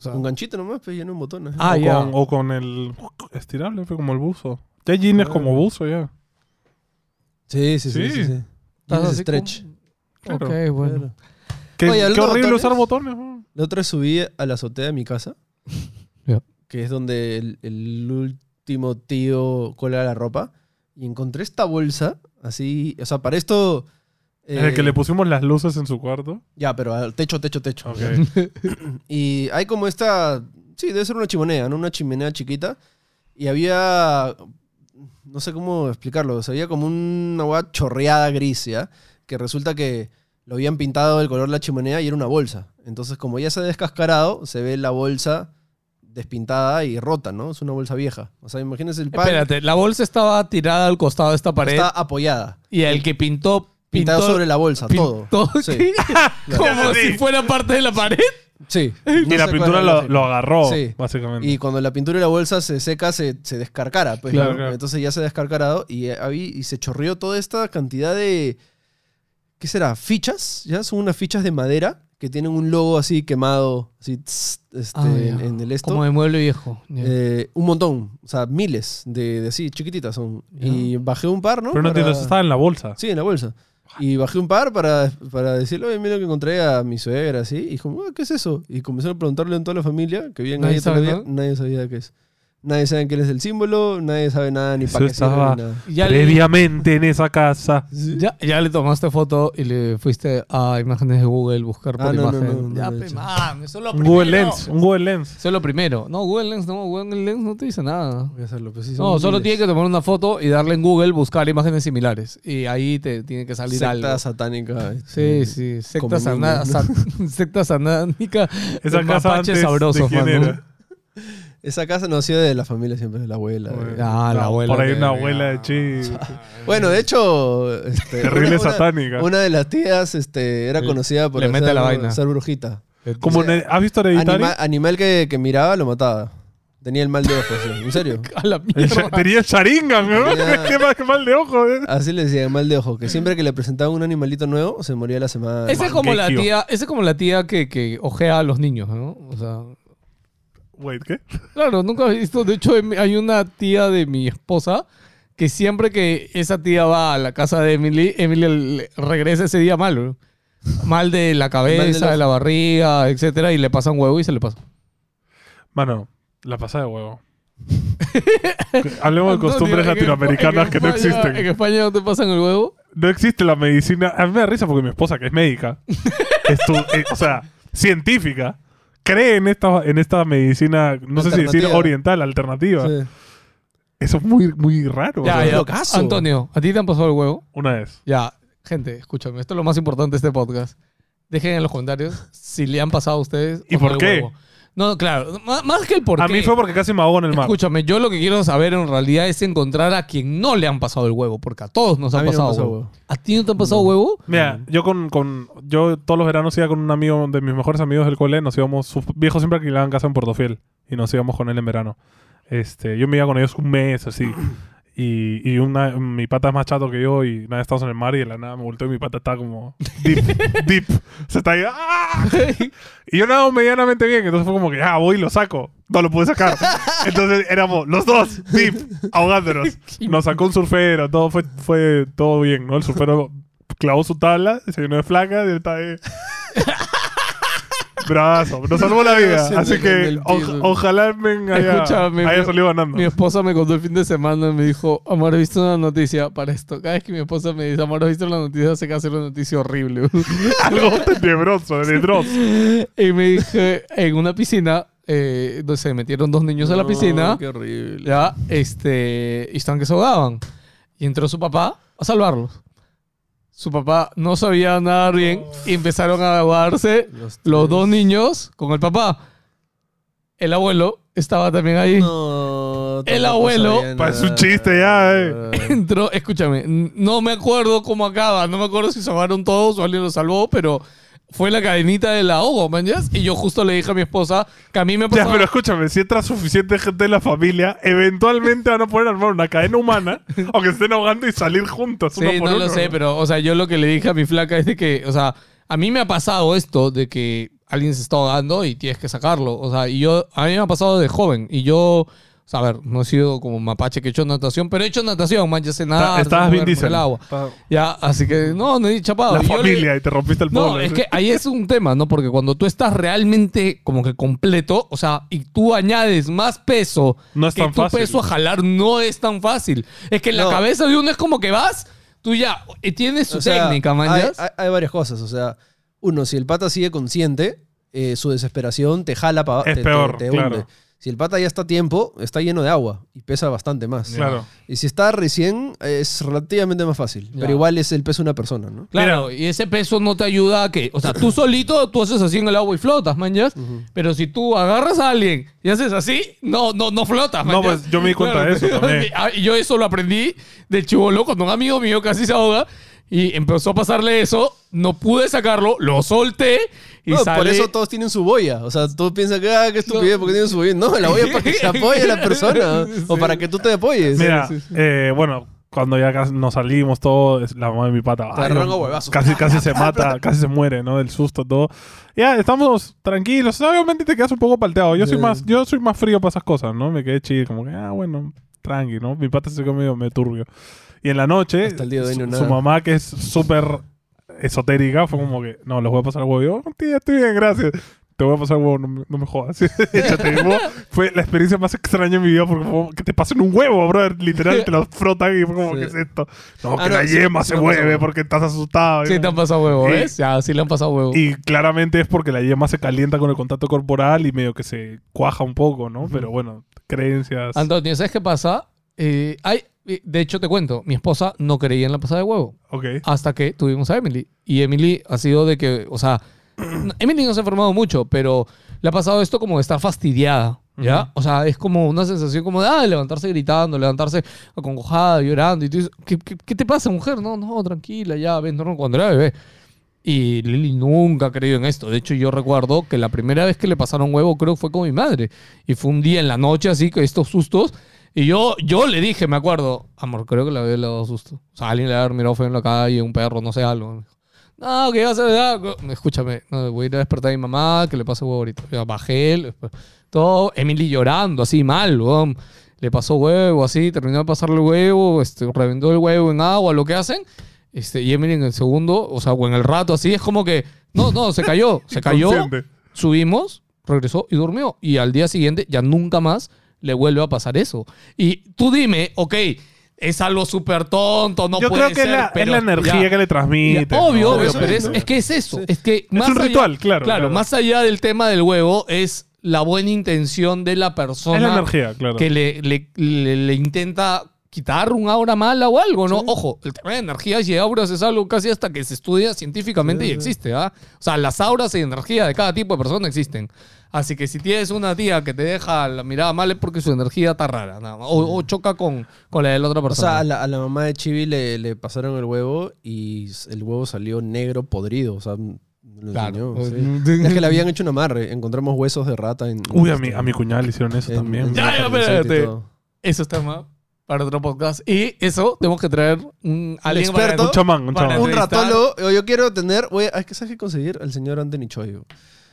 Speaker 2: O sea,
Speaker 4: Un ganchito nomás, pues ya no un botón. ajá.
Speaker 2: ah,
Speaker 1: o,
Speaker 2: ya.
Speaker 1: con, o con el estirable, fue como el buzo. Ya hay jeans
Speaker 4: Ah.
Speaker 1: como buzo, ya.
Speaker 4: Sí, sí,
Speaker 1: Sí.
Speaker 4: sí. sí, sí.
Speaker 2: Estás
Speaker 4: Tienes
Speaker 2: así
Speaker 4: stretch.
Speaker 2: como- Ok,
Speaker 1: Claro.
Speaker 2: bueno.
Speaker 4: Claro.
Speaker 1: Qué,
Speaker 4: Oye, hablando
Speaker 1: qué
Speaker 4: de
Speaker 1: horrible
Speaker 4: botones.
Speaker 1: usar botones. ¿no?
Speaker 4: La otra vez subí a la azotea de mi casa,
Speaker 2: Ya.
Speaker 4: que es donde el, el último tío cuelga la ropa, y encontré esta bolsa, así, o sea, para esto...
Speaker 1: Desde
Speaker 4: eh,
Speaker 1: que le pusimos las luces en su cuarto.
Speaker 4: Ya, pero al techo, techo, techo.
Speaker 1: Ok.
Speaker 4: Y hay como esta, sí, debe ser una chimenea, ¿no? Una chimenea chiquita, y había, no sé cómo explicarlo, o sea, había como una agua chorreada gris, ¿ya? Que resulta que lo habían pintado el color de la chimenea y era una bolsa. Entonces, como ya se ha descascarado, se ve la bolsa despintada y rota, ¿no? Es una bolsa vieja. O sea, imagínense el pan
Speaker 2: Espérate, la bolsa estaba tirada al costado de esta pared
Speaker 4: está apoyada,
Speaker 2: y el que pintó
Speaker 4: pintado
Speaker 2: pintó
Speaker 4: sobre la bolsa,
Speaker 2: pintó-
Speaker 4: todo. Sí. Este,
Speaker 2: como
Speaker 1: Sí.
Speaker 2: si fuera parte de la pared.
Speaker 4: sí.
Speaker 1: y la pintura lo, lo agarró,
Speaker 4: Sí.
Speaker 1: básicamente.
Speaker 4: Y cuando la pintura y la bolsa se seca, se, se descarcara. Pues,
Speaker 1: Claro,
Speaker 4: ¿no?
Speaker 1: claro.
Speaker 4: Entonces ya se ha descarcarado y, eh, ahí- y se chorreó toda esta cantidad de. ¿Qué será? ¿Fichas? ¿Ya? Son unas fichas de madera que tienen un logo así quemado, así, tss,
Speaker 2: Ah,
Speaker 4: este, en, en el esto.
Speaker 2: Como de mueble viejo. Ya.
Speaker 4: Eh, un montón, o sea, miles de, de así, chiquititas son. Y bajé un par, ¿no?
Speaker 1: Pero no
Speaker 4: Para-
Speaker 1: entiendo, eso estaba en la bolsa.
Speaker 4: Sí, en la bolsa. Y bajé un par para, para decirle, oye, mira lo que encontré a mi suegra, así. Y como, ah, ¿qué es eso? Y comenzaron a preguntarle a toda la familia, que vivían
Speaker 2: Nadie
Speaker 4: ahí todo el
Speaker 2: sabe
Speaker 4: día. Nadie sabía qué es. Nadie sabe quién es el símbolo, nadie sabe nada, ni
Speaker 1: Eso
Speaker 4: para qué sirve,
Speaker 1: estaba-
Speaker 4: ni nada.
Speaker 2: Ya, le,
Speaker 1: Previamente en esa casa.
Speaker 2: ya, ya le tomaste foto y le fuiste a imágenes de Google buscar por
Speaker 4: Ah, no, no,
Speaker 2: imagen.
Speaker 4: no, no,
Speaker 2: ya,
Speaker 4: no,
Speaker 2: pe,
Speaker 4: no.
Speaker 2: mami, eso es lo
Speaker 1: Un Google
Speaker 2: primero.
Speaker 1: Lens. Un Google Lens.
Speaker 2: Eso es lo primero. No, Google Lens no, Google Lens no te dice nada.
Speaker 4: Voy a hacerlo, pues sí, son
Speaker 2: No, solo
Speaker 4: miles.
Speaker 2: tiene que tomar una foto y darle en Google buscar imágenes similares. Y ahí te tiene que salir
Speaker 4: Secta
Speaker 2: algo.
Speaker 4: satánica. este,
Speaker 2: Sí, sí, secta,
Speaker 4: Como
Speaker 2: sana,
Speaker 4: niños,
Speaker 2: sa- secta sanánica.
Speaker 1: Esa
Speaker 2: de
Speaker 1: casa
Speaker 2: mapaches
Speaker 1: antes,
Speaker 2: sabrosos,
Speaker 1: ¿de quién
Speaker 2: mano.
Speaker 1: era?
Speaker 4: Esa casa no ha sido de la familia siempre, de la abuela.
Speaker 1: Bueno.
Speaker 4: de-
Speaker 2: Ah, la
Speaker 1: No,
Speaker 2: abuela.
Speaker 1: Por ahí
Speaker 2: de-
Speaker 1: una abuela de chi.
Speaker 4: Bueno, de hecho. este,
Speaker 1: Terrible
Speaker 4: una- una-
Speaker 1: satánica.
Speaker 4: Una de las tías este, era
Speaker 2: Le-
Speaker 4: conocida por
Speaker 2: le mete
Speaker 4: ser-
Speaker 2: la vaina.
Speaker 4: ser brujita.
Speaker 1: Como en el- ¿Has visto Hereditario?
Speaker 4: Anima- animal que, que miraba lo mataba. Tenía el mal de ojos, sí. en serio.
Speaker 2: A la
Speaker 1: El
Speaker 2: mierda.
Speaker 1: cha- Tenía el Sharingan, ¿no?
Speaker 4: Ya.
Speaker 1: Qué mal- qué mal de ojo, ¿eh?
Speaker 4: Así le decía, mal de ojo, que siempre que le presentaban un animalito nuevo, se moría la semana.
Speaker 2: Esa es como la
Speaker 1: Mangekyo.
Speaker 2: tía, esa es como la tía que, que ojea a los niños, ¿no? O sea,
Speaker 1: Wait, ¿qué?
Speaker 2: claro, nunca he visto. De hecho, em- hay una tía de mi esposa que siempre que esa tía va a la casa de Emily, Emily le- regresa ese día mal, ¿no? Mal de la cabeza, de la barriga, etcétera, y le pasa un huevo y se le pasa.
Speaker 1: Mano, la pasada de huevo. Hablemos de
Speaker 2: Antonio,
Speaker 1: costumbres
Speaker 2: Ah, en Espa-
Speaker 1: latinoamericanas
Speaker 2: en
Speaker 1: que no
Speaker 2: España- En
Speaker 1: existen.
Speaker 2: España no te pasan el huevo.
Speaker 1: No existe la medicina. A mí me da risa porque mi esposa, que es médica, estu- eh, o sea, científica, cree en esta, en esta medicina, no sé si decir
Speaker 4: Alternativa.
Speaker 1: oriental, alternativa. Eso es muy, muy raro. o
Speaker 2: Ya,
Speaker 1: sea,
Speaker 2: ya.
Speaker 4: locazo.
Speaker 2: Antonio, ¿a ti te han pasado el huevo?
Speaker 1: Una vez.
Speaker 2: Ya, gente, escúchame, esto es lo más importante de este podcast. Dejen en los comentarios si le han pasado a ustedes.
Speaker 1: ¿Y
Speaker 2: o
Speaker 1: por
Speaker 2: el
Speaker 1: qué?
Speaker 2: huevo. No, claro, m- más que el por
Speaker 1: a
Speaker 2: qué.
Speaker 1: mí fue porque casi me ahogo en el mar.
Speaker 2: Escúchame, yo lo que quiero saber en realidad es encontrar a quien no le han pasado el huevo, porque a todos nos
Speaker 4: A
Speaker 2: han
Speaker 4: mí no me
Speaker 2: pasado
Speaker 4: pasó
Speaker 2: huevo.
Speaker 4: huevo.
Speaker 2: ¿A ti no te han pasado huevo?
Speaker 1: Mira, yo con, con- Yo todos los veranos iba con un amigo de mis mejores amigos del cole. Nos íbamos. Sus viejos siempre alquilaban casa en Portofiel. Y nos íbamos con él en verano. Este, yo me iba con ellos un mes así. Y, y una, mi pata es más chato que yo. Y nada, estamos en el mar. Y de la nada me volteo y mi pata está como. Deep, deep. Se está ahí. ¡ah! Y yo nado medianamente bien. Entonces fue como que, ah, voy y lo saco. No lo pude sacar. Entonces éramos los dos, deep, ahogándonos. Nos sacó un surfero. Todo fue, fue todo bien, ¿no? El surfero clavó su tabla, se llenó de flaca y él está ahí. Bravazo, nos salvó la vida. Así que o- ojalá venga haya,
Speaker 2: Escúchame,
Speaker 1: haya
Speaker 2: mi-
Speaker 1: salido ganando.
Speaker 2: Mi esposa me contó el fin de semana y me dijo, amor, he visto una noticia para esto. Cada vez que mi esposa me dice, amor, he visto la noticia, se que hacer una noticia horrible.
Speaker 1: Algo tenebroso, de Dross.
Speaker 2: y me dije, en una piscina, eh, no sé, metieron dos niños a la
Speaker 4: No,
Speaker 2: piscina.
Speaker 4: Qué horrible.
Speaker 2: ya, este, y estaban que se ahogaban. Y entró su papá a salvarlos. Su papá no sabía nadar bien y empezaron a ahogarse
Speaker 4: Los
Speaker 2: los, dos niños con el papá. El abuelo estaba también ahí.
Speaker 4: No,
Speaker 2: El
Speaker 4: tampoco
Speaker 2: abuelo-
Speaker 4: sabía
Speaker 1: Parece un
Speaker 4: nada.
Speaker 1: chiste ya, eh.
Speaker 2: Entró, escúchame, n- no me acuerdo cómo acaba, no me acuerdo si se ahogaron todos o alguien los salvó, pero fue la cadenita del ahogo, man, ¿ya? Y yo justo le dije a mi esposa que a mí me
Speaker 1: Ya,
Speaker 2: pasaba...
Speaker 1: pero escúchame, si entra suficiente gente de la familia, eventualmente van a poder armar una cadena humana, aunque estén ahogando y salir juntos. uno
Speaker 2: Sí,
Speaker 1: por
Speaker 2: no
Speaker 1: uno,
Speaker 2: lo sé, pero, o sea, yo lo que le dije a mi flaca es de que, o sea, a mí me ha pasado esto de que alguien se está ahogando y tienes que sacarlo. O sea, y yo, a mí me ha pasado de joven. Y yo, o sea, a ver, no he sido como mapache que he hecho natación, pero he hecho natación, man, ya sé nada.
Speaker 1: Está- Estabas bien
Speaker 2: el
Speaker 1: Diesel.
Speaker 2: agua.
Speaker 1: Está-
Speaker 2: Ya, así que, no, no he chapado.
Speaker 1: La
Speaker 2: Y yo le-
Speaker 1: familia y te rompiste el
Speaker 2: no,
Speaker 1: pueblo.
Speaker 2: es
Speaker 1: ¿sí?
Speaker 2: que ahí es un tema, ¿no? Porque cuando tú estás realmente como que completo, o sea, y tú añades más peso
Speaker 1: No es
Speaker 2: que
Speaker 1: tan
Speaker 2: tu
Speaker 1: fácil.
Speaker 2: peso a jalar, no es tan fácil. Es que en la
Speaker 4: No.
Speaker 2: cabeza de uno es como que vas, tú ya eh, tienes su
Speaker 4: O sea,
Speaker 2: técnica, man.
Speaker 4: hay,
Speaker 2: ¿ya?
Speaker 4: hay- hay varias cosas. O sea, uno, si el pata sigue consciente, eh, su desesperación te jala para
Speaker 1: Es peor, claro.
Speaker 4: Si el pata ya está a tiempo, está lleno de agua y pesa bastante más.
Speaker 1: Claro.
Speaker 4: Y si está recién, es relativamente más fácil.
Speaker 2: Ya.
Speaker 4: Pero igual es el peso de una persona, ¿no?
Speaker 2: Claro, y ese peso no te ayuda a que, o sea, tú solito, tú haces así en el agua y flotas, man, ¿ya? Pero si tú agarras a alguien y haces así, no, no, no flotas, man.
Speaker 1: No,
Speaker 2: ¿ya?
Speaker 1: pues, yo me di cuenta de eso también.
Speaker 2: Ah, y Yo eso lo aprendí de chivolo cuando un amigo mío casi se ahoga y empezó a pasarle eso, no pude sacarlo, lo solté y
Speaker 4: No,
Speaker 2: sale...
Speaker 4: Por eso todos tienen su boya. O sea, tú piensas que, ah, qué estupidez, porque tienen su boya? No, la boya es para que se apoye la persona. O para que tú te apoyes.
Speaker 1: Mira,
Speaker 2: sí, sí.
Speaker 1: eh, bueno, cuando ya casi nos salimos todo, es- la mamá de mi pata
Speaker 4: Te
Speaker 1: ay,
Speaker 4: arranco
Speaker 1: no,
Speaker 4: huevazos.
Speaker 1: casi, casi se mata, casi se muere, ¿no? Del susto, todo. Ya, estamos tranquilos. Obviamente te quedas un poco palteado. Yo soy
Speaker 4: Sí.
Speaker 1: más, yo soy más frío para esas cosas, ¿no? Me quedé chill, como que, ah, bueno, tranqui, ¿no? Mi pata se quedó medio me turbio. Y en la noche,
Speaker 4: Hasta el día de hoy
Speaker 1: su,
Speaker 4: no
Speaker 1: su
Speaker 4: nada.
Speaker 1: mamá, que es súper esotérica, fue como que, no, les voy a pasar huevo. Y Yo, tía, estoy bien, gracias. Te voy a pasar huevo, no, me- no me jodas. Échate, ¿no? Fue la experiencia más extraña en mi vida porque fue como que te pasen un huevo, brother. Literal, te lo frotan y fue como,
Speaker 4: Sí.
Speaker 1: ¿qué es esto? No,
Speaker 4: Ah,
Speaker 1: que
Speaker 4: no,
Speaker 1: la
Speaker 4: sí,
Speaker 1: yema
Speaker 4: sí
Speaker 1: se
Speaker 4: me han pasado
Speaker 1: mueve
Speaker 4: huevo.
Speaker 1: porque estás asustado.
Speaker 2: Sí,
Speaker 1: Y-
Speaker 2: te han pasado huevo,
Speaker 1: Sí.
Speaker 2: ¿ves? Ya, sí le han pasado huevo.
Speaker 1: y claramente es porque la yema se calienta con el contacto corporal y medio que se cuaja un poco, ¿no? Pero bueno, creencias.
Speaker 2: Antonio, ¿sabes qué pasa? Eh, hay, eh, de hecho, te cuento, mi esposa no creía en la pasada de huevo.
Speaker 1: ok.
Speaker 2: hasta que tuvimos a Emily. Y Emily ha sido de que, o sea, Emily no se ha enfermado mucho, pero le ha pasado esto como de estar fastidiada, ¿ya?
Speaker 1: Ujú.
Speaker 2: O sea, es como una sensación como de, ah, levantarse gritando, levantarse acongojada, llorando. Y tú dices, ¿qué, qué, qué te pasa, mujer? No, no, tranquila, ya, ven, no, no, cuando era bebé. Y Lili nunca ha creído en esto. De hecho, yo recuerdo que la primera vez que le pasaron huevo, creo que fue con mi madre. Y fue un día en la noche, así que estos sustos. Y yo, yo le dije, me acuerdo, amor, creo que la bebé le ha dado susto. O sea, alguien le ha mirado feo en la calle, un perro, no sé, algo. No, que vas a ver. Escúchame, no, voy a ir a despertar a mi mamá, que le pase huevo ahorita. Ya, bajé, le- todo. Emily llorando, así mal, weón. Le pasó huevo, así, terminó de pasarle el huevo, este, reventó el huevo en agua, lo que hacen. Este, y Emily en el segundo, o sea, o en el rato, así, es como que. No, no, se cayó, se cayó.
Speaker 1: Inconsciente.
Speaker 2: Subimos, regresó y durmió. Y al día siguiente ya nunca más le vuelve a pasar eso. Y tú dime, ok, es algo súper tonto, no
Speaker 1: Yo
Speaker 2: puede
Speaker 1: creo que es
Speaker 2: ser,
Speaker 1: la, es
Speaker 2: pero
Speaker 1: la energía
Speaker 2: ya-
Speaker 1: que le
Speaker 2: ya,
Speaker 1: transmite.
Speaker 2: obvio,
Speaker 1: ¿no?
Speaker 2: obvio,
Speaker 4: Eso
Speaker 2: pero
Speaker 4: es,
Speaker 2: es,
Speaker 4: ¿no?
Speaker 2: es que es eso. Es que
Speaker 1: un ritual, claro, claro.
Speaker 2: más allá del tema del huevo, es la buena intención de la persona
Speaker 1: Es la energía, claro.
Speaker 2: que le, le- le- le intenta quitar un aura mala o algo, ¿no? Ojo, el tema de energías y auras es algo casi hasta que se estudia científicamente y existe, ¿ah? O sea, las auras y energía de cada tipo de persona existen. Así que si tienes una tía que te deja la mirada mal es porque su energía está rara, nada más. O, o choca con, con la de la otra
Speaker 4: O sea,
Speaker 2: persona.
Speaker 4: a la, a la mamá de Chibi le, le pasaron el huevo y s- el huevo salió negro podrido. O sea, m- lo
Speaker 2: Claro. Pues, mm.
Speaker 4: enseñó, sí. Es que le habían hecho un amarre. Encontramos huesos de rata en.
Speaker 1: Uy, a mi,
Speaker 2: este,
Speaker 1: a mi cuñada le hicieron
Speaker 2: eh,
Speaker 1: eso
Speaker 4: en-
Speaker 1: también.
Speaker 4: en-
Speaker 2: Ya, ya,
Speaker 4: en- en-
Speaker 2: espérate.
Speaker 4: y todo.
Speaker 2: Eso está más para otro podcast. Y eso tenemos que traer un alguien para-
Speaker 4: experto.
Speaker 1: Un chamán, un
Speaker 2: Para
Speaker 1: chamán.
Speaker 4: Un
Speaker 2: entrevistar-
Speaker 4: ratólogo. Yo, yo quiero tener. Voy a, hay que saber qué conseguir al señor Anthony Choi. bro.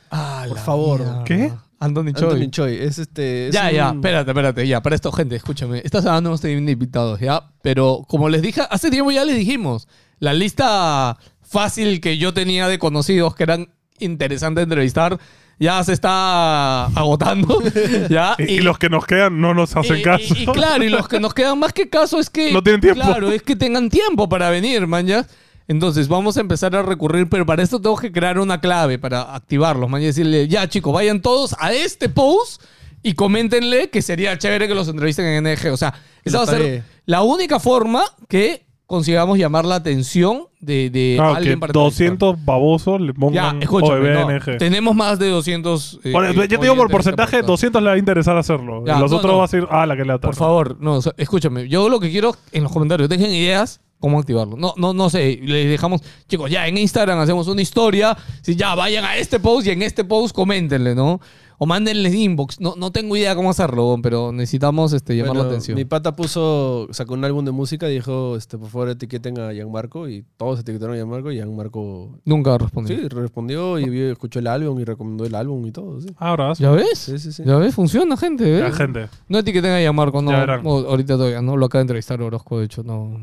Speaker 2: Ah,
Speaker 4: Por
Speaker 2: la
Speaker 4: favor.
Speaker 2: mierda.
Speaker 1: ¿Qué?
Speaker 2: Anthony Choi.
Speaker 4: Anthony Choi. Es este. es
Speaker 2: Ya, ya,
Speaker 4: un-
Speaker 2: espérate, espérate, ya, para esto, gente, escúchame. Esta semana no hemos tenido invitados, ya, pero como les dije, hace tiempo ya les dijimos, la lista fácil que yo tenía de conocidos que eran interesantes de entrevistar, ya se está agotando, ya.
Speaker 1: Y, y los que nos quedan no nos hacen
Speaker 2: y-
Speaker 1: caso.
Speaker 2: y- y claro, y los que nos quedan más que caso es que.
Speaker 1: No tienen tiempo.
Speaker 2: Claro, es que tengan tiempo para venir, man, ya. Entonces vamos a empezar a recurrir, pero para esto tengo que crear una clave para activarlos, man, y decirle, ya chicos, vayan todos a este post y coméntenle que sería chévere que los entrevisten en NG. O sea, esa
Speaker 4: Lo
Speaker 2: va a ser
Speaker 4: estaré.
Speaker 2: la única forma que consigamos llamar la atención de, de
Speaker 1: Ah, que
Speaker 2: alguien para entrevistar.
Speaker 1: 200 babosos le
Speaker 2: Ya,
Speaker 1: pongan
Speaker 2: escúchame, no,
Speaker 1: OBNG.
Speaker 2: tenemos más de 200. eh,
Speaker 1: Bueno,
Speaker 2: eh,
Speaker 1: yo te digo por
Speaker 2: oyentes
Speaker 1: porcentaje,
Speaker 2: de podcast.
Speaker 1: 200 le va a interesar hacerlo.
Speaker 2: Ya,
Speaker 1: los
Speaker 2: no,
Speaker 1: otros
Speaker 2: no.
Speaker 1: va a decir, ah, la que le ata.
Speaker 2: Por favor, no, o sea, escúchame. Yo lo que quiero en los comentarios, dejen ideas cómo activarlo. No, no, no sé. Les dejamos, chicos, ya en Instagram hacemos una historia. Si ya vayan a este post y en este post coméntenle, ¿no? O mándenles inbox. No, no tengo idea cómo hacerlo, pero necesitamos este, llamar
Speaker 4: Bueno,
Speaker 2: la atención.
Speaker 4: Mi pata puso, sacó un álbum de música y dijo, este, por favor etiqueten a Gianmarco y todos etiquetaron a Gianmarco y Gianmarco
Speaker 2: Nunca respondí.
Speaker 4: sí, respondió y vio- escuchó el álbum y recomendó el álbum y todo, sí.
Speaker 1: Ahora,
Speaker 2: ¿Ya ves?
Speaker 4: Sí, sí, sí.
Speaker 2: ¿Ya ves? Funciona, gente. ¿ves?
Speaker 1: la Ah, gente.
Speaker 2: No etiqueten a llamar cuando.
Speaker 1: Ya verán.
Speaker 2: ahorita todavía, ¿no? Lo acaba de entrevistar Orozco, de hecho, no.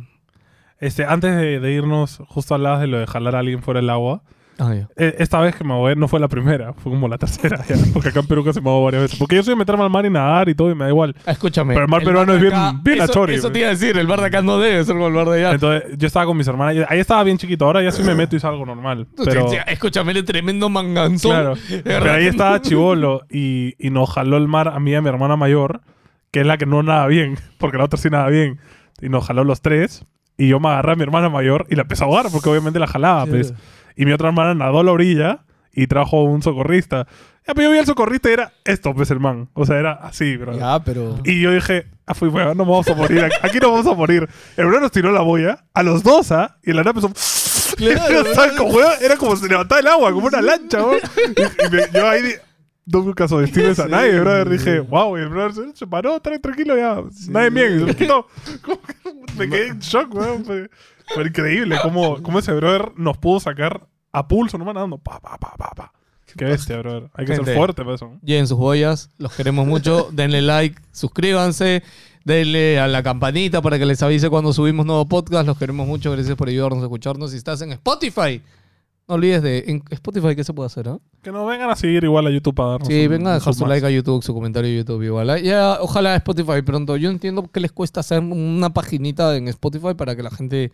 Speaker 1: Este, antes de, de irnos, justo hablabas de lo de jalar a alguien fuera del agua.
Speaker 2: Ah, ya.
Speaker 1: Eh, Esta vez que me ahogué no fue la primera, fue como la tercera, ya, porque acá en Perú casi me ahogo varias veces. Porque yo soy de meterme al mar y nadar y todo y me da igual.
Speaker 2: Ah, Escúchame.
Speaker 1: Pero el mar
Speaker 2: bar
Speaker 1: peruano
Speaker 2: de
Speaker 1: es bien-
Speaker 2: acá-
Speaker 1: bien
Speaker 2: eso,
Speaker 1: achori,
Speaker 2: eso
Speaker 1: güey.
Speaker 2: te iba a decir, el bar de acá no debe ser como el bar de allá.
Speaker 1: Entonces yo estaba con mis hermanas, y ahí estaba bien chiquito, ahora ya sí me meto y salgo normal. Pero,
Speaker 2: Entonces, Escúchame, el tremendo manganzón.
Speaker 1: claro,
Speaker 2: De verdad.
Speaker 1: pero ahí estaba chivolo y, y nos jaló el mar a mí y a mi hermana mayor, que es la que no nada bien, porque la otra sí nada bien. Y nos jaló los tres y yo me agarré a mi hermana mayor y la empecé a ahogar porque obviamente la jalaba. pues. Y mi otra hermana nadó a la orilla y trajo un socorrista. Ya, pero yo vi al socorrista y era esto, pues el man. O sea, era así, bro.
Speaker 4: Ya, pero...
Speaker 1: Y yo dije, ah, fui, weón, no vamos a morir. Aquí, aquí no vamos a morir. El bro nos tiró la boya a los dos, ¿ah? Y la nave empezó.
Speaker 4: Claro,
Speaker 1: era, saco, weón. Era como se levantaba el agua, como una lancha, weón. Y, y me- yo ahí. di- No me caso de Stevens a
Speaker 4: Sí,
Speaker 1: nadie, brother.
Speaker 4: güey.
Speaker 1: Dije, wow, y el brother se, se paró, tra- tranquilo ya. Nadie bien. Se lo quitó. Como que Me quedé en shock, weón. Fue, fue increíble cómo, cómo ese brother nos pudo sacar a pulso, nomás nadando. Pa, pa, pa, pa, pa. Qué bestia, brother. Hay que
Speaker 2: Gente.
Speaker 1: ser fuerte para eso. ¿no?
Speaker 2: Lleven sus boyas, los queremos mucho. Denle like, suscríbanse, denle a la campanita para que les avise cuando subimos nuevo podcast. Los queremos mucho, gracias por ayudarnos a escucharnos. Si estás en Spotify, no olvides de. En Spotify, ¿qué se puede hacer? ah?
Speaker 1: Que nos vengan a seguir igual a YouTube a darnos.
Speaker 2: Sí,
Speaker 1: un-
Speaker 2: vengan a
Speaker 1: un
Speaker 2: dejar
Speaker 1: sub
Speaker 2: su
Speaker 1: más.
Speaker 2: like a YouTube, su comentario a YouTube igual. Ah, Ya, ojalá Spotify pronto. Yo entiendo que les cuesta hacer una paginita en Spotify para que la gente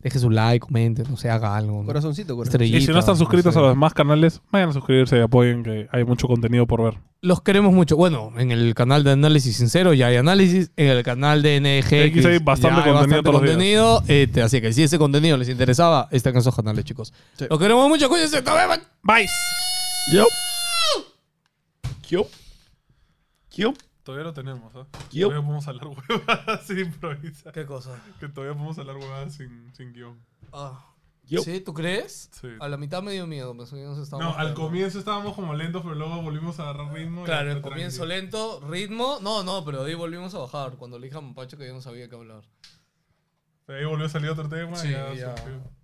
Speaker 2: deje su like, comente, no se haga algo. ¿no?
Speaker 4: Corazoncito, corazón.
Speaker 2: Estrellita,
Speaker 1: Y si no están suscritos
Speaker 2: sé.
Speaker 1: a los demás canales, vayan a suscribirse y apoyen que hay mucho contenido por ver.
Speaker 2: Los queremos mucho. Bueno, en el canal de Análisis Sincero ya hay análisis. En el canal de NG
Speaker 1: X hay bastante contenido todos los días.
Speaker 2: Este, así que si ese contenido les interesaba, están en esos canales, chicos.
Speaker 4: Sí.
Speaker 2: Los queremos mucho. Cuídense. Nos vemos.
Speaker 1: Bye.
Speaker 4: Yo. Yo. Yo.
Speaker 1: Todavía lo tenemos, ¿eh?
Speaker 4: Yo.
Speaker 1: Todavía podemos hablar huevadas sin improvisar.
Speaker 2: ¿Qué cosa?
Speaker 1: Que todavía podemos hablar huevadas sin, sin guión.
Speaker 4: Yo.
Speaker 2: Ah. ¿Sí? ¿Tú crees?
Speaker 1: Sí.
Speaker 2: A la mitad me dio miedo. pensé que nos estábamos
Speaker 1: No, al
Speaker 2: quedando.
Speaker 1: comienzo estábamos como lentos, pero luego volvimos a agarrar ritmo. y
Speaker 2: Claro,
Speaker 1: ya
Speaker 2: el
Speaker 1: fue
Speaker 2: comienzo
Speaker 1: tranquilo.
Speaker 2: lento, ritmo. No, no, pero ahí volvimos a bajar. Cuando le dije a Mapacho que yo no sabía qué hablar.
Speaker 1: Ahí volvió a salir otro tema
Speaker 2: Sí,
Speaker 1: y ya.
Speaker 2: ya.
Speaker 1: surgió.